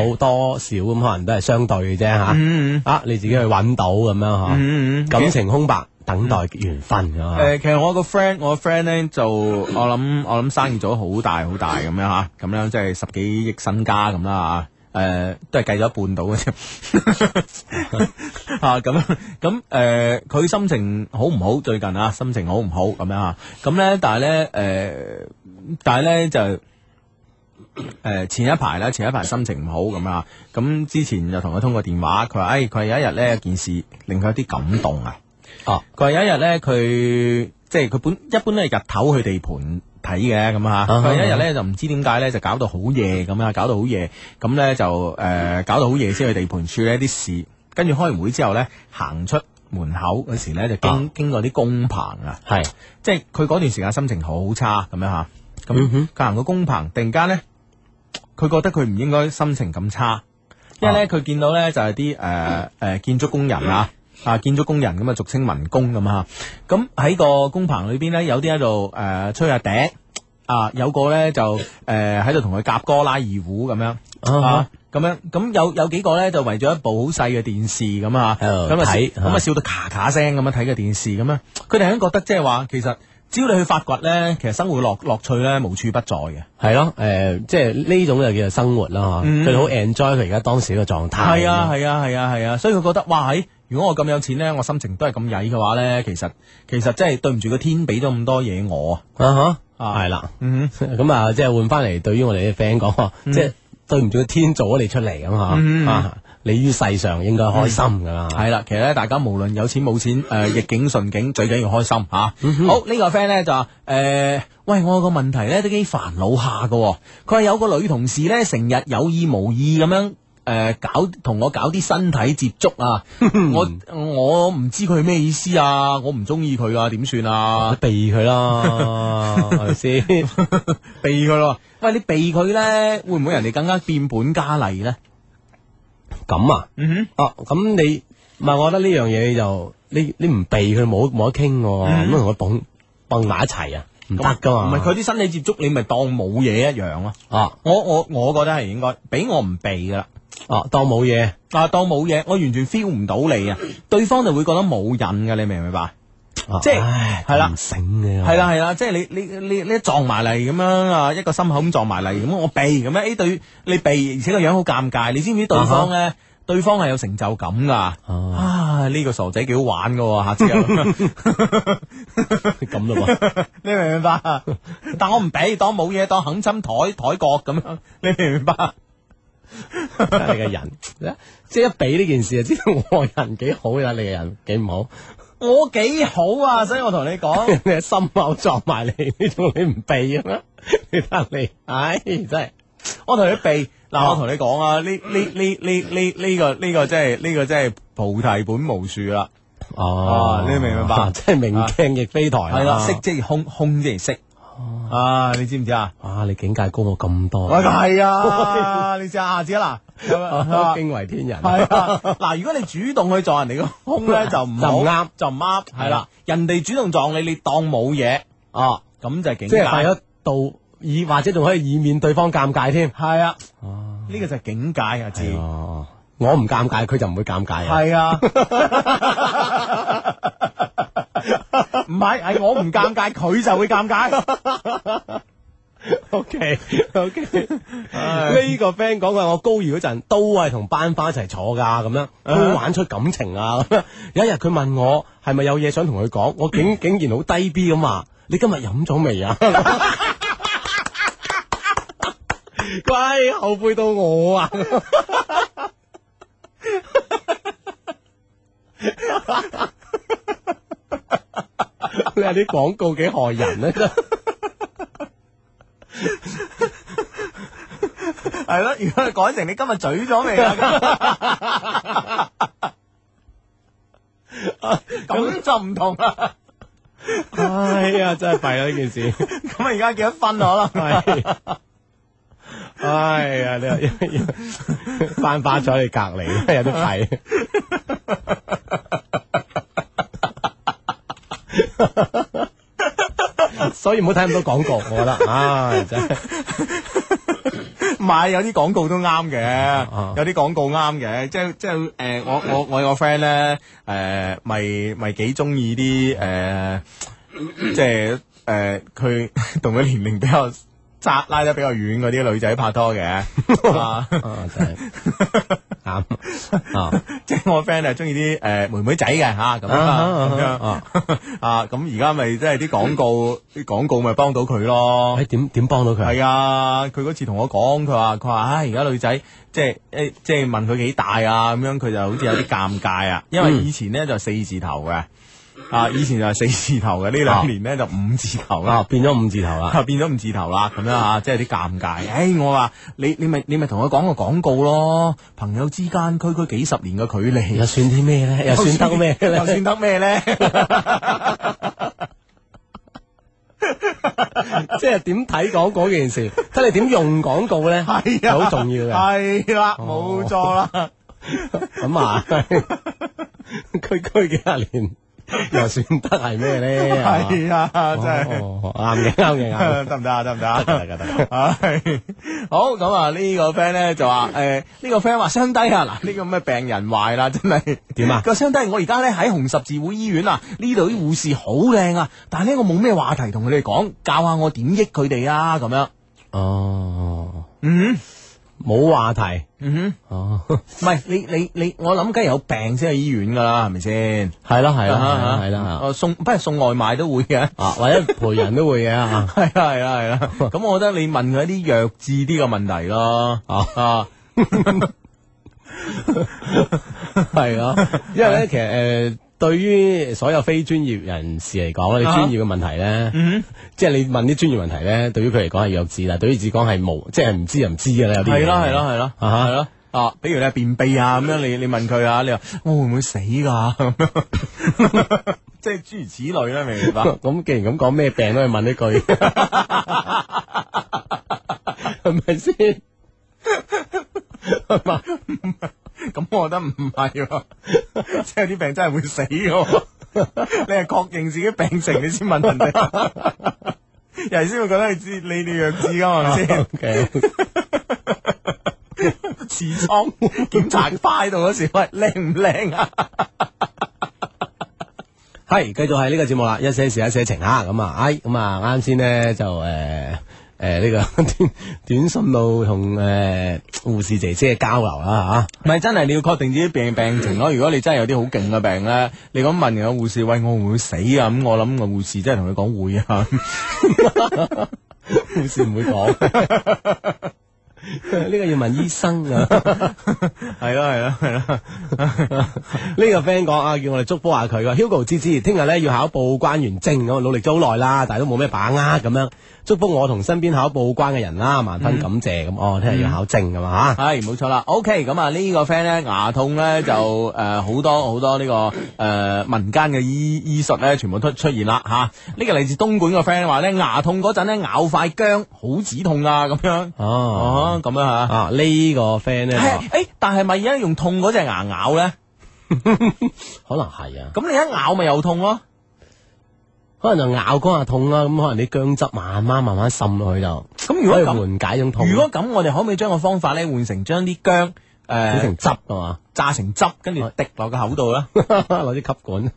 S4: 有多少咁，可能都係相對嘅啫嚇。
S1: 嗯嗯
S4: 啊，你自己去揾到咁樣
S1: 嗯嗯
S4: 嚇，感情空白，等待緣分
S1: 誒、
S4: 啊！
S1: 其實我個 friend，我個 friend 咧就我諗我諗生意做得好大好大咁樣吓，咁樣即係十幾億身家咁啦啊吓，誒、都係計咗一半到嘅啫，啊咁樣咁誒，呃佢、心情好唔好最近啊？心情好唔好咁樣啊？咁咧，但係咧誒，但係咧就。誒、前一排咧，前一排心情唔好咁啊，咁之前就同佢通過電話，佢話：，誒、佢有一日咧，有件事令佢有啲感動啊。
S4: 哦，
S1: 佢話有一日咧，佢即係佢本一般都係日頭去地盤睇嘅咁啊。佢
S4: 哈
S1: 話有一日咧就唔知點解咧就搞到好夜咁啊，搞到好夜咁咧就誒、呃搞到好夜先去地盤處理一啲事。跟住開完會之後咧，行出門口嗰時咧就經、
S4: 啊
S1: 經過啲工棚啊，
S4: 係。
S1: 即係佢嗰段時間心情好差咁樣嚇。咁佢行個公棚，突然間咧，佢覺得佢唔應該心情咁差，因為咧佢見到咧就係啲誒誒建築工人啊。啊！建築工人咁啊，俗稱民工咁啊，咁喺個工棚裏邊咧，有啲喺度誒吹下笛，啊，有個咧就誒喺度同佢夾歌拉二胡咁樣，啊，咁樣咁有有幾個咧就圍咗一部好細嘅電視咁啊，
S4: 喺度
S1: 咁啊
S4: 睇
S1: 笑咁啊笑到咔咔聲咁樣睇個電視咁樣，佢哋係覺得即係話其實只要你去發掘咧，其實生活樂樂趣咧無處不在嘅。
S4: 系咯，诶，即係呢種就叫做生活啦，吓，
S1: 嗯
S4: 佢好 enjoy 佢而家當時呢個狀態。
S1: 係啊，係啊，係啊，係啊，所以佢覺得哇，喺如果我咁有錢咧，我心情都係咁曳嘅話咧，其實其實真係對唔住個天俾咗咁多嘢我啊。
S4: 啊
S1: 啊
S4: 吓，系啦，
S1: 嗯
S4: [LAUGHS] 咁啊，即係換翻嚟，對於我哋啲 friend 講，即係對唔住個天做咗你出嚟咁
S1: 嗯
S4: 吓，啊你於世上應該開心噶啦。
S1: 系啦，其實咧，大家無論有錢冇錢，诶、逆境順境，最緊要開心吓。
S4: 嗯
S1: 好，呢、個 friend 咧就話诶、誒喂，我有個問題咧都幾煩惱下噶、喎。佢話有個女同事咧，成日有意無意咁樣诶、誒搞同我搞啲身體接觸啊，
S4: 嗯
S1: 我我唔知佢咩意思啊，我唔中意佢啊，點算啊？
S4: [LAUGHS] 避佢啦，
S1: [LAUGHS]
S4: 係咪先？
S1: 避佢咯。喂，你避佢咧，會唔會人哋更加變本加厲咧？
S4: 咁啊，
S1: 嗯
S4: 哦，咁你唔係，我覺得呢樣嘢就你你唔避佢冇冇得傾喎，
S1: 嗯
S4: 咁啊同佢綁綁埋一齊啊，唔得噶嘛。
S1: 唔係佢啲身體接觸，你咪當冇嘢一樣咯。
S4: 哦
S1: 我我我覺得係應該，俾我唔避噶啦。
S4: 哦，當冇嘢。
S1: 啊，當冇嘢，我完全 feel 唔到你啊！對方就會覺得冇癮嘅，你明唔明白？即係
S4: 啊唉
S1: 係啦
S4: 咁醒嘅
S1: 係啦係啦，即係你你你你一撞埋嚟咁樣啊，一個心口咁撞埋嚟咁，我避咁樣，誒對你避，而且個樣好尷尬，你知唔知對方咧？對方係有成就感㗎，
S4: 哦
S1: 啊呢個傻仔幾好玩㗎喎，下次又
S4: [LAUGHS] 咁咯喎，
S1: 你明唔明白？但我唔俾，當冇嘢，當肯親台台角咁樣，你明唔明白？
S4: 真係你嘅人， [LAUGHS] 即係一俾呢件事就知道我人幾好啦，你嘅人幾唔好， [LAUGHS]
S1: 我幾好啊，所以我同你講。
S4: 你嘅心口撞埋你，呢種你唔避嘅咩？ [LAUGHS] 你睇下你，唉，真係
S1: 我同你避，嗱，我同你講啊，呢呢呢呢呢呢個呢個真係呢個真係菩提本無樹啦，
S4: 哦
S1: 你明唔明白
S4: 啊真係明鏡亦非台啊
S1: 係啦，色即係空，空即係色，啊，你知唔知啊？
S4: 哇，你境界高我咁多，
S1: 喂，係啊，你知啊，下次啊嗱，有啊
S4: 驚為天人，
S1: 係啊，嗱，如果你主動去撞 [LAUGHS] 人哋個胸咧，就唔
S4: 就唔啱
S1: 好，就唔啱，係啦，人哋主動撞你，你當冇嘢，啊
S4: 哦，
S1: 咁就係境
S4: [LAUGHS] 即
S1: 界，
S4: 係快咗到以或者仲可以以免對方尷尬添，
S1: 係啊，
S4: 哦，
S1: 呢個就係境界啊，字，
S4: 哦，我唔尷尬，佢就唔會尷尬啊，
S1: 係啊。唔係，係我唔尷尬，佢就會尷尬。
S4: O K O K，呢個 friend 講話我高二嗰陣都係同班花一齊坐㗎，咁樣都玩出感情啊！咁樣有一日佢問我係咪有嘢想同佢講，我竟竟然好低 B 咁話：你今日飲咗未啊？喂，後悔到我啊！ [LAUGHS] 你話啲廣告幾害人咧？真係
S1: 系咯，如果佢改成你今日嘴咗未啊？咁就唔同啦。
S4: 哎呀，真係弊啦呢件事。
S1: 咁啊，而家幾多分我啦？
S4: 系，哎呀，你話班花咗你隔離，有啲弊。所以唔好睇咁多廣告，我覺得，唉，真係
S1: 唔係，有啲廣告都啱嘅，有啲廣告啱嘅。即係即係诶，我我我有個 friend 咧，诶，咪咪幾中意啲诶，即係诶，佢 [LAUGHS] 同佢年齡比較差拉得比較遠嗰啲女仔拍 [LAUGHS] 拖嘅。啊
S4: 啊，真係啱啊，
S1: 即係我 friend 係中意啲誒妹妹仔嘅嚇咁啊
S4: 啊
S1: 咁樣啊咁而家咪即係啲廣告啲廣告咪幫到佢咯
S4: 喂，。點點幫到佢？
S1: 係啊，佢嗰次同我講，佢話佢話唉，而家女仔即係誒即係問佢幾大啊咁樣，佢就好似有啲尷尬
S4: 嗯
S1: 啊，因為以前咧就四字頭嘅啊，以前就係四字頭嘅，呢兩年咧就五字頭啦
S4: 啊，。變咗五字頭啦，
S1: 啊，變咗五字頭啦，咁樣啊，即係啲尷尬。唉、我話你你咪你咪同佢講個廣告咯，朋友之間區區幾十年嘅距離
S4: 又，算啲咩咧？又算得咩
S1: [LAUGHS] 又
S4: [LAUGHS] 咧？
S1: 算得咩咧？
S4: 即係點睇廣告呢件事，睇你點用廣告咧，
S1: 係啊，
S4: 好重要嘅。哦
S1: 係啦，冇錯啦。
S4: 咁啊， [LAUGHS] 區區幾廿年又算得係咩咧？係
S1: [LAUGHS] 係啊，真
S4: 嘛
S1: 係。
S4: 哦啱嘅，啱嘅，啱嘅。
S1: 得唔得啊？得唔得啊？
S4: 得得得
S1: 係好咁啊！呢個 friend 咧就話誒，呢個 friend 話相低啊！嗱，呢個咩病人壞啦，真係
S4: 點啊
S1: 個相低，我而家咧喺紅十字會醫院啊，呢度啲護士好靚啊，但係呢，我冇咩話題同佢哋講，教下我點益佢哋啊，咁樣。
S4: 哦，
S1: 嗯
S4: 冇話題。
S1: 嗯
S4: 哦，
S1: 哼，唔係你你你，我諗梗係有病先去醫院噶啦，係咪先？
S4: 係啦，係
S1: 係
S4: 啦，係啦，係啊啦。
S1: 我送不過送外賣都會
S4: [LAUGHS]
S1: 嘅。，
S4: 啊，或者陪人都會嘅啊
S1: [LAUGHS] 係啦係啦係啦，咁我覺得你問佢一啲弱智啲嘅問題咯，啊，
S4: 係咯，因為咧其實诶、呃，對於所有非專業人士嚟講，你
S1: 啊嗯
S4: 專業嘅問題咧，即係你問啲專業問題咧，對於佢嚟講係弱智，但係對於自己講係無，即係唔知就唔知嘅啦，有啲嘢
S1: 係啦係啦係啦，
S4: 啊哈
S1: 係咯。啊，比如你係便秘啊咁樣，你你問佢啊，你話我會唔會死㗎？咁 [LAUGHS] 樣即係諸如此類啦，明唔明 [LAUGHS] 白？
S4: [LAUGHS] 咁既然咁講，咩病都去問一句，係咪先？
S1: 咁我覺得唔係喎， [LAUGHS] 即係有啲病真係會死嘅喎。 [LAUGHS] 你係確認自己病情，你先問人 [LAUGHS] 哋，人哋先會覺得你知你哋弱智㗎嘛，係咪先？
S4: [LAUGHS] 嘅
S1: 持
S4: [LAUGHS]
S1: 倉檢查花喺度嗰時，喂靚唔靚啊？
S4: 係繼續係呢個節目啦，一些事一些情啊，咁啊，哎，咁啊，啱先咧就诶诶呢個 [LAUGHS] 短短信路同诶護士姐姐交流啦啊
S1: 唔係真係你要確定自己病病情咯。如果你真係有啲好勁嘅病咧，你咁問個護士，喂我會唔會死啊？咁我諗個護士真係同你講會
S4: [LAUGHS]
S1: 啊。 [LAUGHS]
S4: 吓，護士唔會講，呢個要問醫生啊。
S1: [LAUGHS] 係啦係啦係啦，
S4: 呢個 friend 講啊，叫我哋祝福下佢喎。Hugo 芝芝，聽日咧要考報關完證咁，啊努力咗好耐啦，但係都冇咩把握咁樣。祝福我同身邊考報關嘅人啦，萬
S1: 嗯
S4: 分感謝咁。哦，聽日要考證咁嘛嚇。
S1: 係冇錯啦。OK，咁啊呢個 friend 咧牙痛咧就誒好、多好多呢、個誒、呃民間嘅醫醫術咧，全部都出現啦嚇。呢、個嚟自東莞嘅 friend 話咧，牙痛嗰陣咧咬塊薑，好止痛啊咁樣。
S4: 哦
S1: 哦，咁樣嚇。
S4: 啊，呢個 friend 咧
S1: 係啊誒，但係咪而家用痛嗰隻牙咬咧？
S4: 可能係啊，
S1: 咁你一咬咪又痛咯。
S4: 可能就咬嗰下痛啦，咁可能啲薑汁慢慢慢慢滲落去就，
S1: 咁如果
S4: 可以
S1: 咁，
S4: 緩解種痛，啊
S1: 如果咁，我哋可唔可以將個方法咧換成將啲薑
S4: 整
S1: 誒
S4: 成汁啊嘛，
S1: 榨成汁，跟住滴落個口度啦？
S4: 攞啲吸管 [LAUGHS]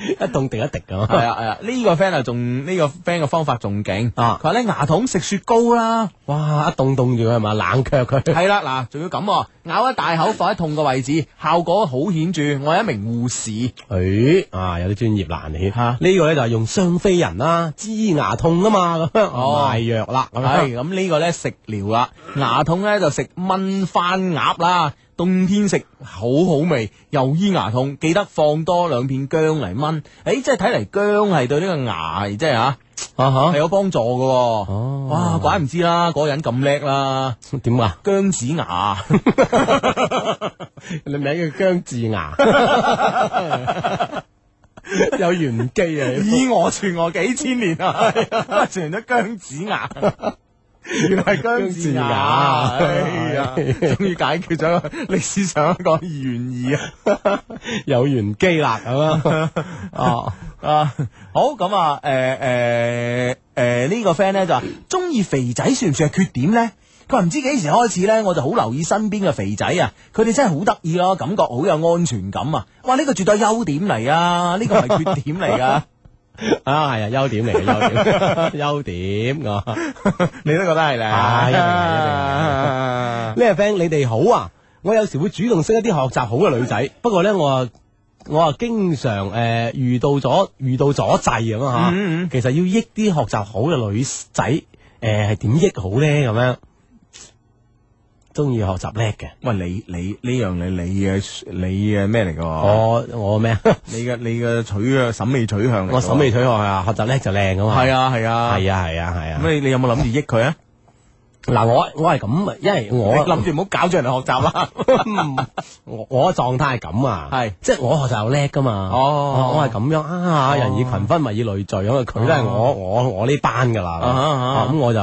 S4: 一凍滴一滴
S1: [LAUGHS]
S4: 咁
S1: 係
S4: 啊。
S1: 啊係啊，呢個 friend 啊仲呢個 friend 嘅方法仲勁，
S4: 啊
S1: 佢話咧牙痛食雪糕
S4: [LAUGHS]
S1: 啦，
S4: 哇！一凍凍住佢係嘛，冷卻佢。 [LAUGHS]
S1: 係啦嗱，仲要咁喎咬一大口放喺痛嘅位置，效果好顯著。我係一名護士，
S4: 誒啊，有啲專業難啲
S1: 嚇
S4: 呢個咧就係用雙飛人啦，支牙痛啊嘛，咁樣
S1: 哦
S4: 賣藥啦，咁
S1: 係
S4: 樣
S1: 咁呢個咧食療啦，牙痛咧就食炆番鴨啦。冬天食好好味，又醫牙痛，記得放多兩片薑嚟炆。誒、即係睇嚟薑係對呢個牙，即係嚇、
S4: 啊
S1: 係有幫助嘅、喎，
S4: 哦
S1: 哇，怪唔知啦，嗰個人咁叻啦，
S4: 嚇點啊？
S1: 姜子牙，
S4: 你名叫姜智
S1: [LAUGHS]
S4: 牙，有玄機啊！
S1: [LAUGHS] 以我傳我幾千年 [LAUGHS] 啊，傳咗姜子牙。原來係姜子牙，
S4: 姜子牙
S1: [LAUGHS] 哎呀，終於解決咗歷史上一個懸疑啊！
S4: [LAUGHS] 有玄機啦，咁樣哦，
S1: 啊，好咁啊，誒誒誒呢個 friend 咧就話中意肥仔算唔算係缺點咧？佢話唔知幾時開始咧，我就好留意身邊嘅肥仔啊，佢哋真係好得意咯，感覺好有安全感啊！哇，呢、個絕對係優點嚟啊，呢、個唔係缺點嚟噶，
S4: 啊係啊，優點嚟嘅優點， [LAUGHS] 優點啊！
S1: [LAUGHS] 你都覺得係咧？啊
S4: 啊一定係呢個 friend 你哋好啊！我有時會主動識一啲學習好嘅女仔，不過咧我啊我啊經常誒、呃遇到咗遇到咗滯咁啊嚇。
S1: 嗯
S4: 其實要益啲學習好嘅女仔，誒係點益好咧？咁樣中意學習叻嘅，
S1: [LAUGHS] 喂，你你呢樣你你嘅你嘅咩嚟噶？
S4: 我我咩
S1: [LAUGHS]
S4: 啊？
S1: 你嘅你嘅取向審美取向嚟㗎喎，
S4: 我審美取向啊，學習叻就靚咁嘛。
S1: 係啊係啊
S4: 係啊係啊係啊！
S1: 咁你你有冇諗住益佢啊？
S4: 嗱，我我系咁啊，因为我
S1: 你諗住唔好搞住人哋學習啦。
S4: [LAUGHS] 我我狀態係咁啊，
S1: 係
S4: 即係我學習好叻噶嘛，
S1: 哦
S4: 我我係咁樣啊，人以群分，物以類聚，咁啊佢都係我我我呢班噶啦，
S1: 哦啊哈啊哈
S4: 啊咁我就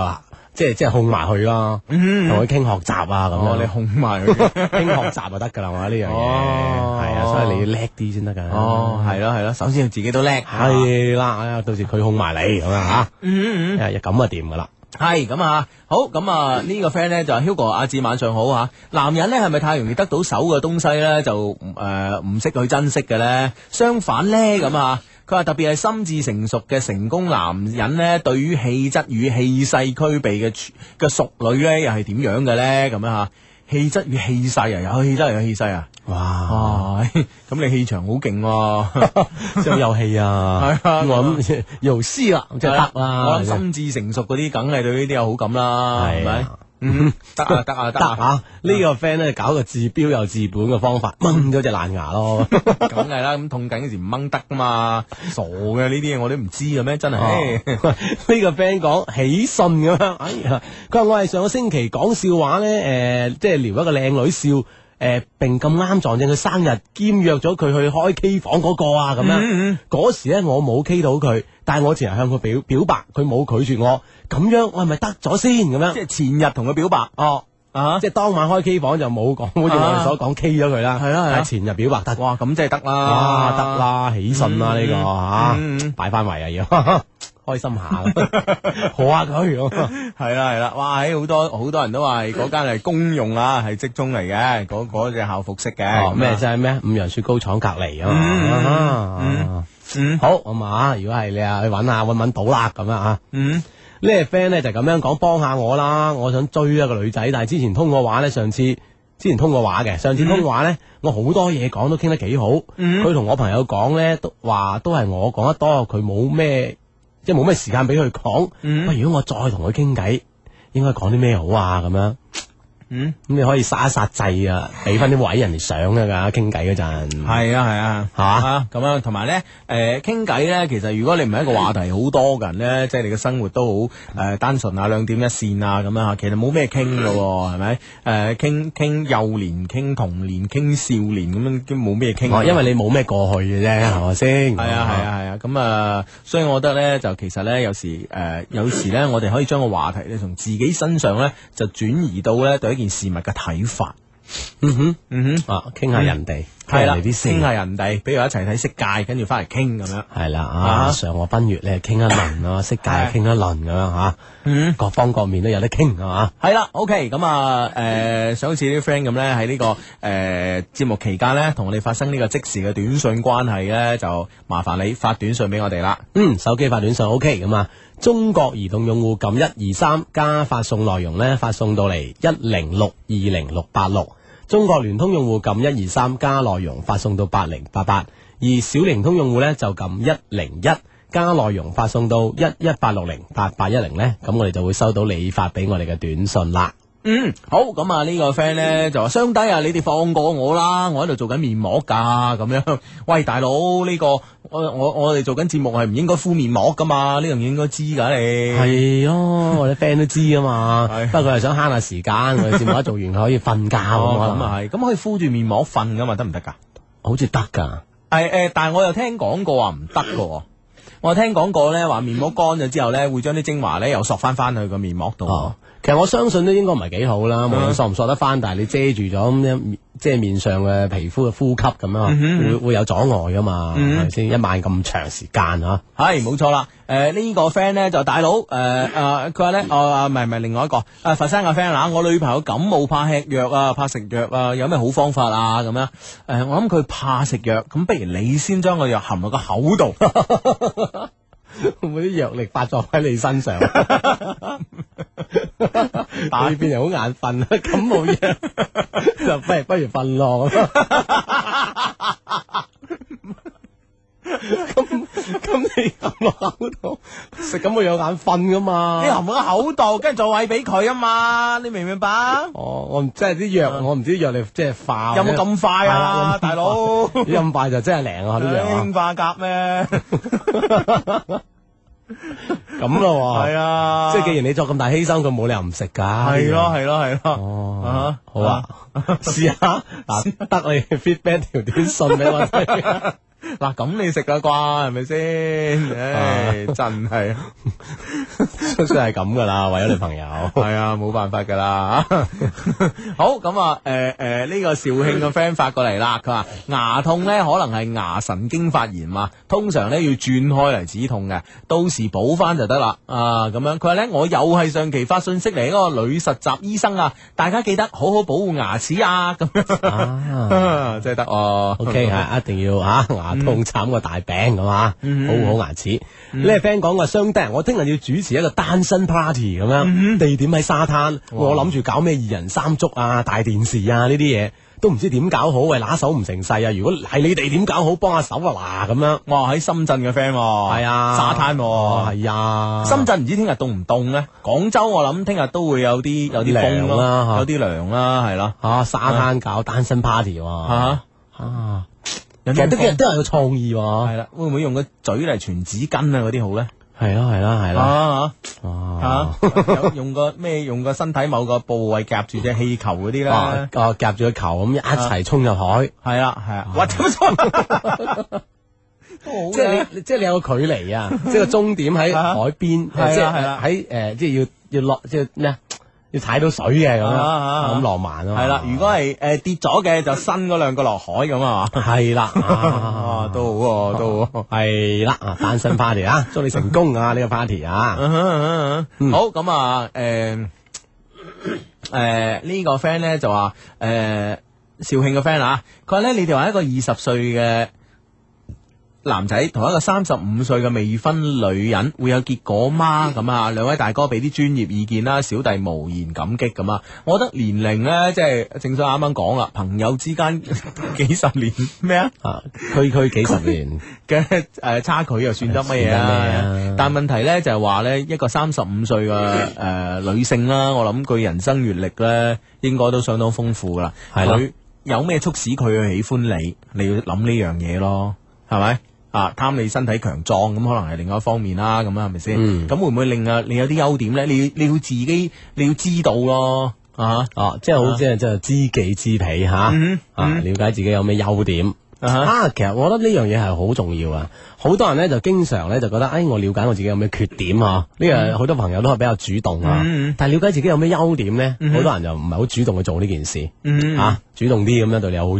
S4: 即係即係控埋佢啦，同佢傾學習啊咁
S1: 哦，你
S4: 樣，
S1: 控埋 [LAUGHS] 佢。
S4: [LAUGHS] 傾學習就得噶啦嘛呢樣嘢，
S1: 哦
S4: 係啊，所以你要叻啲先得㗎，
S1: 哦，係咯係咯，首先要自己都叻。係
S4: 係啦，啊到時佢控埋你咁啊
S1: 嗯嗯
S4: 嚇，
S1: 嗯，
S4: 啊咁啊掂噶啦，
S1: 係咁啊，好咁啊，呢個 friend 咧就 Hugo 阿志晚上好啊。男人咧係咪太容易得到手嘅東西咧就誒唔識去珍惜嘅咧？相反咧咁啊。佢話特別係心智成熟嘅成功男人咧，對於氣質與氣勢俱備嘅處嘅淑女咧，又係點樣嘅咧？咁樣啊嚇，氣質與氣勢啊，有氣質又有氣勢啊！
S4: 哇，
S1: 哇，咁你氣場好勁喎！
S4: 真係有
S1: [LAUGHS]
S4: 戲啊，
S1: 係啊
S4: 我諗游師啦，即係得
S1: 我
S4: 啦
S1: 諗，心智成熟嗰啲，梗係對呢啲有好感啦，係咪
S4: 係咪？？
S1: 嗯，得 [LAUGHS] 啊，得啊，
S4: 得
S1: 得啊，
S4: 啊！呢個 friend 咧搞個治標又治本嘅方法，掹咗隻爛牙
S1: [LAUGHS]
S4: 咯。
S1: 梗係啦，咁痛緊嗰時唔掹得噶嘛，傻嘅呢啲嘢我都唔知嘅咩，真係。唉
S4: 哦 [LAUGHS] 呢個 friend 講喜訊咁樣，哎呀，佢話我係上個星期講笑話咧，诶、即係撩一個靚女笑，诶、並咁啱撞正佢生日，兼約咗佢去開 K 房嗰個啊，咁
S1: 嗯
S4: 樣嗰、時咧我冇 K 到佢，但係我前日向佢表表白，佢冇拒絕我，咁樣我係咪得咗先咁樣？
S1: [LAUGHS] 即係前日同佢表白
S4: 哦。
S1: 啊，
S4: 即係當晚開 K 房就冇講，好似我哋所講 K 咗佢啦，
S1: 係啦係啊啦
S4: 但係前日表白得
S1: 哇，咁真係得啦，
S4: 哇，啊得，啦，喜訊啦呢個
S1: 啊嗯
S4: 吓
S1: 嗯，
S4: 擺翻圍啊要， [LAUGHS] 開心
S1: [LAUGHS]
S4: 下，好下佢，哦
S1: 係啦係啦，哇，唉好多好多人都話係嗰間係公用啊，係職中嚟嘅，嗰嗰隻校服式嘅，咁
S4: 哦
S1: 啊
S4: 咩真係咩？五羊雪糕廠隔離啊
S1: 嗯
S4: 嘛，
S1: 嗯
S4: 啊好咁啊，如果係你啊去揾下揾揾到啦咁樣啊。
S1: 嗯
S4: 呢個 friend 咧就咁樣講，幫下我啦！我想追一個女仔，但係之前通過話咧，上次之前通過話嘅，上次通過話咧，我好多嘢講都傾得幾好。
S1: 嗯
S4: 佢同、我朋友講咧，都話都係我講得多，佢冇咩即係冇咩時間俾佢講。
S1: 嗯
S4: 喂，如果我再同佢傾偈，應該講啲咩好啊？咁樣
S1: 嗯，
S4: 咁你可以殺一殺掣啊，俾翻啲位人哋上啊㗎，傾偈嗰陣。
S1: 係啊係啊。
S4: 係嘛？
S1: 啊，咁樣同埋咧，誒傾偈咧，其實如果你唔係一個話題好多嘅人咧，即係你嘅生活都好誒單純啊，兩點一線啊咁樣啊，其實冇咩傾嘅喎，係咪？誒傾傾幼年、傾童年、傾少年咁樣都冇咩傾。啊
S4: 哦，因為你冇咩過去嘅啫，係咪先？
S1: 係啊係啊係啊，咁啊，所以我覺得咧，就其實咧，有時誒、呃有時咧，我哋可以將個話題咧，從自己身上咧，就轉移到咧對一件事物嘅睇法。
S4: 嗯哼，
S1: 嗯哼，
S4: 啊，傾下人哋，
S1: 係
S4: 傾
S1: 啦，
S4: 人哋啲事啊
S1: 傾。下人哋，比如一齊睇色戒，跟住翻嚟傾咁樣。
S4: 系啦
S1: 啊
S4: 啊，上我奔月咧傾一輪咯，識界傾一輪咁樣吓，
S1: 嗯
S4: 各方各面都有得傾係嘛，
S1: 系啦，OK，咁啊，诶、想好似啲 friend 咁咧，喺呢、個个诶节、節目期間咧，同我哋發生呢個即時嘅短信關係咧，就麻煩你發短信俾我哋啦。
S4: 嗯，手機發短信 OK 咁啊，中國移動用戶撳一二三加發送內容咧，發送到嚟一零六二零六八六。中國聯通用戶撳一二三加內容發送到八零八八，而小靈通用戶咧就撳一零一加內容發送到一一八六零八八一零咧，咁我哋就會收到你發俾我哋嘅短信啦。
S1: 嗯，好，咁啊呢個 friend 咧就話：相低啊，你哋放過我啦，我喺度做緊面膜㗎，咁樣。喂，大佬，呢、個我我我哋做緊節目係唔應該敷面膜㗎嘛？呢樣嘢應該知㗎你。
S4: 系咯，我哋 friend 都知啊嘛
S1: 係。
S4: 不過嗯係想慳下時間，我哋節目一做完可以瞓覺 [LAUGHS] 咁
S1: 哦
S4: 可
S1: 咁
S4: 能
S1: 啊係，咁可以敷住面膜瞓㗎嘛？得唔得㗎？
S4: 好似得㗎。
S1: 係诶，誒但係我又聽講過話唔得嘅喎。我聽講過咧，話面膜乾咗之後咧，會將啲精華咧又索翻翻去個面膜度。
S4: 哦，其實我相信都應該唔係幾好啦，無論索唔索得翻，但係你遮住咗咁樣，即係面上嘅皮膚嘅呼吸咁樣，會會有阻礙噶嘛，係咪先？一晚咁長時間啊，
S1: 係冇錯啦。诶、呢、個 friend 咧就大佬诶诶，誒佢話咧哦啊唔係唔係另外一個啊佛山嘅 friend 啦，我女朋友感冒怕吃藥啊，怕食藥啊，有咩好方法啊咁樣？诶、我諗佢怕食藥，咁不如你先將個藥含落個口度。
S4: [LAUGHS] 會唔會啲藥力發作喺你
S1: [LAUGHS]
S4: 身上？但係變人好眼瞓啊，感
S1: [LAUGHS]
S4: 冒藥就不如不如瞓咯咁。 [LAUGHS] 咁咁你含落口度食咁會有眼瞓噶嘛？
S1: 你含落個口度，跟住再喂俾佢啊嘛，你明唔明白？
S4: 哦，我唔即係啲藥，我唔知藥力即係化
S1: 有冇咁快
S4: 啊
S1: 啊，
S4: 係啦 [LAUGHS] 有冇咁
S1: 大佬？
S4: 咁快就真係靈啊啲藥啊
S1: 興化甲咩？
S4: 咁咯喎，
S1: 係啊
S4: 即係既然你作咁大犧牲，佢冇理由唔食㗎。
S1: 係咯，係咯，係咯。
S4: 哦，好啊，試
S1: [LAUGHS]
S4: 下嗱，得你 feedback 條短信俾我睇。
S1: [LAUGHS] 嗱，咁你食啦啩，係咪先？唉，真係，
S4: 出出係咁
S1: [LAUGHS]
S4: 噶啦，為咗女朋友。
S1: 係啊，冇辦法噶啦。 [LAUGHS] 好，咁啊，誒誒，呢個肇慶
S4: [LAUGHS]
S1: 嘅 friend 發過嚟啦，佢話牙痛咧可能係牙神經發炎啊，通常咧要轉開嚟止痛嘅，到時補翻就得啦。啊，咁樣，佢話咧我又係上期發信息嚟嗰個女實習醫生啊，大家記得好好保護牙齒啊，咁樣
S4: 啊
S1: [LAUGHS] 真係得哦。
S4: OK 吓，一定要吓
S1: 嗯
S4: 牙痛慘過大餅咁啊，好好牙齒。
S1: 嗯
S4: 呢個 friend 講話雙低，我聽日要主持一個單身 party 咁
S1: 嗯
S4: 樣，地點喺沙灘，我諗住搞咩二人三足啊、大電視啊呢啲嘢，都唔知點搞好，喂，拿手唔成勢啊！如果係你哋點搞好，幫下手啊嗱咁樣。
S1: 哇，喺深圳嘅 friend 喎
S4: 係啊，
S1: 沙灘喎
S4: 哦係啊，
S1: 深圳唔知聽日凍唔凍咧？廣州我諗聽日都會有啲有啲風
S4: 涼啦
S1: 啦，
S4: 嚇
S1: 有啲涼啦，係啦
S4: 啊沙灘搞單身 party 喎，
S1: 嚇。
S4: 啊，
S1: 有
S4: 其
S1: 啲
S4: 實都
S1: 風
S4: 都係有創意喎，
S1: 係啦，會唔會用個嘴嚟傳紙巾啊嗰啲好咧？
S4: 係啦係啦係哦啦，
S1: 啊
S4: 哇
S1: 啊！有用個咩？用個身體某個部位夾住隻氣球嗰啲咧？
S4: 哦，哦夾住個球咁一齊衝入海，
S1: 係啦，係啊啊！哇，點錯？
S4: 即係你即係你有個距離啊，即係個終點喺
S1: 啊
S4: 海邊，
S1: 係啊
S4: 即
S1: 係
S4: 係
S1: 啊
S4: 喺誒即係要要落即係咩啊要踩到水嘅咁樣，
S1: 啊啊啊
S4: 咁浪漫啊嘛！
S1: 係啦，如果係誒跌咗嘅，就伸嗰兩個落海咁啊嘛。
S4: 係
S1: [LAUGHS]
S4: 啦，
S1: 啊
S4: 啊，
S1: 都好喎，都好喎。
S4: 係啦，啊單身 party 啊，祝你成功啊呢個 party 啊！
S1: 嗯哼嗯哼嗯
S4: 嗯
S1: 好咁啊，誒誒呢個 friend 咧就話誒肇慶嘅 friend 啊，佢話咧你哋話一個二十歲嘅男仔同一個三十五歲嘅未婚女人會有結果嗎？咁
S4: 嗯
S1: 啊，兩位大哥俾啲專業意見啦，小弟無言感激咁啊。我覺得年齡咧，即係正所謂啱啱講啦，朋友之間 [LAUGHS] 幾十年咩啊？
S4: 啊，區區幾十年，
S1: 嘅誒、呃差距又算得乜嘢
S4: 算得咩
S1: 啊
S4: 啊？
S1: 但問題咧就係話咧，一個三十五歲嘅誒女性啦，我諗佢人生閲歷咧應該都相當豐富噶啦。
S4: 係咯
S1: 佢有咩促使佢去喜歡你？你要諗呢樣嘢咯，係咪？啊，貪你身體強壯咁，可能係另外一方面啦，咁啊，係咪先？
S4: 嗯
S1: 咁、會唔會令啊你有啲優點咧？你要你要自己你要知道咯，啊
S4: 哦，即係好即係即係知己知彼吓，
S1: 嗯
S4: 啊，
S1: 嗯
S4: 了解自己有咩優點。
S1: 啊哈
S4: 啊，其實我覺得呢樣嘢係好重要啊！好多人咧就經常咧就覺得，哎，我了解我自己有咩缺點啊？呢樣好多朋友都係比較主動啊，
S1: 嗯嗯嗯
S4: 但係了解自己有咩優點咧，好、多人就唔係好主動去做呢件事，
S1: 嗯
S4: 啊，主動啲咁樣對你有好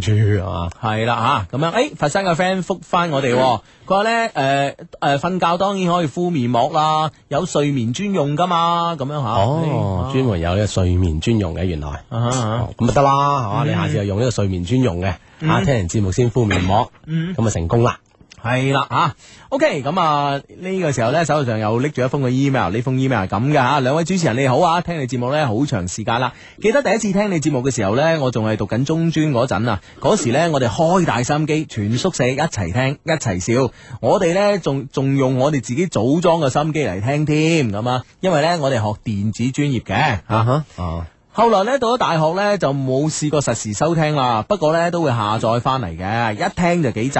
S1: [LAUGHS]
S4: 處啊！
S1: 系啦吓，咁樣，诶、佛山嘅 friend 覆翻我哋
S4: 嗯
S1: 喎，佢話咧，诶、诶，瞓、覺當然可以敷面膜啦，有睡眠專用噶嘛，咁樣吓。哎
S4: 哦，專門有呢個睡眠專用嘅，原來。
S1: 啊嗯啊啊
S4: 哦咁咪得啦，係嘛？你下次就用呢個睡眠專用嘅，
S1: 嗯
S4: 啊，聽完節目先敷面膜，咁咪成功啦。
S1: 系啦吓，OK，咁啊呢、個時候呢，手頭上又拎住一封嘅 email，呢封 email 係咁嘅吓，兩位主持人你好啊，聽你節目呢好長時間啦，記得第一次聽你節目嘅時候呢，我仲係讀緊中專嗰陣啊，嗰時呢，我哋開大心機，全宿舍一齊聽一齊笑，我哋呢，仲仲用我哋自己組裝嘅心機嚟聽添，咁啊，因為呢，我哋學電子專業嘅啊吓。
S4: 哈，哦，
S1: 後來咧到咗大學咧就冇試過實時收聽啦，不過咧都會下載翻嚟嘅，一聽就幾集。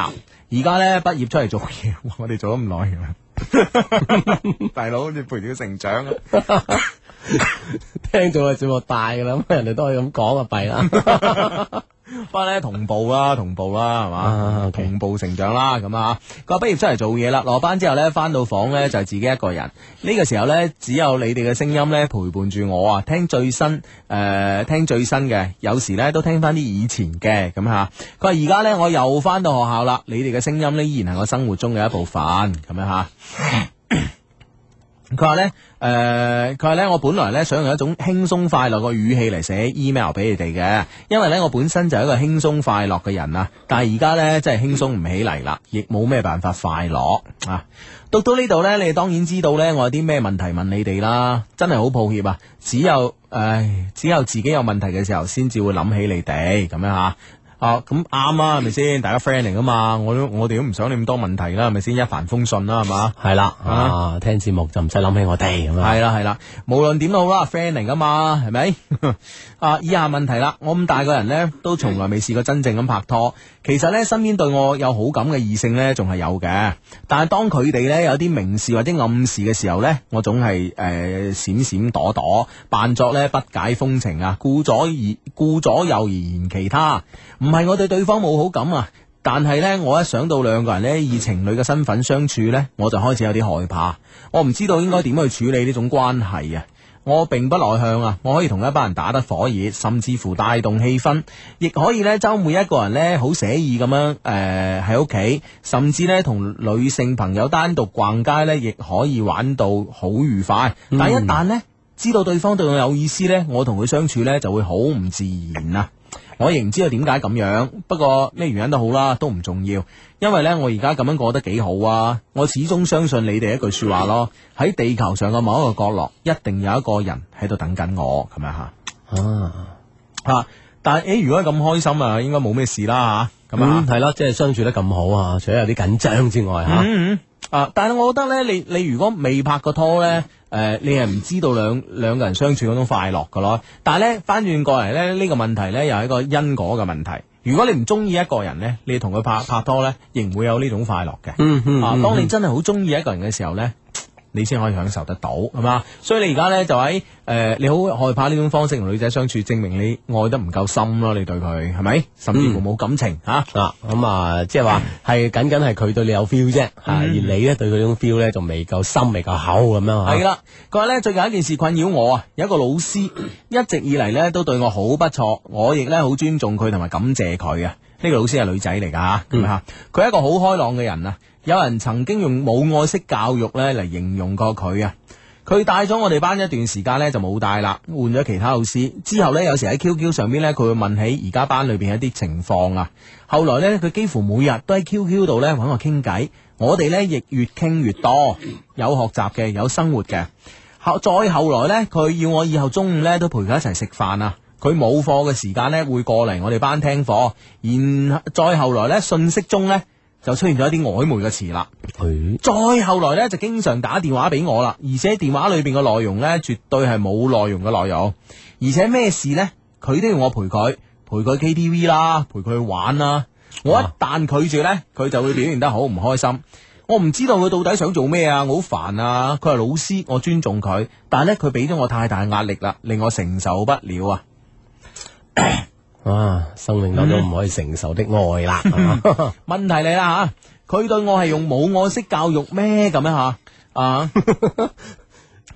S1: 而家咧畢業出嚟做嘢，哇我哋做咗咁耐嘅， [LAUGHS] 大佬好似陪住佢成長啊！
S4: 聽咗個節目大噶啦，咁人哋都可以咁講啊，弊 [LAUGHS] 啦。
S1: 不過咧同步啦，同步啦，係嘛
S4: 啊，，OK
S1: 同步成長啦，咁啊，佢話畢業出嚟做嘢啦，落班之後咧，翻到房咧就係自己一個人。呢、個時候咧，只有你哋嘅聲音咧陪伴住我啊，聽最新誒、呃，聽最新嘅，有時咧都聽翻啲以前嘅咁嚇。佢話而家咧我又翻到學校啦，你哋嘅聲音咧依然係我生活中嘅一部分咁樣嚇。佢話咧，誒，佢話咧，我本來咧想用一種輕鬆快樂嘅語氣嚟寫 email 俾你哋嘅，因為咧我本身就係一個輕鬆快樂嘅人啊，但係而家咧真係輕鬆唔起嚟啦，亦冇咩辦法快樂啊。讀到呢度咧，你哋當然知道咧我有啲咩問題問你哋啦，真係好抱歉啊，只有唉，只有自己有問題嘅時候先至會諗起你哋咁樣嚇。誒、啊，咁啱啊，係咪先？大家 friend 嚟噶嘛，我都我哋都唔想你咁多問題啦，係咪先？一帆風順啦，係嘛？
S4: 系啦，
S1: 啊
S4: 啊，听节目就唔使谂起我哋咁啊。
S1: 系啦系啦，無論點都好啦，friend 嚟噶嘛，係咪？啊，以下問題啦，我咁大個人呢，都從來未試過真正咁拍拖。其實呢，身邊對我有好感嘅異性呢，仲係有嘅。但係當佢哋呢，有啲明示或者暗示嘅時候呢，我總係诶閃閃躲躲，扮作呢不解風情啊，顧左而顾左右而言其他。唔係我對對方冇好感啊。但係呢，我一想到兩個人呢以情侶嘅身份相處呢，我就開始有啲害怕。我唔知道應該點去處理呢種關係啊！我並不內向啊，我可以同一班人打得火熱，甚至乎帶動氣氛，亦可以呢周每一個人呢好寫意咁樣誒喺屋企，甚至呢同女性朋友單獨逛街呢，亦可以玩到好愉快。但一旦呢知道對方對我有意思呢，我同佢相處呢就會好唔自然啊！我亦唔知道點解咁樣，不過咩原因都好啦，都唔重要。因為呢，我而家咁樣過得幾好啊！我始終相信你哋一句说話咯，喺地球上嘅某一個角落，一定有一個人喺度等緊我咁樣吓
S4: 啊，
S1: 吓。但係诶、如果咁開心啊，應該冇咩事啦吓，咁啊
S4: 咁。系咯，即系相处得咁好啊，除咗有啲紧张之外吓，
S1: 嗯嗯啊，但係我覺得呢，你你如果未拍過拖
S4: 嗯
S1: 呢，诶、你係唔知道兩两个人相處嗰種快樂噶咯。但係呢，翻轉過嚟呢，呢、個問題呢，又係一個因果嘅問題。如果你唔中意一個人呢，你同佢拍拍拖呢，亦唔會有呢種快樂嘅。
S4: 嗯嗯
S1: 啊，當你真係好中意一個人嘅時候呢，你先可以享受得到，係嘛？所以你而家呢，就喺誒、呃你好害怕呢種方式同女仔相處，證明你愛得唔夠深咯，你對佢係咪？甚至乎冇感情嚇。啊
S4: 啊，咁啊，即系话系僅僅係佢對你有 feel 啫，吓，而你咧對佢呢種 feel 咧，仲未夠深，未夠厚咁樣啊
S1: 系啦，佢話咧最近一件事困擾我啊，有一個老師一直以嚟咧都對我好不錯，我亦咧好尊重佢同埋感謝佢啊。呢、個老師係女仔嚟㗎吓，咁吓佢係一個好開朗嘅人啊。有人曾經用冇愛式教育咧嚟形容過佢啊。佢帶咗我哋班一段時間咧就冇帶啦，換咗其他老師。之後咧有時喺 QQ 上邊咧佢會問起而家班裏邊一啲情況啊。後來咧佢幾乎每日都喺 QQ 度咧揾我傾偈，我哋咧亦越傾越多，有學習嘅，有生活嘅。後再後來呢，佢要我以後中午呢都陪佢一齊食飯啊。佢冇課嘅時間呢，會過嚟我哋班聽課。然再後來呢，信息中呢就出現咗一啲曖昧嘅詞啦。
S4: 佢
S1: 再後來呢，就經常打電話俾我啦，而且電話裏邊嘅內容呢，絕對係冇內容嘅內容，而且咩事呢？佢都要我陪佢，陪佢 KTV 啦，陪佢去玩啦。我一旦拒絕呢，佢就會表現得好唔開心。我唔知道佢到底想做咩啊！我好煩啊！佢係老師，我尊重佢，但係呢，佢俾咗我太大壓力啦，令我承受不了啊！
S4: 啊，生命當中唔可以承受的愛啦，係嘛
S1: 問題嚟啦吓，佢對我係用冇愛式教育咩咁樣吓
S4: [LAUGHS]
S1: 啊？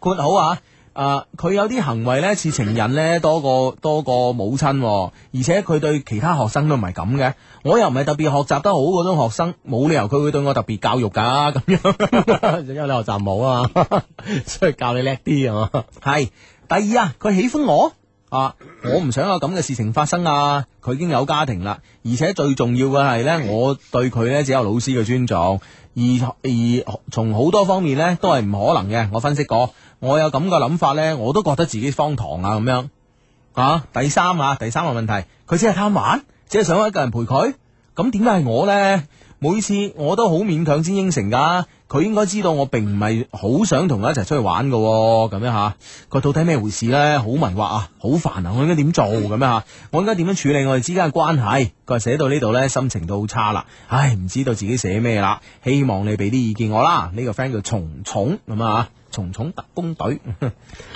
S1: 括好啊！啊，佢有啲行為呢，似情人呢，多過多過母親喎、而且佢對其他學生都唔係咁嘅。我又唔係特別學習得好嗰種學生，冇理由佢會對我特別教育㗎咁樣。
S4: [LAUGHS] 因為你學習冇啊嘛，
S1: [LAUGHS]
S4: 所以教你叻啲啊嘛，
S1: 系第二啊，佢喜歡我啊，我唔想有咁嘅事情發生啊！佢已經有家庭啦，而且最重要嘅係呢，我對佢呢只有老師嘅尊重，而而從好多方面呢都係唔可能嘅。我分析過，我有咁嘅諗法呢，我都覺得自己荒唐啊咁樣啊。第三啊，第三個問題，佢只係貪玩，只係想一個人陪佢，咁點解係我呢？每次我都好勉強先應承㗎，佢應該知道我並唔係好想同佢一齊出去玩㗎喎，咁樣吓。佢到底咩回事呢？好迷惑啊，好煩啊！我應該點做咁樣吓？我應該點樣處理我哋之間嘅關係？佢話寫到呢度呢，心情都好差啦。唉，唔知道自己寫咩啦。希望你俾啲意見我啦。呢、個 friend 叫蟲蟲咁啊，蟲蟲特工隊。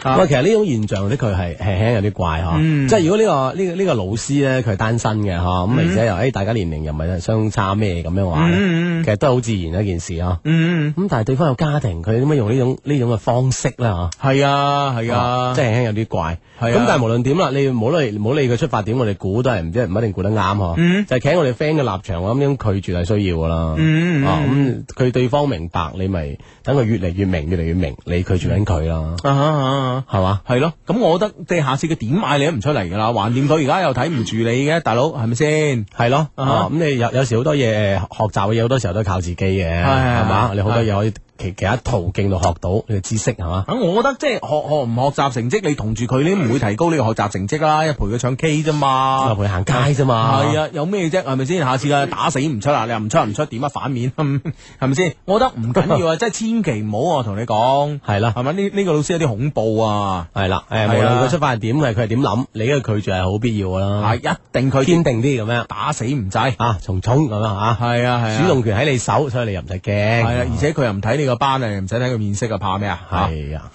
S1: 啊
S4: 喂，其實呢種現象的佢係輕輕有啲怪嚇，
S1: 嗯
S4: 即係如果呢個呢個呢個老師咧，佢係單身嘅嚇，咁而且又哎誒大家年齡又唔係相差咩咁樣話呢，
S1: 嗯
S4: 其實都係好自然一件事啊。
S1: 嗯，
S4: 咁但係對方有家庭，佢點解用呢種呢種嘅方式咧嚇？
S1: 係啊係啊，
S4: 哦即係輕輕有啲怪。
S1: 係啊
S4: 咁但係無論點啦，你唔好理唔好理佢出發點，我哋估都係唔知唔一定估得啱嗬。
S1: 嗯
S4: 就係企喺我哋 friend 嘅立場，我諗咁拒絕係需要噶啦。
S1: 嗯嗯
S4: 啊咁佢對方明白，你咪等佢越嚟越明，越嚟越明，你拒絕緊佢啦，
S1: 啊哈啊哈
S4: 係嘛？
S1: 係咯，咁我覺得你下次佢點嗌你都唔出嚟㗎啦，橫掂佢而家又睇唔住你嘅，大佬係咪先？
S4: 係咯，
S1: 啊哈
S4: 呃啊咁你有有時好多嘢誒學習嘅嘢，好多時候都係靠自己嘅，
S1: 係係
S4: 係嘛？
S1: 係
S4: 你好多嘢可以其其他途徑度學到你嘅知識係嘛？
S1: 啊，我覺得即係學學唔學習成績，你同住佢，你都唔會提高你嘅學習成績啦。一陪佢唱 K 啫
S4: 啊，
S1: 嘛，
S4: 陪佢行街啫嘛，
S1: 係啊，有咩啫？係咪先？下次啊，打死唔出啦，你又唔出唔出，點啊反面？ [LAUGHS] 係咪先？我覺得唔緊
S4: [LAUGHS]
S1: 要啊，即係千祈唔好啊我同你講，
S4: 係啦
S1: 係咪？呢呢個老師有啲恐怖啊，
S4: 係啦，誒，無
S1: 係啊
S4: 論佢出發係點，佢係佢係點諗，你嘅拒絕係好必要㗎啦，
S1: 係一定佢
S4: 堅定啲咁樣
S1: 打死唔制，係
S4: 啊，從衝咁樣
S1: 啊
S4: 啊，
S1: 係啊，
S4: 主動權喺你手，所以你又唔使驚，
S1: 係啊，而且佢又唔睇你個班啊，又唔使睇佢面色啊，怕咩啊？嚇
S4: 係啊，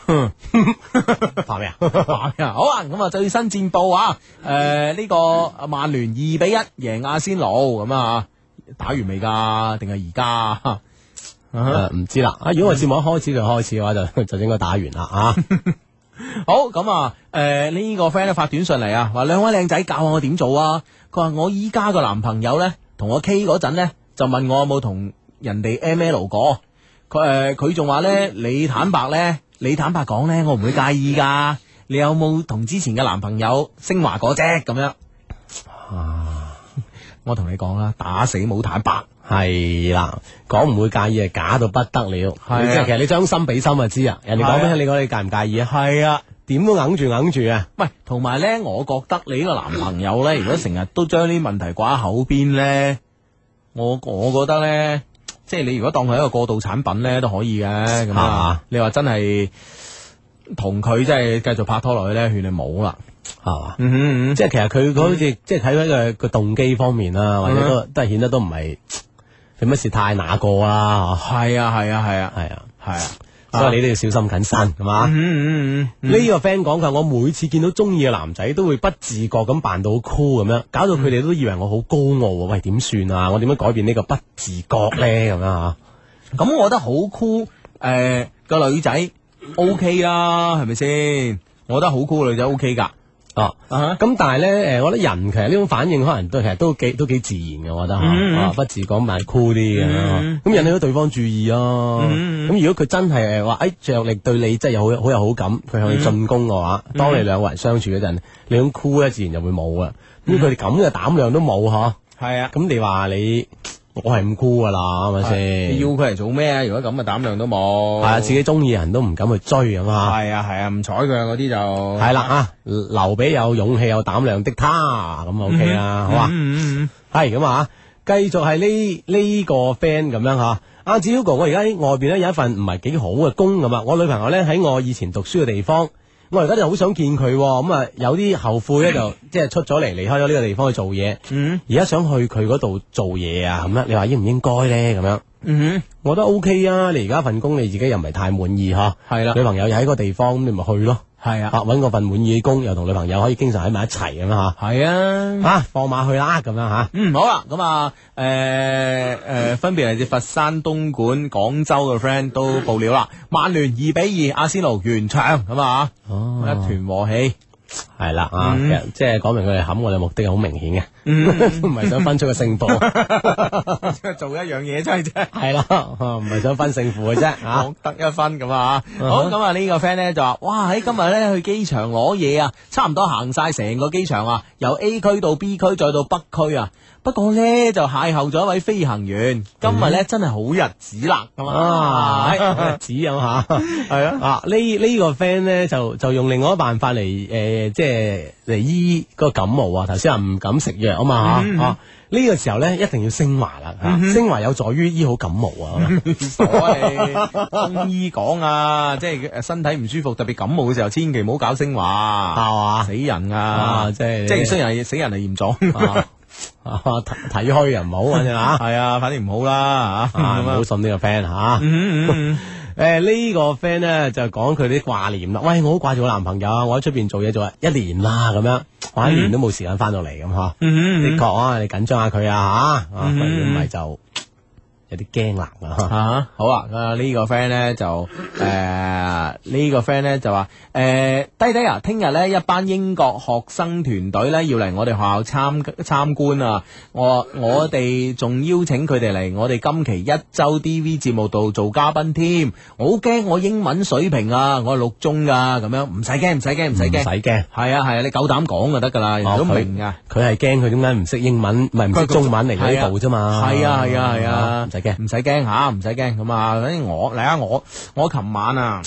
S4: [LAUGHS] 怕
S1: [LAUGHS]
S4: 咩啊？
S1: 玩啊！好啊，咁啊最新戰報啊，誒、呢、個曼聯二比一贏阿仙奴咁啊，打完未㗎？定係而家啊？
S4: 誒唔知 [LAUGHS] 啦， [LAUGHS] 啊，如果我節目一開始就開始嘅話，就就應該打完啦啊，
S1: 好咁啊，誒、呢、個 friend 咧發短信嚟啊，話兩位靚仔教下我點做啊？佢話我依家個男朋友咧同我 K 嗰陣咧就問我有冇同人哋 M L 過，佢誒呃佢仲話咧你坦白咧，你坦白講咧我唔會介意㗎，你有冇同之前嘅男朋友升華過啫咁樣？ [LAUGHS] 我同你講啦，打死冇坦白。
S4: 係啦，講唔會介意係啊假到不得了，
S1: 啊
S4: 你即係其實你將心比心就知啊，人哋講
S1: 係啊
S4: 俾你講你介唔介意啊？
S1: 係啊。
S4: 點都硬住硬住啊！
S1: 喂，同埋咧，我覺得你呢個男朋友咧，如果成日都將呢啲問題掛喺口邊咧，我我覺得咧，即係你如果當佢係一個過渡產品咧，都可以嘅咁啊
S4: 啊。
S1: 你話真係同佢真係繼續拍拖落去咧，勸你冇啦。
S4: 係嘛？
S1: 嗯嗯
S4: 即係其實佢佢好似即係睇佢個個動機方面啦，或者都都係顯得都唔係佢乜事太那個啦，
S1: 哼，係啊，係啊，係啊，
S4: 係啊，
S1: 係啊。
S4: 所以你都要小心謹慎，係嘛？
S1: 嗯嗯嗯
S4: 呢個 friend 講佢話，我每次見到中意嘅男仔都會不自覺咁扮到好 cool 咁樣，搞到佢哋都以為我好高傲啊！喂，點算啊？我點樣改變呢個不自覺咧？咁樣啊？
S1: 嗯，咁我覺得好酷。誒，個女仔 OK 啦，係咪先？我覺得好酷女仔 OK 㗎。
S4: 哦，
S1: 啊哈
S4: 咁但係咧，誒，我覺得人其實呢種反應可能都其實都幾都幾自然嘅，我覺得
S1: 嗯
S4: 嚇，啊不自講扮酷啲嘅，啊
S1: 嗯
S4: 咁引起咗對方注意咯。
S1: 嗯
S4: 咁如果佢真係誒話，誒着力對你真係有好好有好感，佢向你進攻嘅話，
S1: 嗯
S4: 當你兩個人相處嗰陣，你種酷咧自然就會冇啦。
S1: 嗯
S4: 咁佢哋咁嘅膽量都冇嗬，
S1: 係啊。
S4: 咁你話你我係唔酷噶啦，係咪
S1: 你
S4: 先？
S1: 要佢嚟做咩啊？如果咁嘅膽量都冇，
S4: 係啊，自己中意嘅人都唔敢去追咁啊。
S1: 係啊係啊，唔睬佢啊嗰啲就
S4: 係啦啊，留俾有勇氣有膽量的他，咁啊 OK 啦，好嘛？
S1: 嗯嗯
S4: 系咁啊，繼續係呢呢個 friend 咁樣啊吓。阿子 Hugo，我而家喺外邊咧有一份唔係幾好嘅工咁啊，我女朋友咧喺我以前讀書嘅地方，我而家就好想見佢喎，咁啊有啲後悔
S1: [COUGHS]
S4: 咧就即係出咗嚟，離開咗呢個地方去做嘢，
S1: 嗯
S4: 而家想去佢嗰度做嘢啊，咁樣你話應唔應該咧？咁樣
S1: 嗯
S4: 我覺得 OK 啊，你而家份工你自己又唔係太滿意嗬，
S1: 係啊啦
S4: 女朋友又喺個地方，咁你咪去咯，
S1: 係
S4: 啊
S1: 啊
S4: 揾個份滿意嘅工，又同女朋友可以經常喺埋一齊咁樣吓，
S1: 係啊。
S4: 啊放馬去啦咁樣吓。
S1: 嗯，好啦，咁啊，誒、誒、分別嚟自佛山、東莞、廣州嘅 friend 都報料啦。曼聯二比二，阿仙奴完場咁啊，
S4: 哦
S1: 一團和氣。
S4: 系啦啊，其實即係講明佢哋冚我哋目的係好明顯嘅， [LAUGHS] 唔係想分出個勝 [LAUGHS] 負，
S1: 做一樣嘢真係啫。
S4: 係啦，啊唔係想分勝負嘅啫啊
S1: 我得一分咁啊！好咁啊，呢個 friend 咧就話：，哇！喺今日咧去機場攞嘢啊，差唔多行晒成個機場啊，由 A 區到 B 區再到北區啊。不過咧就邂逅咗一位飛行員，今日咧真係好日子啦，咁
S4: 嗯 [LAUGHS] 啊，
S1: 啊，
S4: 指咁吓，係啊，啊呢呢個 friend 咧就就用另外一個辦法嚟誒，即係嚟醫個感冒啊。頭先話唔敢食藥啊嘛嚇啊呢個時候咧一定要升華啦嚇，升華有助於醫好感冒啊。
S1: 所謂中醫講啊，即係身體唔舒服，特別感冒嘅時候，千祈唔好搞升華，
S4: 係嘛
S1: 死人
S4: 啊
S1: 啊！
S4: 即係
S1: 即係雖然係死人係嚴重，
S4: 啊啊體體虛又唔好反正嚇。
S1: [LAUGHS] 係啊，反正唔好啦嚇。
S4: 啊，唔
S1: 咁啊嗯
S4: 好信呢個 friend 啊吓。誒呢個 friend 咧就講佢啲掛念啦。喂，我好掛住我男朋友啊！我喺出邊做嘢做一年啦，咁樣我一年都冇時間翻到嚟咁嗬。
S1: 嗯
S4: 的確啊，你緊張下佢啊嚇，啊喂如果唔係就有啲驚啦
S1: [LAUGHS]
S4: 嚇。
S1: 啊，好啊！啊呢、個 friend 咧就誒呢、個 friend 咧就話誒、低低啊，聽日咧一班英國學生團隊咧要嚟我哋學校參參觀啊！我我哋仲邀請佢哋嚟我哋今期一周 D V 節目度做嘉賓添。我好驚我英文水平啊，我係六中噶咁樣，唔使驚，唔使驚，唔使
S4: 唔使
S1: 驚。
S4: 驚，
S1: 係啊係啊，你夠膽講就得㗎啦，人哋都
S4: 哦佢
S1: 明㗎。
S4: 佢係驚佢點解唔識英文，唔係唔識中文嚟到呢度啫嘛。
S1: 係啊係啊係啊
S4: 唔使驚， [LAUGHS]
S1: 唔使驚吓，唔使驚咁啊！反正我嚟啊，我我琴晚啊，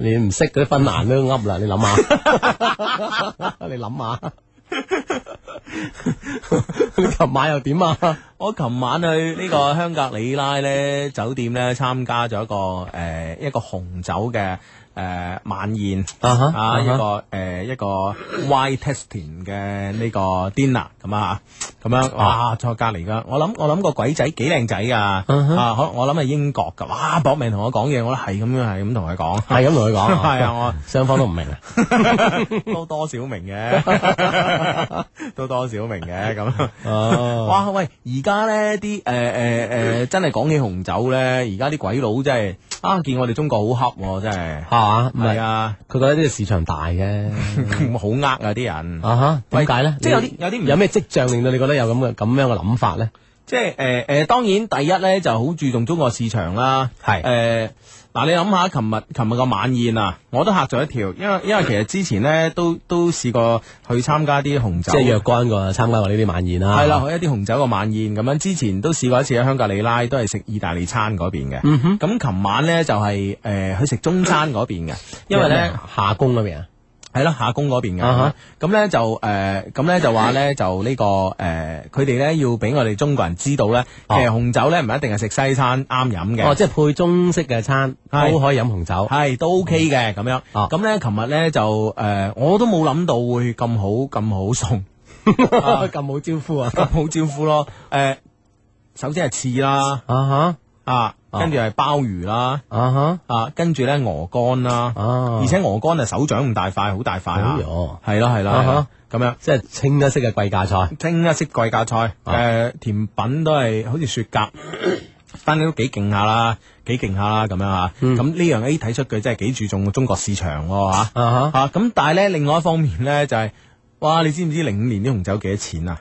S4: 你唔識嗰啲芬蘭都噏啦， [LAUGHS] 你諗
S1: [LAUGHS]
S4: 下，你諗下，你琴晚又點啊？
S1: 我琴晚去呢個香格里拉咧酒店咧參加咗一個誒、呃一個紅酒嘅誒、呃晚宴
S4: 啊哈
S1: 啊一
S4: 啊
S1: 個誒、呃一個 wine tasting 嘅呢個 dinner 咁啊咁樣哇坐隔離噶，我諗我諗個鬼仔幾靚仔噶啊
S4: 哼
S1: 可我諗係英國噶，哇搏命同我講嘢，我都係咁樣係咁同佢講，
S4: 係咁同佢講，
S1: [LAUGHS] 係啊我。
S4: 雙方都唔明
S1: [LAUGHS]
S4: 啊， [LAUGHS]
S1: 都多少明嘅，都多少明嘅咁。
S4: 哦，
S1: 哇喂！而家咧啲誒誒誒，真係講起紅酒咧，而家啲鬼佬真係啊，見我哋中國好恰喎，真係
S4: 係嘛，唔
S1: 係
S4: 係，
S1: 啊，
S4: 佢覺得呢個市場大嘅，
S1: [LAUGHS] 好呃啊啲人，
S4: 啊哈，點解咧？
S1: 即係有啲有啲唔
S4: 有咩跡象令到你覺得有咁嘅咁樣嘅諗法咧？
S1: 即係誒誒，當然第一咧就好注重中國市場啦，
S4: 係
S1: 誒。嗱，你諗下，琴日琴日個晚宴啊，我都嚇咗一跳，因為因為其實之前咧都都試過去參加啲紅酒，
S4: 即係若干個參加過呢啲晚宴啊啦，
S1: 系啦，去一啲紅酒嘅晚宴咁樣，之前都試過一次喺香格里拉，都係食意大利餐嗰邊嘅。
S4: 嗯
S1: 咁琴、晚呢，就係、呃去食中餐嗰邊
S4: [COUGHS]
S1: 嘅，因為呢，
S4: 下宮嗰邊啊，
S1: 係啦夏宮嗰邊嘅
S4: 啊。
S1: 咁呢、就誒，咁、呢就話呢，就呢、個誒，呃佢哋呢要俾我哋中國人知道呢，
S4: 哦
S1: 其實紅酒呢唔一定係食西餐啱飲嘅。
S4: 哦，即係配中式嘅餐
S1: 係
S4: 都可以飲
S1: [LAUGHS]
S4: 紅酒，
S1: 係都 OK 嘅咁樣，
S4: 啊
S1: 咁咧，琴日咧就誒，我都冇諗到會咁好咁好餸，啊
S4: 咁冇招呼啊！
S1: 咁好招呼咯。誒，首先係翅啦，
S4: 啊
S1: 啊，
S4: 啊
S1: 跟住係鮑魚啦，
S4: 哈啊哈
S1: 啊，跟住咧鵝肝啦，
S4: 啊！
S1: 而且鵝肝係手掌咁大塊，好大塊啊
S4: 哎，呦
S1: 係咯係咯
S4: 啊
S1: 係咯，咁樣
S4: 即係清一色嘅貴價菜，
S1: 清一色貴價菜，
S4: 啊
S1: 誒甜品都係好似雪
S4: [COUGHS]
S1: 蛤，但係都幾勁下啦，幾勁下啦咁樣吓，
S4: 嗯
S1: 咁呢樣 A 睇出佢真係幾注重中國市場喎吓，
S4: 啊
S1: 啊咁但係咧另外一方面咧就係，哇你知唔知零五年啲紅酒幾多錢啊？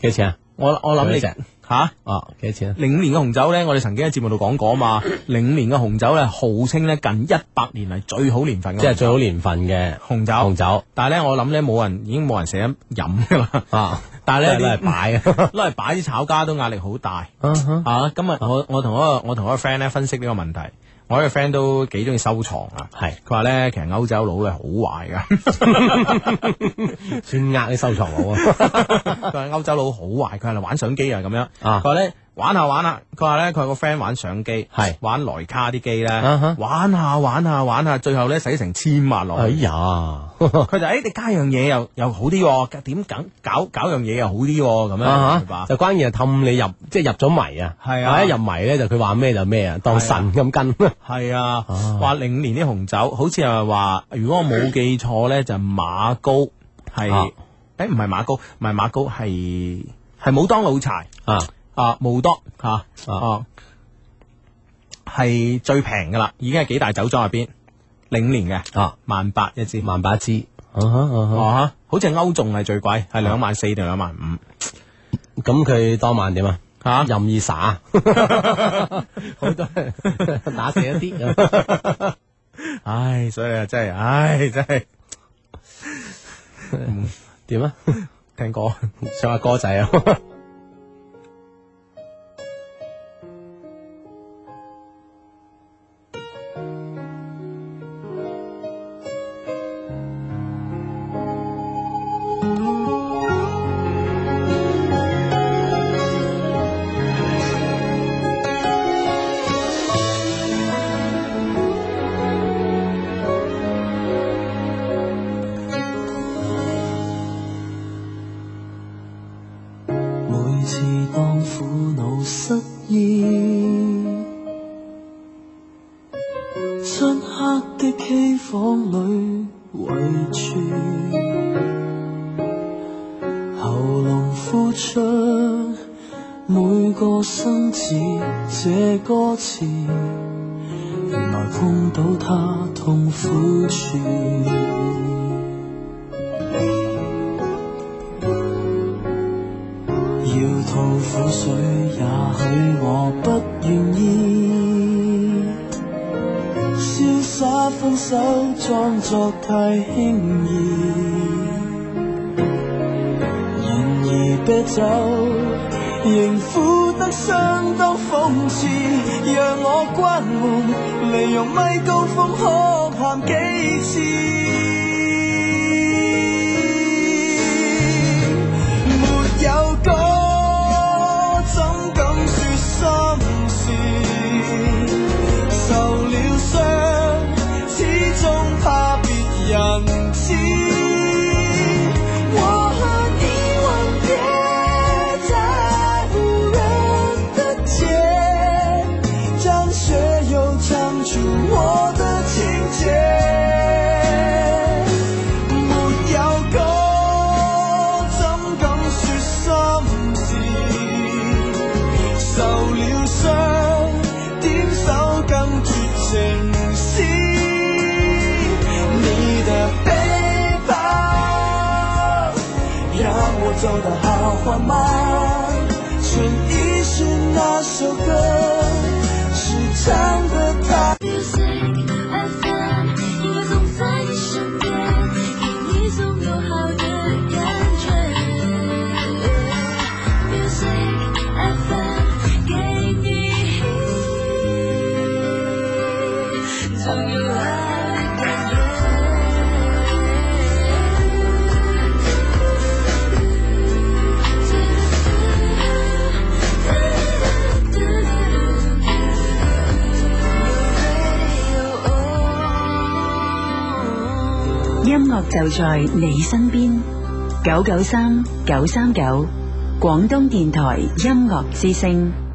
S4: 幾多錢啊？
S1: 我我諗你
S4: 幾多隻
S1: 吓。
S4: 哦，幾多錢啊？
S1: 零五年嘅紅酒呢，我哋曾經喺節目度講過啊嘛。零五年嘅紅酒呢，號稱呢近一百年嚟最好年份嘅，
S4: 即係最好年份嘅
S1: 紅酒。
S4: 紅酒
S1: 但係呢，我諗呢冇人已經冇人捨得飲㗎
S4: [LAUGHS]
S1: 啦。
S4: 啊！
S1: 但係
S4: 都
S1: 呢
S4: 係攞嚟擺啊
S1: 啲攞嚟擺啲炒 [LAUGHS] 家都壓力好大 [LAUGHS]
S4: 啊哈
S1: 啊！今日我我同一個我同一個 friend 呢分析呢個問題，我一個 friend 都幾中意收藏啊。
S4: 係
S1: 佢話呢，其實歐洲佬呢好壞㗎。
S4: 專呃啲收藏佬啊！
S1: [LAUGHS] 佢話歐洲佬好壞，佢係嚟玩相機啊咁樣。
S4: 啊
S1: 佢話咧玩下玩下，佢話咧佢有個 friend 玩相機，
S4: 係
S1: 玩萊卡啲機
S4: 啊
S1: 咧
S4: 哈，
S1: 玩下玩下玩下，最後咧使成千萬落
S4: 哎
S1: 去。
S4: 呀，
S1: 佢就誒你加樣嘢又又好啲喎，點搞搞搞樣嘢又好啲喎咁樣，
S4: 啊
S1: 係嘛
S4: 哈！就關鍵係氹你入，即係入咗迷啊！
S1: 係啊
S4: 一入迷咧就佢話咩就咩啊，當神咁跟。
S1: 係啊，話零五年啲紅酒，好似係話，如果我冇記錯咧，就馬高係
S4: 啊
S1: 誒唔係馬高，唔係馬高係係武當老柴。
S4: 啊
S1: 啊，冇多吓，啊，係最平噶啦，已經係幾大酒莊入邊，零五年嘅
S4: 啊，
S1: 萬八一支，
S4: 萬把支啊哈啊哈
S1: 哦，好似歐仲係最貴，係兩萬四定兩萬五，
S4: 咁佢當晚點啊？
S1: 嚇
S4: 任意 [LAUGHS] 耍，好多人 [LAUGHS] 打死一啲啊咁。
S1: 唉，所以啊，真係，唉，真係 [LAUGHS]
S4: 點啊？
S1: 聽過。
S4: 唱下歌仔啊！
S2: 每次當苦惱失意，漆黑的機房裏圍住，喉嚨呼出每個生字這歌詞，原來碰到他痛苦處。要吐苦水，也許我不願意。瀟灑分手，裝作太輕易。然而啤酒仍苦得相當諷刺，讓我關門，利用咪高峰可盼幾次。沒有歌怎敢説心事？受了傷，始終怕別人知。我和你吻別在無人的街，張學友唱出我的情節。沒有歌怎敢説心事？受了傷，點首更絕情詩。你的背包，讓我走得好緩慢。存一是那首歌，是唱得太。
S5: Music FM，音樂總在你身邊，給你總有好的感覺。Music FM，給你總有愛的感覺。
S6: 音樂就在你身邊，九九三九三九，廣東電台音樂之聲。